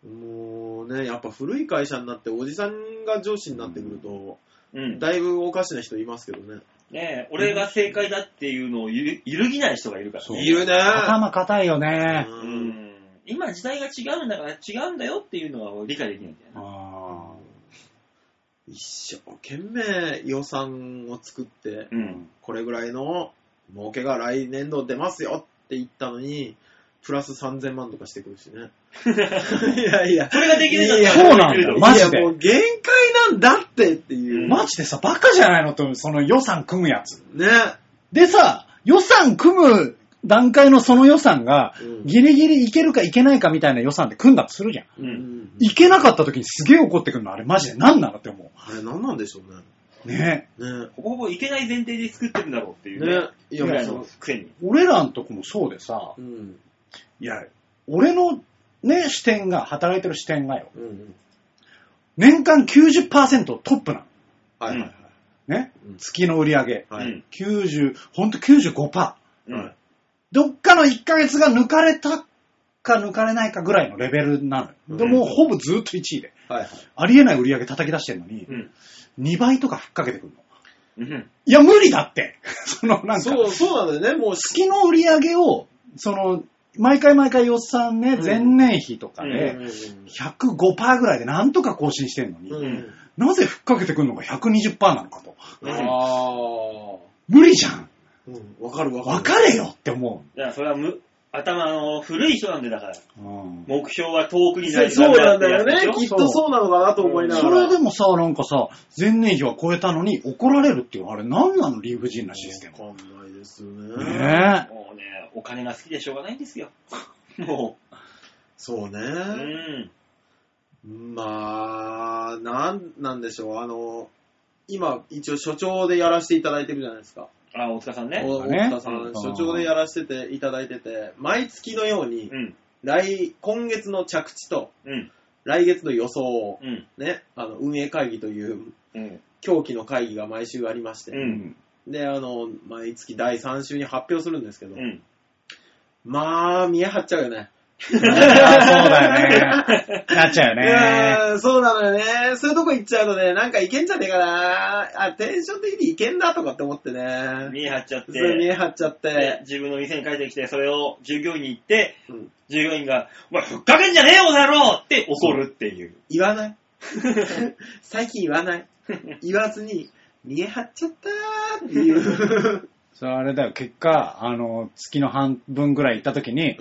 Speaker 3: もうね、やっぱ古い会社になっておじさんが上司になってくると、
Speaker 2: うん。
Speaker 3: だいぶおかしな人いますけどね。
Speaker 2: ねえ、俺が正解だっていうのをゆる揺るぎない人がいるから
Speaker 4: そう
Speaker 2: ね。
Speaker 3: いるね。
Speaker 4: 頭硬いよ
Speaker 3: う。
Speaker 4: ね。
Speaker 2: うんん。今時代が違うんだから違うんだよっていうのは俺理解できないんだよね。
Speaker 4: あ
Speaker 3: 一生懸命予算を作って、
Speaker 2: う
Speaker 4: ー
Speaker 2: ん。
Speaker 3: これぐらいの儲けが来年度出ますよって言ったのに、プラス3000万とかしてくるしね。いやいや。
Speaker 2: それができるじゃ
Speaker 3: いや
Speaker 4: そうなんだよ。マジ
Speaker 3: いやも
Speaker 4: で。
Speaker 3: う限界なんだってっていう。
Speaker 2: うん
Speaker 4: マジでさ、バカじゃないのと、その予算組むやつ。
Speaker 3: ね。
Speaker 4: でさ、予算組む段階のその予算が
Speaker 3: うん、
Speaker 4: ギリギリいけるかいけないかみたいな予算で組んだとするじゃん。
Speaker 2: うん
Speaker 3: うん
Speaker 4: いけなかった時にすげえ怒ってくるの、あれマジで何なのって思
Speaker 3: あれ何なんでしょうね。
Speaker 4: う。ね
Speaker 3: ね。
Speaker 2: ほぼほぼいけない前提で作ってるんだろうっていうね。
Speaker 3: ね。いや、
Speaker 2: ぐらい
Speaker 3: そ
Speaker 2: の
Speaker 3: う。
Speaker 2: くせに。
Speaker 4: 俺らのとこもそうでさ
Speaker 3: う、ん。
Speaker 4: いや、俺のね、視点が、働いてる視点がよ、
Speaker 3: うんうん。
Speaker 4: 年間90%トップな
Speaker 3: はいはい
Speaker 4: の。ね
Speaker 3: うん。
Speaker 4: 月の売り上げ。
Speaker 3: はい。は
Speaker 2: う
Speaker 3: い
Speaker 2: ん。
Speaker 4: 90、ほんと95%。
Speaker 2: うん。
Speaker 3: はい
Speaker 4: どっかの1ヶ月が抜かれたか抜かれないかぐらいのレベルなのよ。で
Speaker 3: うん
Speaker 4: もうほぼずっと1位で。
Speaker 3: はい。
Speaker 4: ありえない売り上げ叩き出してるのに
Speaker 2: う、ん。
Speaker 4: 2倍とかふっかけてくるの。
Speaker 2: うん。
Speaker 4: いや、無理だって。 そのなんか、
Speaker 3: そう、そうなんだよね。もう、
Speaker 4: 月の売り上げを、その、毎回毎回予算ね、
Speaker 3: うん
Speaker 4: 前年比とか
Speaker 2: う
Speaker 4: で、
Speaker 3: う
Speaker 4: 105%ぐらいでなんとか更新してるのに、
Speaker 3: ん。うん。
Speaker 4: なぜふっかけてくるのが120%なのかと。
Speaker 3: あ
Speaker 4: 無理じゃん
Speaker 3: ー。うん。わかるわかる。
Speaker 4: 分かれよって思
Speaker 2: いや、それはむ、頭の古い人なんでだから、
Speaker 4: う。うん
Speaker 2: 目標は遠くにな
Speaker 3: そう
Speaker 2: り
Speaker 3: そうなんだよ
Speaker 2: って
Speaker 3: ね
Speaker 2: やつ。で
Speaker 3: き
Speaker 2: し
Speaker 3: っとそうなのかなと思いなが
Speaker 4: そ
Speaker 3: ら。
Speaker 4: れでもさ、なんかさ、前年比は超えたのに怒られるっていう、あれ何なの理不尽なシステム。
Speaker 3: わかんないですよね。
Speaker 4: ね
Speaker 2: ょもうね、お金が好きでしょうがないんですよ。も
Speaker 3: そう
Speaker 2: う。う
Speaker 3: ね。
Speaker 2: ん。
Speaker 3: まあ、なんなんでしょう。あの、今、一応所長でやらせていただいてるじゃないですか。
Speaker 2: あ、大塚さんね。
Speaker 3: お
Speaker 4: ね
Speaker 3: 大田さ、
Speaker 2: うん
Speaker 4: ん
Speaker 3: 所長でやらせていただいてて、毎月のように
Speaker 2: う、ん。
Speaker 3: 来、今月の着地と、
Speaker 2: うん。
Speaker 3: 来月の予想を、
Speaker 2: うん。
Speaker 3: ね、あの、運営会議という、
Speaker 2: うん。
Speaker 3: 狂気の会議が毎週ありまして、
Speaker 2: う
Speaker 4: え。
Speaker 2: ん
Speaker 3: で、あの、毎月第3週に発表するんですけど、
Speaker 2: うん。
Speaker 3: まあ、見え張っちゃうよね。
Speaker 4: そうだよね。なっちゃうよ
Speaker 3: い
Speaker 4: ね。
Speaker 3: やーそうなのよね。そういうとこ行っちゃうとね、なんかいけんじゃねえかな。あ、テンション的にいけんなとかって思ってね。
Speaker 2: 見え張っちゃっ
Speaker 3: そ
Speaker 2: て。
Speaker 3: れ見え張っちゃって。
Speaker 2: 自分の店に帰ってきて、それを従業員に行って、
Speaker 3: うん
Speaker 2: 従業員が、お前、ふっかけんじゃねえよ、この野郎って怒るっていう。
Speaker 3: 言わない。最近言わない。言わずに、見え張っちゃったーっていう。
Speaker 4: それはあれだよ、結果、あの、月の半分ぐらい行った時に、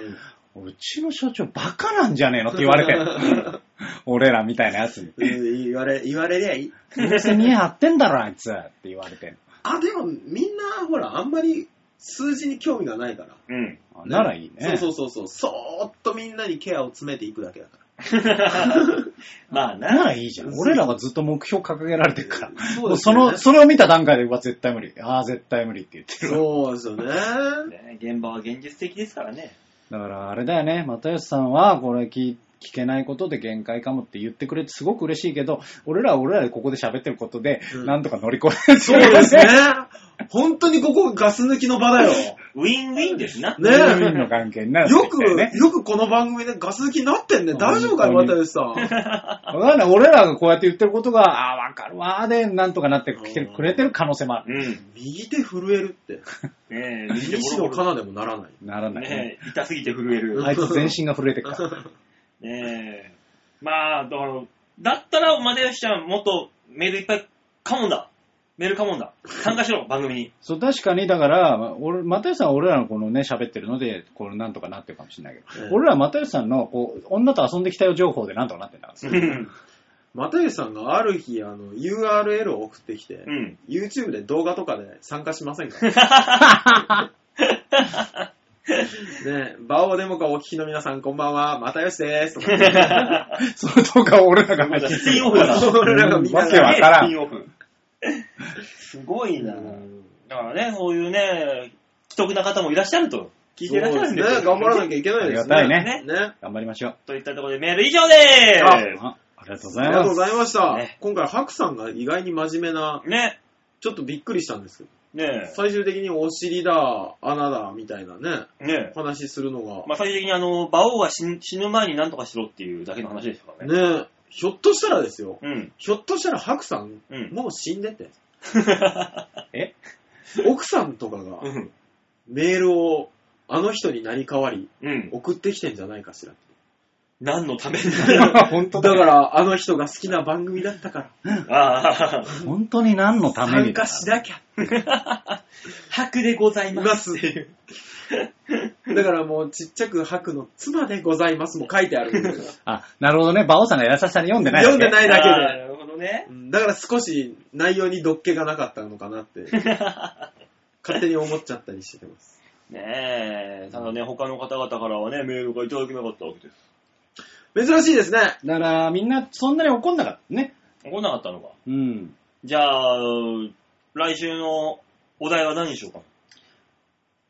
Speaker 4: うちの所長バカなんじゃねえのって言わ れて。俺らみたいなやつに。
Speaker 3: うん言われ、言われりゃいい。
Speaker 4: どうせ見え張ってんだろ、あいつって言われて。
Speaker 3: あ、でもみんな、ほら、あんまり数字に興味がないから。
Speaker 2: うん。
Speaker 4: あならいいね。
Speaker 3: そうそうそうそう。そーっとみんなにケアを詰めていくだけだから。
Speaker 2: まあな。
Speaker 4: ならいいじゃん。俺らがずっと目標掲げられてるから。
Speaker 3: そう
Speaker 4: もう
Speaker 3: です
Speaker 4: そ
Speaker 3: よね
Speaker 4: の、それを見た段階で、うわ、絶対無理。ああ、絶対無理って言ってる。
Speaker 3: そうですよね。
Speaker 2: ね現場は現実的ですからね。
Speaker 4: だから、あれだよね。又吉さんは、これ聞聞けないことで限界かもって言ってくれてすごく嬉しいけど、俺らは俺らでここで喋ってることで、
Speaker 3: うん
Speaker 4: なんとか乗り越えてる
Speaker 3: そうですね。本当にここガス抜きの場だよ。
Speaker 2: ウィンウィンですな。
Speaker 4: ね。本人
Speaker 3: ね
Speaker 4: の関係になる
Speaker 3: よ
Speaker 4: ん
Speaker 3: く、
Speaker 4: だよね。
Speaker 3: よくこの番組でガス抜きになってんね。大丈夫かよ、
Speaker 4: 本当
Speaker 3: 渡
Speaker 4: に
Speaker 3: 辺さん。
Speaker 4: わかんない。俺らがこうやって言ってることが、ああ、わかるわーで、なんとかなってきてくれてる可能性もある。
Speaker 2: うん。
Speaker 3: 右手震えるって。
Speaker 2: ねえ、
Speaker 3: 右手の奏でもならない。
Speaker 4: ならないね。
Speaker 2: ねえ、痛すぎて震える。
Speaker 4: あいつ全身が震えてるから。
Speaker 2: ねえ。まあ、だから、だったら、までしちゃん、もっとメールいっぱいかもんだ。メールかもんだ。参加しろ、番組に。
Speaker 4: そう、確かに、だから、ま俺、又吉さんは俺らのこのね、喋ってるので、これなんとかなってるかもしれないけど、
Speaker 3: ええ
Speaker 4: 俺らは又吉さんの、こう、女と遊んできたよ情報でなんとかなってんだからさ。
Speaker 2: うん。
Speaker 3: 又吉さんがある日、あの、URL を送ってきて
Speaker 2: う、 ん。
Speaker 3: YouTube で動画とかで参加しませんかね え、バオデモカお聞きの皆さん、こんばんは、又吉 です。とか言って
Speaker 4: それとか俺らが配信す
Speaker 2: ス
Speaker 4: る
Speaker 2: ピンオフだな。
Speaker 3: 俺らが見な
Speaker 4: わけ
Speaker 3: が
Speaker 4: わから
Speaker 2: スピン
Speaker 4: ん。
Speaker 2: オフ。すごいな。
Speaker 3: ら。
Speaker 2: だからね、こういうね、既得な方もいらっしゃると聞い
Speaker 3: そ
Speaker 2: て
Speaker 3: う
Speaker 2: いらっしゃ
Speaker 3: で
Speaker 2: る
Speaker 3: す
Speaker 2: ん
Speaker 3: ね
Speaker 2: で。すよ。
Speaker 3: 頑張らなきゃいけないですね。
Speaker 4: ありがたい
Speaker 2: ね
Speaker 3: ね。
Speaker 4: 頑張りましょう。
Speaker 2: といったところでメール以上で
Speaker 4: ああ
Speaker 2: ー
Speaker 4: りがとうご
Speaker 3: あ
Speaker 4: ざい
Speaker 3: りがとうご
Speaker 4: ます。
Speaker 3: ざいました。
Speaker 2: ね
Speaker 3: 今回、ハクさんが意外に真面目な、
Speaker 2: す。ね。
Speaker 3: ちょっとびっくりしたんですけど、
Speaker 2: ね
Speaker 3: 最終的にお尻だ、穴だ、みたいなね、
Speaker 2: え。ねえ。
Speaker 3: お話しするのが、
Speaker 2: まあ、最終的にあの、馬王は死ぬ死ぬ前に何とかしろっていうだけの話ですからね。
Speaker 3: ねえ、ひょっとしたらですよ、
Speaker 2: うん。
Speaker 3: ひょっとしたらハクさん、
Speaker 2: うん
Speaker 3: もう死んで て、
Speaker 4: え
Speaker 3: 奥さんとかが
Speaker 2: うん。
Speaker 3: メールをあの人になり代わり
Speaker 2: うん。
Speaker 3: 送ってきてんじゃないかしら。
Speaker 2: 何の ために
Speaker 4: 本当
Speaker 3: だか
Speaker 4: だ。
Speaker 3: ら、あの人が好きな番組だったから、
Speaker 2: ああ。
Speaker 4: 本当に何のため
Speaker 3: 参
Speaker 4: に
Speaker 3: 加しなきゃ。
Speaker 2: 白でございます。
Speaker 3: いだからもうちっちゃくハクの妻でございますも書いてあるんですよ
Speaker 4: あ、なるほどね。馬王さんが優しさに読んでない。
Speaker 3: 読んで
Speaker 4: い。
Speaker 3: ないだけ
Speaker 2: ああ
Speaker 3: で
Speaker 2: なるほどね。
Speaker 3: うん。だから少し内容にどっけがなかったのかなって、勝手に思っちゃったりしてます。
Speaker 2: ねえ。ただね、他の方々からはね、メールがいただけなかったわけです。
Speaker 3: 珍しいですね。
Speaker 4: だから、みんなそんなに怒んなかったね。
Speaker 2: 来なかったのか。
Speaker 4: うん。
Speaker 2: じゃあ、来週のお題は何にしようか。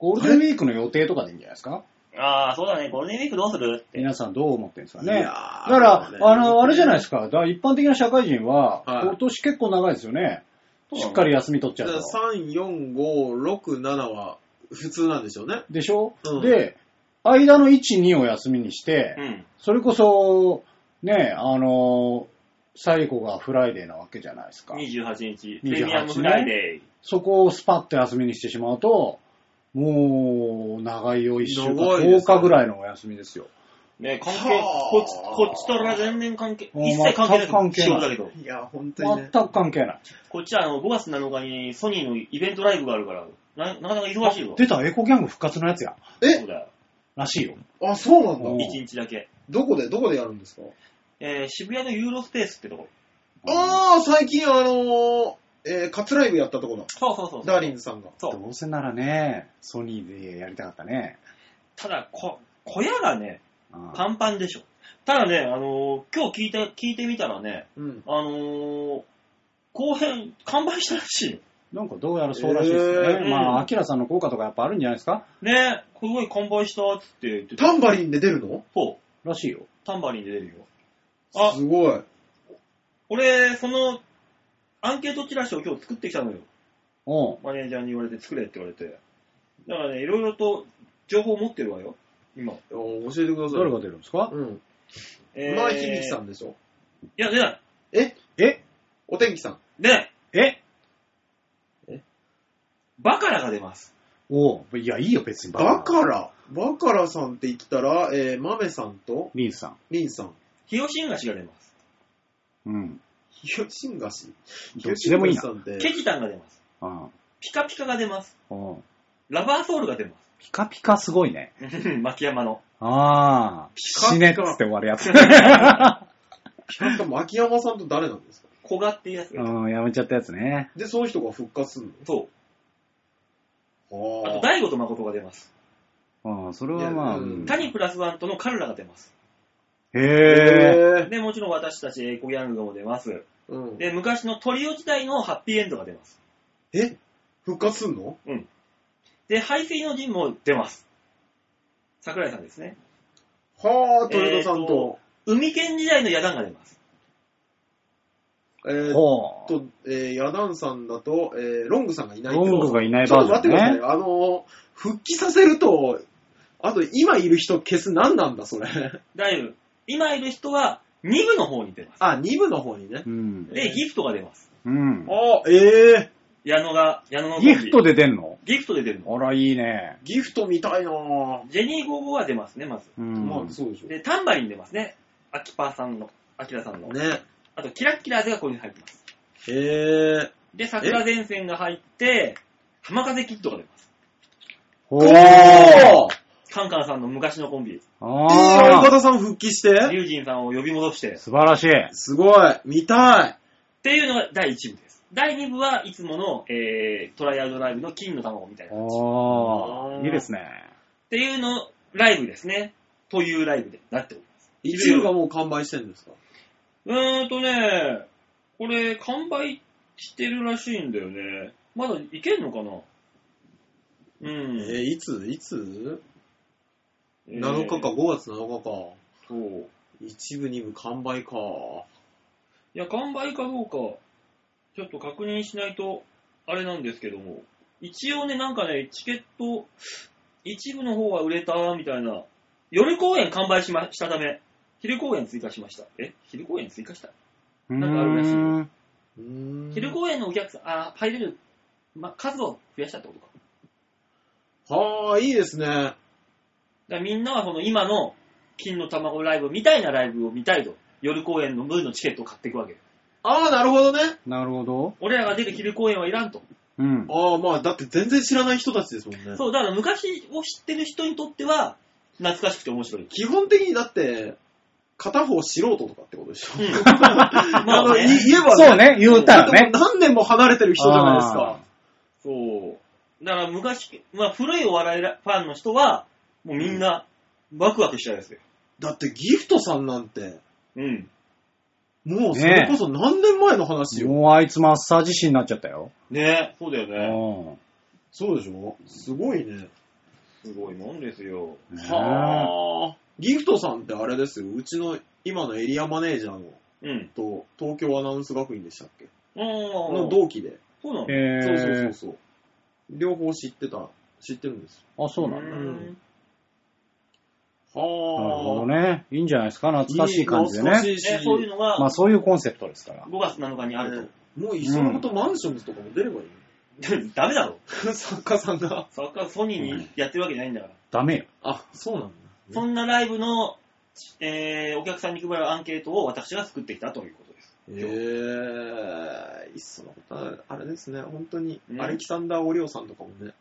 Speaker 4: ゴールデンウィークの予定とかでいいんじゃないですか
Speaker 2: ああ、そうだね。ゴールデンウィークどうする
Speaker 4: 皆さんどう思ってるんですか
Speaker 3: いや
Speaker 4: ね。だ
Speaker 3: ー
Speaker 4: から、
Speaker 3: ね
Speaker 4: あの、あれじゃないですか。だから一般的な社会人は、
Speaker 3: はい
Speaker 4: 今年結構長いですよね。
Speaker 2: そうな
Speaker 4: し
Speaker 2: の
Speaker 4: っかり休み取っち
Speaker 3: だ
Speaker 4: ゃ
Speaker 3: か
Speaker 4: う
Speaker 3: ら
Speaker 4: と。
Speaker 3: 3、4、5、6、7は普通なんでしょうね。
Speaker 4: でしょ、
Speaker 3: うん
Speaker 4: で、間の1、2を休みにして、
Speaker 2: うん。
Speaker 4: それこそ、ね、あの、最後がフライデーなわけじゃないですか。
Speaker 2: 28日、
Speaker 4: ね
Speaker 2: プレミアムフライデー。
Speaker 4: そこをスパッと休みにしてしまうと、もう、長いよ、1週間、
Speaker 3: 長いですね
Speaker 4: 10日ぐらいのお休みですよ。
Speaker 2: ね関係、
Speaker 3: はあ
Speaker 2: こっち、こっちとら全然関係、
Speaker 4: もう
Speaker 2: 一切関係な
Speaker 4: 全
Speaker 2: い。
Speaker 4: く関係ない
Speaker 2: 仕事だけど。
Speaker 3: いや、本当
Speaker 4: 全。く関係ない。
Speaker 2: こっちはあの、5月7日にソニーのイベントライブがあるから、ななかなか忙しいよ。
Speaker 4: 出た、エコギャング復活のやつや。
Speaker 2: そうだよ。
Speaker 4: らしいよ。
Speaker 3: あ、そうなん
Speaker 4: うん
Speaker 3: だ。
Speaker 2: 1日だけ。
Speaker 3: どこで、どこでやるんですか
Speaker 2: えー渋谷のユーロスペースってとこ。
Speaker 3: ああ、最近あのー、えー、カツライブやったとこだ。
Speaker 2: そうそうそうそう。
Speaker 3: ダーリンズさんが。
Speaker 2: そう。
Speaker 4: どうせならね、ソニーでやりたかったね。
Speaker 2: ただ、こ、小屋がね、
Speaker 4: うん
Speaker 2: パンパンでしょ。ただね、あのー今日聞いて、聞いてみたらね、
Speaker 3: うん。
Speaker 2: あのー後編、完売したらしいよ。
Speaker 4: なんかどうやらそうらしいですね。
Speaker 2: えー
Speaker 4: まあ、アキラさんの効果とかやっぱあるんじゃないですか
Speaker 2: ね、すごい完売したっつって言ってた。
Speaker 3: タンバリンで出るの
Speaker 2: そう。
Speaker 4: らしいよ。
Speaker 2: タンバリンで出るよ。あ
Speaker 3: すごい。
Speaker 2: 俺、その、アンケートチラシを今日作ってきたのよ。
Speaker 4: うん。
Speaker 2: マネージャーに言われて作れって言われて。だからね、いろいろと情報を持ってるわよ。今。
Speaker 3: お教えてください。
Speaker 4: 誰が出るんですか
Speaker 3: うん。
Speaker 2: え
Speaker 3: 前響さ
Speaker 2: い
Speaker 3: んでしょ。
Speaker 2: や、出ない。
Speaker 4: え
Speaker 3: お天気さん。
Speaker 2: 出ない。
Speaker 4: え
Speaker 2: バカラが出ます。
Speaker 4: おういや、いいよ、別に。
Speaker 3: バカラ。バカラさんって言ったら、えー、マメさんと
Speaker 4: リンさん。
Speaker 3: リンさん。
Speaker 2: ヒヨシンガシが出ます。
Speaker 4: うん。
Speaker 3: ヒヨシンガシ。
Speaker 4: どっちでもいいな
Speaker 3: ヒヨシンガシさんって
Speaker 2: ケキタンが出ます。
Speaker 4: うん。
Speaker 2: ピカピカが出ます。
Speaker 4: うん
Speaker 2: ラバーソールが出ま
Speaker 4: ピカピカすごいね。
Speaker 2: す。 牧山の。
Speaker 4: ああ、
Speaker 3: カピカ
Speaker 4: 死ねっつって終わるやつ。う
Speaker 3: なんか牧山さんと誰なんですか
Speaker 2: 古賀っていうやつが。
Speaker 4: ん、やめちゃったやつね。
Speaker 3: で、その人が復活する
Speaker 2: そう。
Speaker 3: の
Speaker 2: あと、
Speaker 3: あ
Speaker 2: 大悟と誠が出ます。
Speaker 4: うん、それはまあ、
Speaker 3: いやうん
Speaker 2: 谷プラスワンとのカルラが出ます。
Speaker 4: へ
Speaker 3: ー
Speaker 4: え。
Speaker 3: へー
Speaker 2: で、もちろん私たちエイコギャングも出ます。
Speaker 3: うん
Speaker 2: で、昔のトリオ時代のハッピーエンドが出ます。
Speaker 3: え復活すんの
Speaker 2: で、排水の陣も出ます。桜井さんですね。
Speaker 3: はあ、豊田さんと、
Speaker 2: 海犬時代の野団が出ます。
Speaker 3: えーっ
Speaker 4: ほう。
Speaker 3: と、えー、ヤダンさんだと、えー、ロングさんがいないけ
Speaker 4: ロ
Speaker 3: ど
Speaker 4: ングがいない
Speaker 3: ちょ
Speaker 4: バ
Speaker 3: っと待っ
Speaker 4: ージ
Speaker 3: てくだ
Speaker 4: ョ
Speaker 3: さい
Speaker 4: ンね。
Speaker 3: よ。あのー、復帰させると、あと今いる人消す何なんだ、それ。
Speaker 2: だいぶ、今いる人は2部の方に出ます。
Speaker 3: あ、2部の方にね。
Speaker 4: うん。
Speaker 2: で、ギフトが出ます。
Speaker 4: うん。
Speaker 3: あええ
Speaker 2: 矢野が、矢野のコンビ
Speaker 4: ギフトで出んの
Speaker 2: ギフトで出るの。
Speaker 4: あら、いいね。
Speaker 3: ギフトみたいなぁ。
Speaker 2: ジェニー55は出ますね、まず。
Speaker 4: うん。
Speaker 3: まあ、そうでしょ。ね。
Speaker 2: で、タンバリン出ますね。アキパーさんの、アキラさんの。あと、キラッキラーズがここに入ってます。
Speaker 3: へえ。
Speaker 2: で、桜前線が入って、浜風キッドが出ます。
Speaker 4: ほ
Speaker 3: お
Speaker 4: う。
Speaker 3: ー
Speaker 2: カンカンさんの昔のコンビ、
Speaker 3: えー、相
Speaker 4: ああ、
Speaker 3: 方さん復帰して
Speaker 2: 龍神さんを呼び戻して、っ
Speaker 4: 素晴らしい。
Speaker 3: すごい見たい
Speaker 2: ていうのが第1部です。第2部はいつもの、えー、トライアルドライブの金の卵みたいな感じ。っ
Speaker 4: おー、いいですね。
Speaker 2: ていうの、ライブですね。というライブでなっております。
Speaker 3: 一部がもう完売してるんですか
Speaker 2: うーんとね、これ、完売してるらしいんだよね。まだいけんのかなうん。
Speaker 3: えー、いついつ
Speaker 2: えー
Speaker 3: ?7 日か、。5月7日か。
Speaker 2: そう。
Speaker 3: 一部、二部完売か。
Speaker 2: いや、完売かどうか、ちょっと確認しないと、あれなんですけども、一応ね、なんかね、チケット、一部の方は売れた、みたいな、夜公演完売しましたため、昼公演追加しました。え昼公演追加した
Speaker 4: うー
Speaker 2: なんかあるらしいう
Speaker 3: うーん。
Speaker 2: 昼公演のお客さん、あー、入れる、ま、数を増やしたってことか。
Speaker 3: はあ、いいですね。
Speaker 2: だからみんなはその今の金の卵ライブみたいなライブを見たいと、夜公演の分のチケットを買っていくわけ。
Speaker 3: ああ、なるほどね。
Speaker 4: なるほど。
Speaker 2: 俺らが出る昼公演はいらんと。
Speaker 4: うん。
Speaker 3: ああ、まあ、だって全然知らない人たちですもんね。
Speaker 2: そう、だから昔を知ってる人にとっては、懐かしくて面白い。
Speaker 3: 基本的にだって、片方素人とかってことでしょ。
Speaker 2: うん
Speaker 3: あの、
Speaker 2: まあね
Speaker 3: い言えば
Speaker 4: そう。ね、言うた
Speaker 3: だっ
Speaker 4: ら
Speaker 3: てもう
Speaker 4: ね。
Speaker 3: 何年も離れてる人じゃないですか。
Speaker 2: そう。だから昔、まあ古いお笑いらファンの人は、もうみんな、ワクワクしちゃうやつよ。
Speaker 3: だってギフトさんなんて、
Speaker 2: うん。
Speaker 3: もうそれこそ何年前の話よ。
Speaker 4: もうあいつマッサージ師になっちゃったよ。
Speaker 2: ねそうだよ
Speaker 4: う。ん。
Speaker 3: そうでしょすごいね。
Speaker 2: すごいもんですよ。
Speaker 4: ね
Speaker 3: はあ。ギフトさんってあれですよ。うちの今のエリアマネージャーの
Speaker 2: うん。
Speaker 3: と東京アナウンス学院でしたっけ
Speaker 2: ああ
Speaker 3: の同期で。
Speaker 2: そうなの
Speaker 4: え
Speaker 3: そうそうそ
Speaker 4: へ
Speaker 3: う
Speaker 4: ー。
Speaker 3: そう。両方知ってた、知ってるんです
Speaker 4: あ、そうなんだ。
Speaker 3: ん
Speaker 2: うん
Speaker 3: よ。はあ。
Speaker 4: なるほどね。いいんじゃないですか、懐かしい感じで
Speaker 3: 懐かし
Speaker 4: ね。
Speaker 3: いし
Speaker 2: えそういうのが、
Speaker 4: まあそういうコンセプトですから。
Speaker 2: 5月7日にある
Speaker 3: もういっそのことマンションズとかも出ればいい、
Speaker 2: と。 ダメだろ。
Speaker 3: 作家さんが。
Speaker 2: サッカーソニーにやってるわけじゃないんだから。
Speaker 4: ダメよ。
Speaker 3: あ、そうなんだ。
Speaker 2: そんなライブの、えーお客さんに配るアンケートを私が作ってきたということです。
Speaker 3: ええいっそのことはあれですね、本当に
Speaker 2: う、ん
Speaker 3: アレキサンダー・オリオさんとかもね、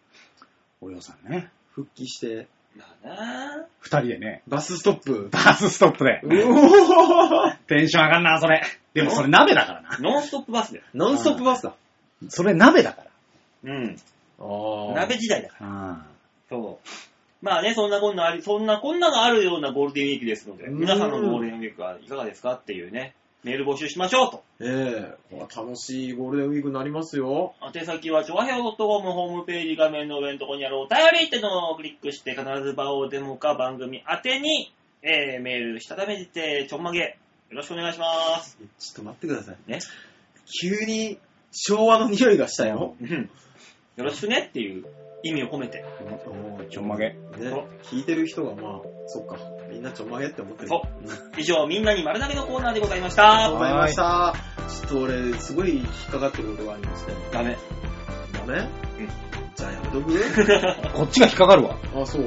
Speaker 4: およさんね。
Speaker 3: 復帰して、
Speaker 2: まあなあ
Speaker 4: 二人でね、
Speaker 3: バスストップ。
Speaker 4: バスストップで
Speaker 3: う。おー
Speaker 4: テンション上がんな、それ。でもそれ鍋だからな。
Speaker 2: ノンストップバスだよ。
Speaker 3: ノンストップバスだ。
Speaker 4: それ鍋だから。
Speaker 2: うん。
Speaker 3: あー
Speaker 2: 鍋時代だから。
Speaker 4: あ
Speaker 2: そう。まあね、そんなこんなあり、そんなこんながあるようなゴールデンウィークですので、
Speaker 3: うん
Speaker 2: 皆さんのゴールデンウィークはいかがですかっていうね、メール募集しましょうと。
Speaker 3: ええこれは楽しいゴールデンウィークになりますよ。
Speaker 2: 宛先は、ちょわへお .com ホームページ画面の上のところにあるお便りってのをクリックして、必ず場をデモか番組宛てに、えー、メールしたためて、ちょんまげ、よろしくお願いします。
Speaker 3: ちょっと待ってください。
Speaker 2: ね。
Speaker 3: 急に昭和の匂いがしたよ。
Speaker 2: うんよろしくねっていう意味を込めて。
Speaker 3: おー
Speaker 4: あ。ちょんまげ。
Speaker 3: ね、聞いてる人がまあ、そっか、みんなちょんまげって思ってる。
Speaker 2: そ
Speaker 3: うん
Speaker 2: 以上、みんなに丸投げのコーナーでございまし
Speaker 3: ありが
Speaker 2: た。
Speaker 3: とうございました。ちょっと俺、すごい引っかかってることがありまして。
Speaker 2: ダメ。
Speaker 3: ダメ
Speaker 2: ん
Speaker 3: じゃあやめとく
Speaker 4: こっちが引っかかるわ。
Speaker 3: あ、そう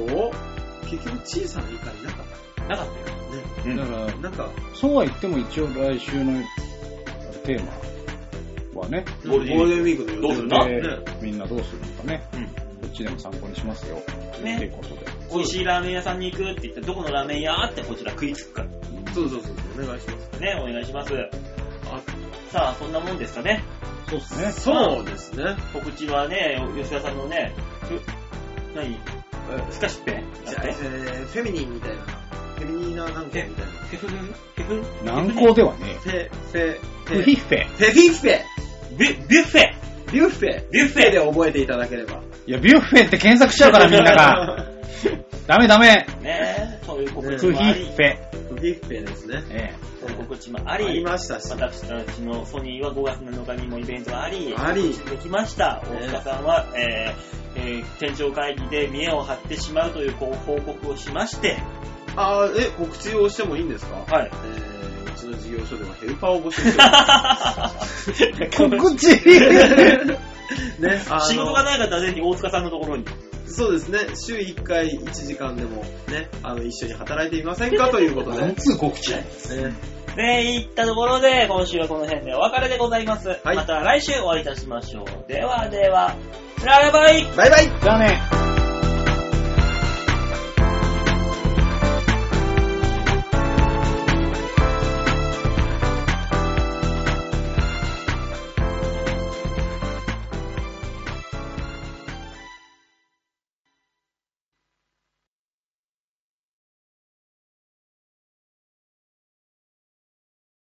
Speaker 3: 結局小さな怒りなかっ
Speaker 2: なかったよ。うん
Speaker 4: だから
Speaker 3: た。、なんか、
Speaker 4: そうは言っても一応来週のテーマはね。
Speaker 2: ゴールデンウィーク
Speaker 3: ウィークの予定
Speaker 2: どうするんだ
Speaker 4: で、みんなどうするのかね。
Speaker 2: うん
Speaker 4: こっちでも参考にしますよ。
Speaker 2: ね
Speaker 4: っていうことで。
Speaker 2: 美味しいラーメン屋さんに行くって言って、どこのラーメン屋ってこちら食いつくからね、
Speaker 3: そうそうそうそう、お願いします。
Speaker 2: お願いします。さあ、そんなもんですかね。
Speaker 4: そうですね。
Speaker 3: そうですね。
Speaker 2: 告知はね、吉田さんのね、ふ何ふかしっぺや
Speaker 3: じゃあ、
Speaker 2: って。
Speaker 3: えーフェミニンみたいな。フェミニーななんかみたいな。
Speaker 2: ふふふふふ
Speaker 4: 難航ではね
Speaker 3: フェ、フェ、
Speaker 4: え。
Speaker 3: フ
Speaker 4: フ
Speaker 3: ェ、
Speaker 4: ィッフェ。
Speaker 3: フェフィッフェ、
Speaker 2: ビュビュッフェ
Speaker 3: ビュッフェ、
Speaker 2: ビュッフ
Speaker 3: フェで
Speaker 2: ェ
Speaker 3: 覚えていただければ。
Speaker 4: いや、ビュッフェって検索しちゃうからみんな が。ダメダメ。
Speaker 2: ねえ、そういう告知
Speaker 4: フィ
Speaker 2: もあり
Speaker 4: ッ、フェ。
Speaker 3: フィッフェですね。
Speaker 4: え
Speaker 2: そういう告知もあ
Speaker 3: あり
Speaker 2: り、
Speaker 3: ましたし。
Speaker 2: 私たちのソニーは5月7日にもイベントがあり、
Speaker 3: あり
Speaker 2: できました。大塚さんは、えーえー店長会議で見栄を張ってしまうというこう報告をしまして、
Speaker 3: あー、え、告知をしてもいいんですか
Speaker 2: はい
Speaker 3: え。ー、うちの事業所ではヘルパーを募集してます。
Speaker 4: え。告 知は
Speaker 3: ね、あの
Speaker 2: 仕事がない方はぜひ大塚さんのところに。
Speaker 3: そうですね、週1回1時間でもね、あの、一緒に働いてみませ んかということで。ね、
Speaker 4: 通告知
Speaker 2: で、いったところで、今週はこの辺でお別れでございます。
Speaker 3: い
Speaker 2: また来週お会いいたしましょう。ではでは、ララバイ
Speaker 3: バイバイ
Speaker 4: じゃあね。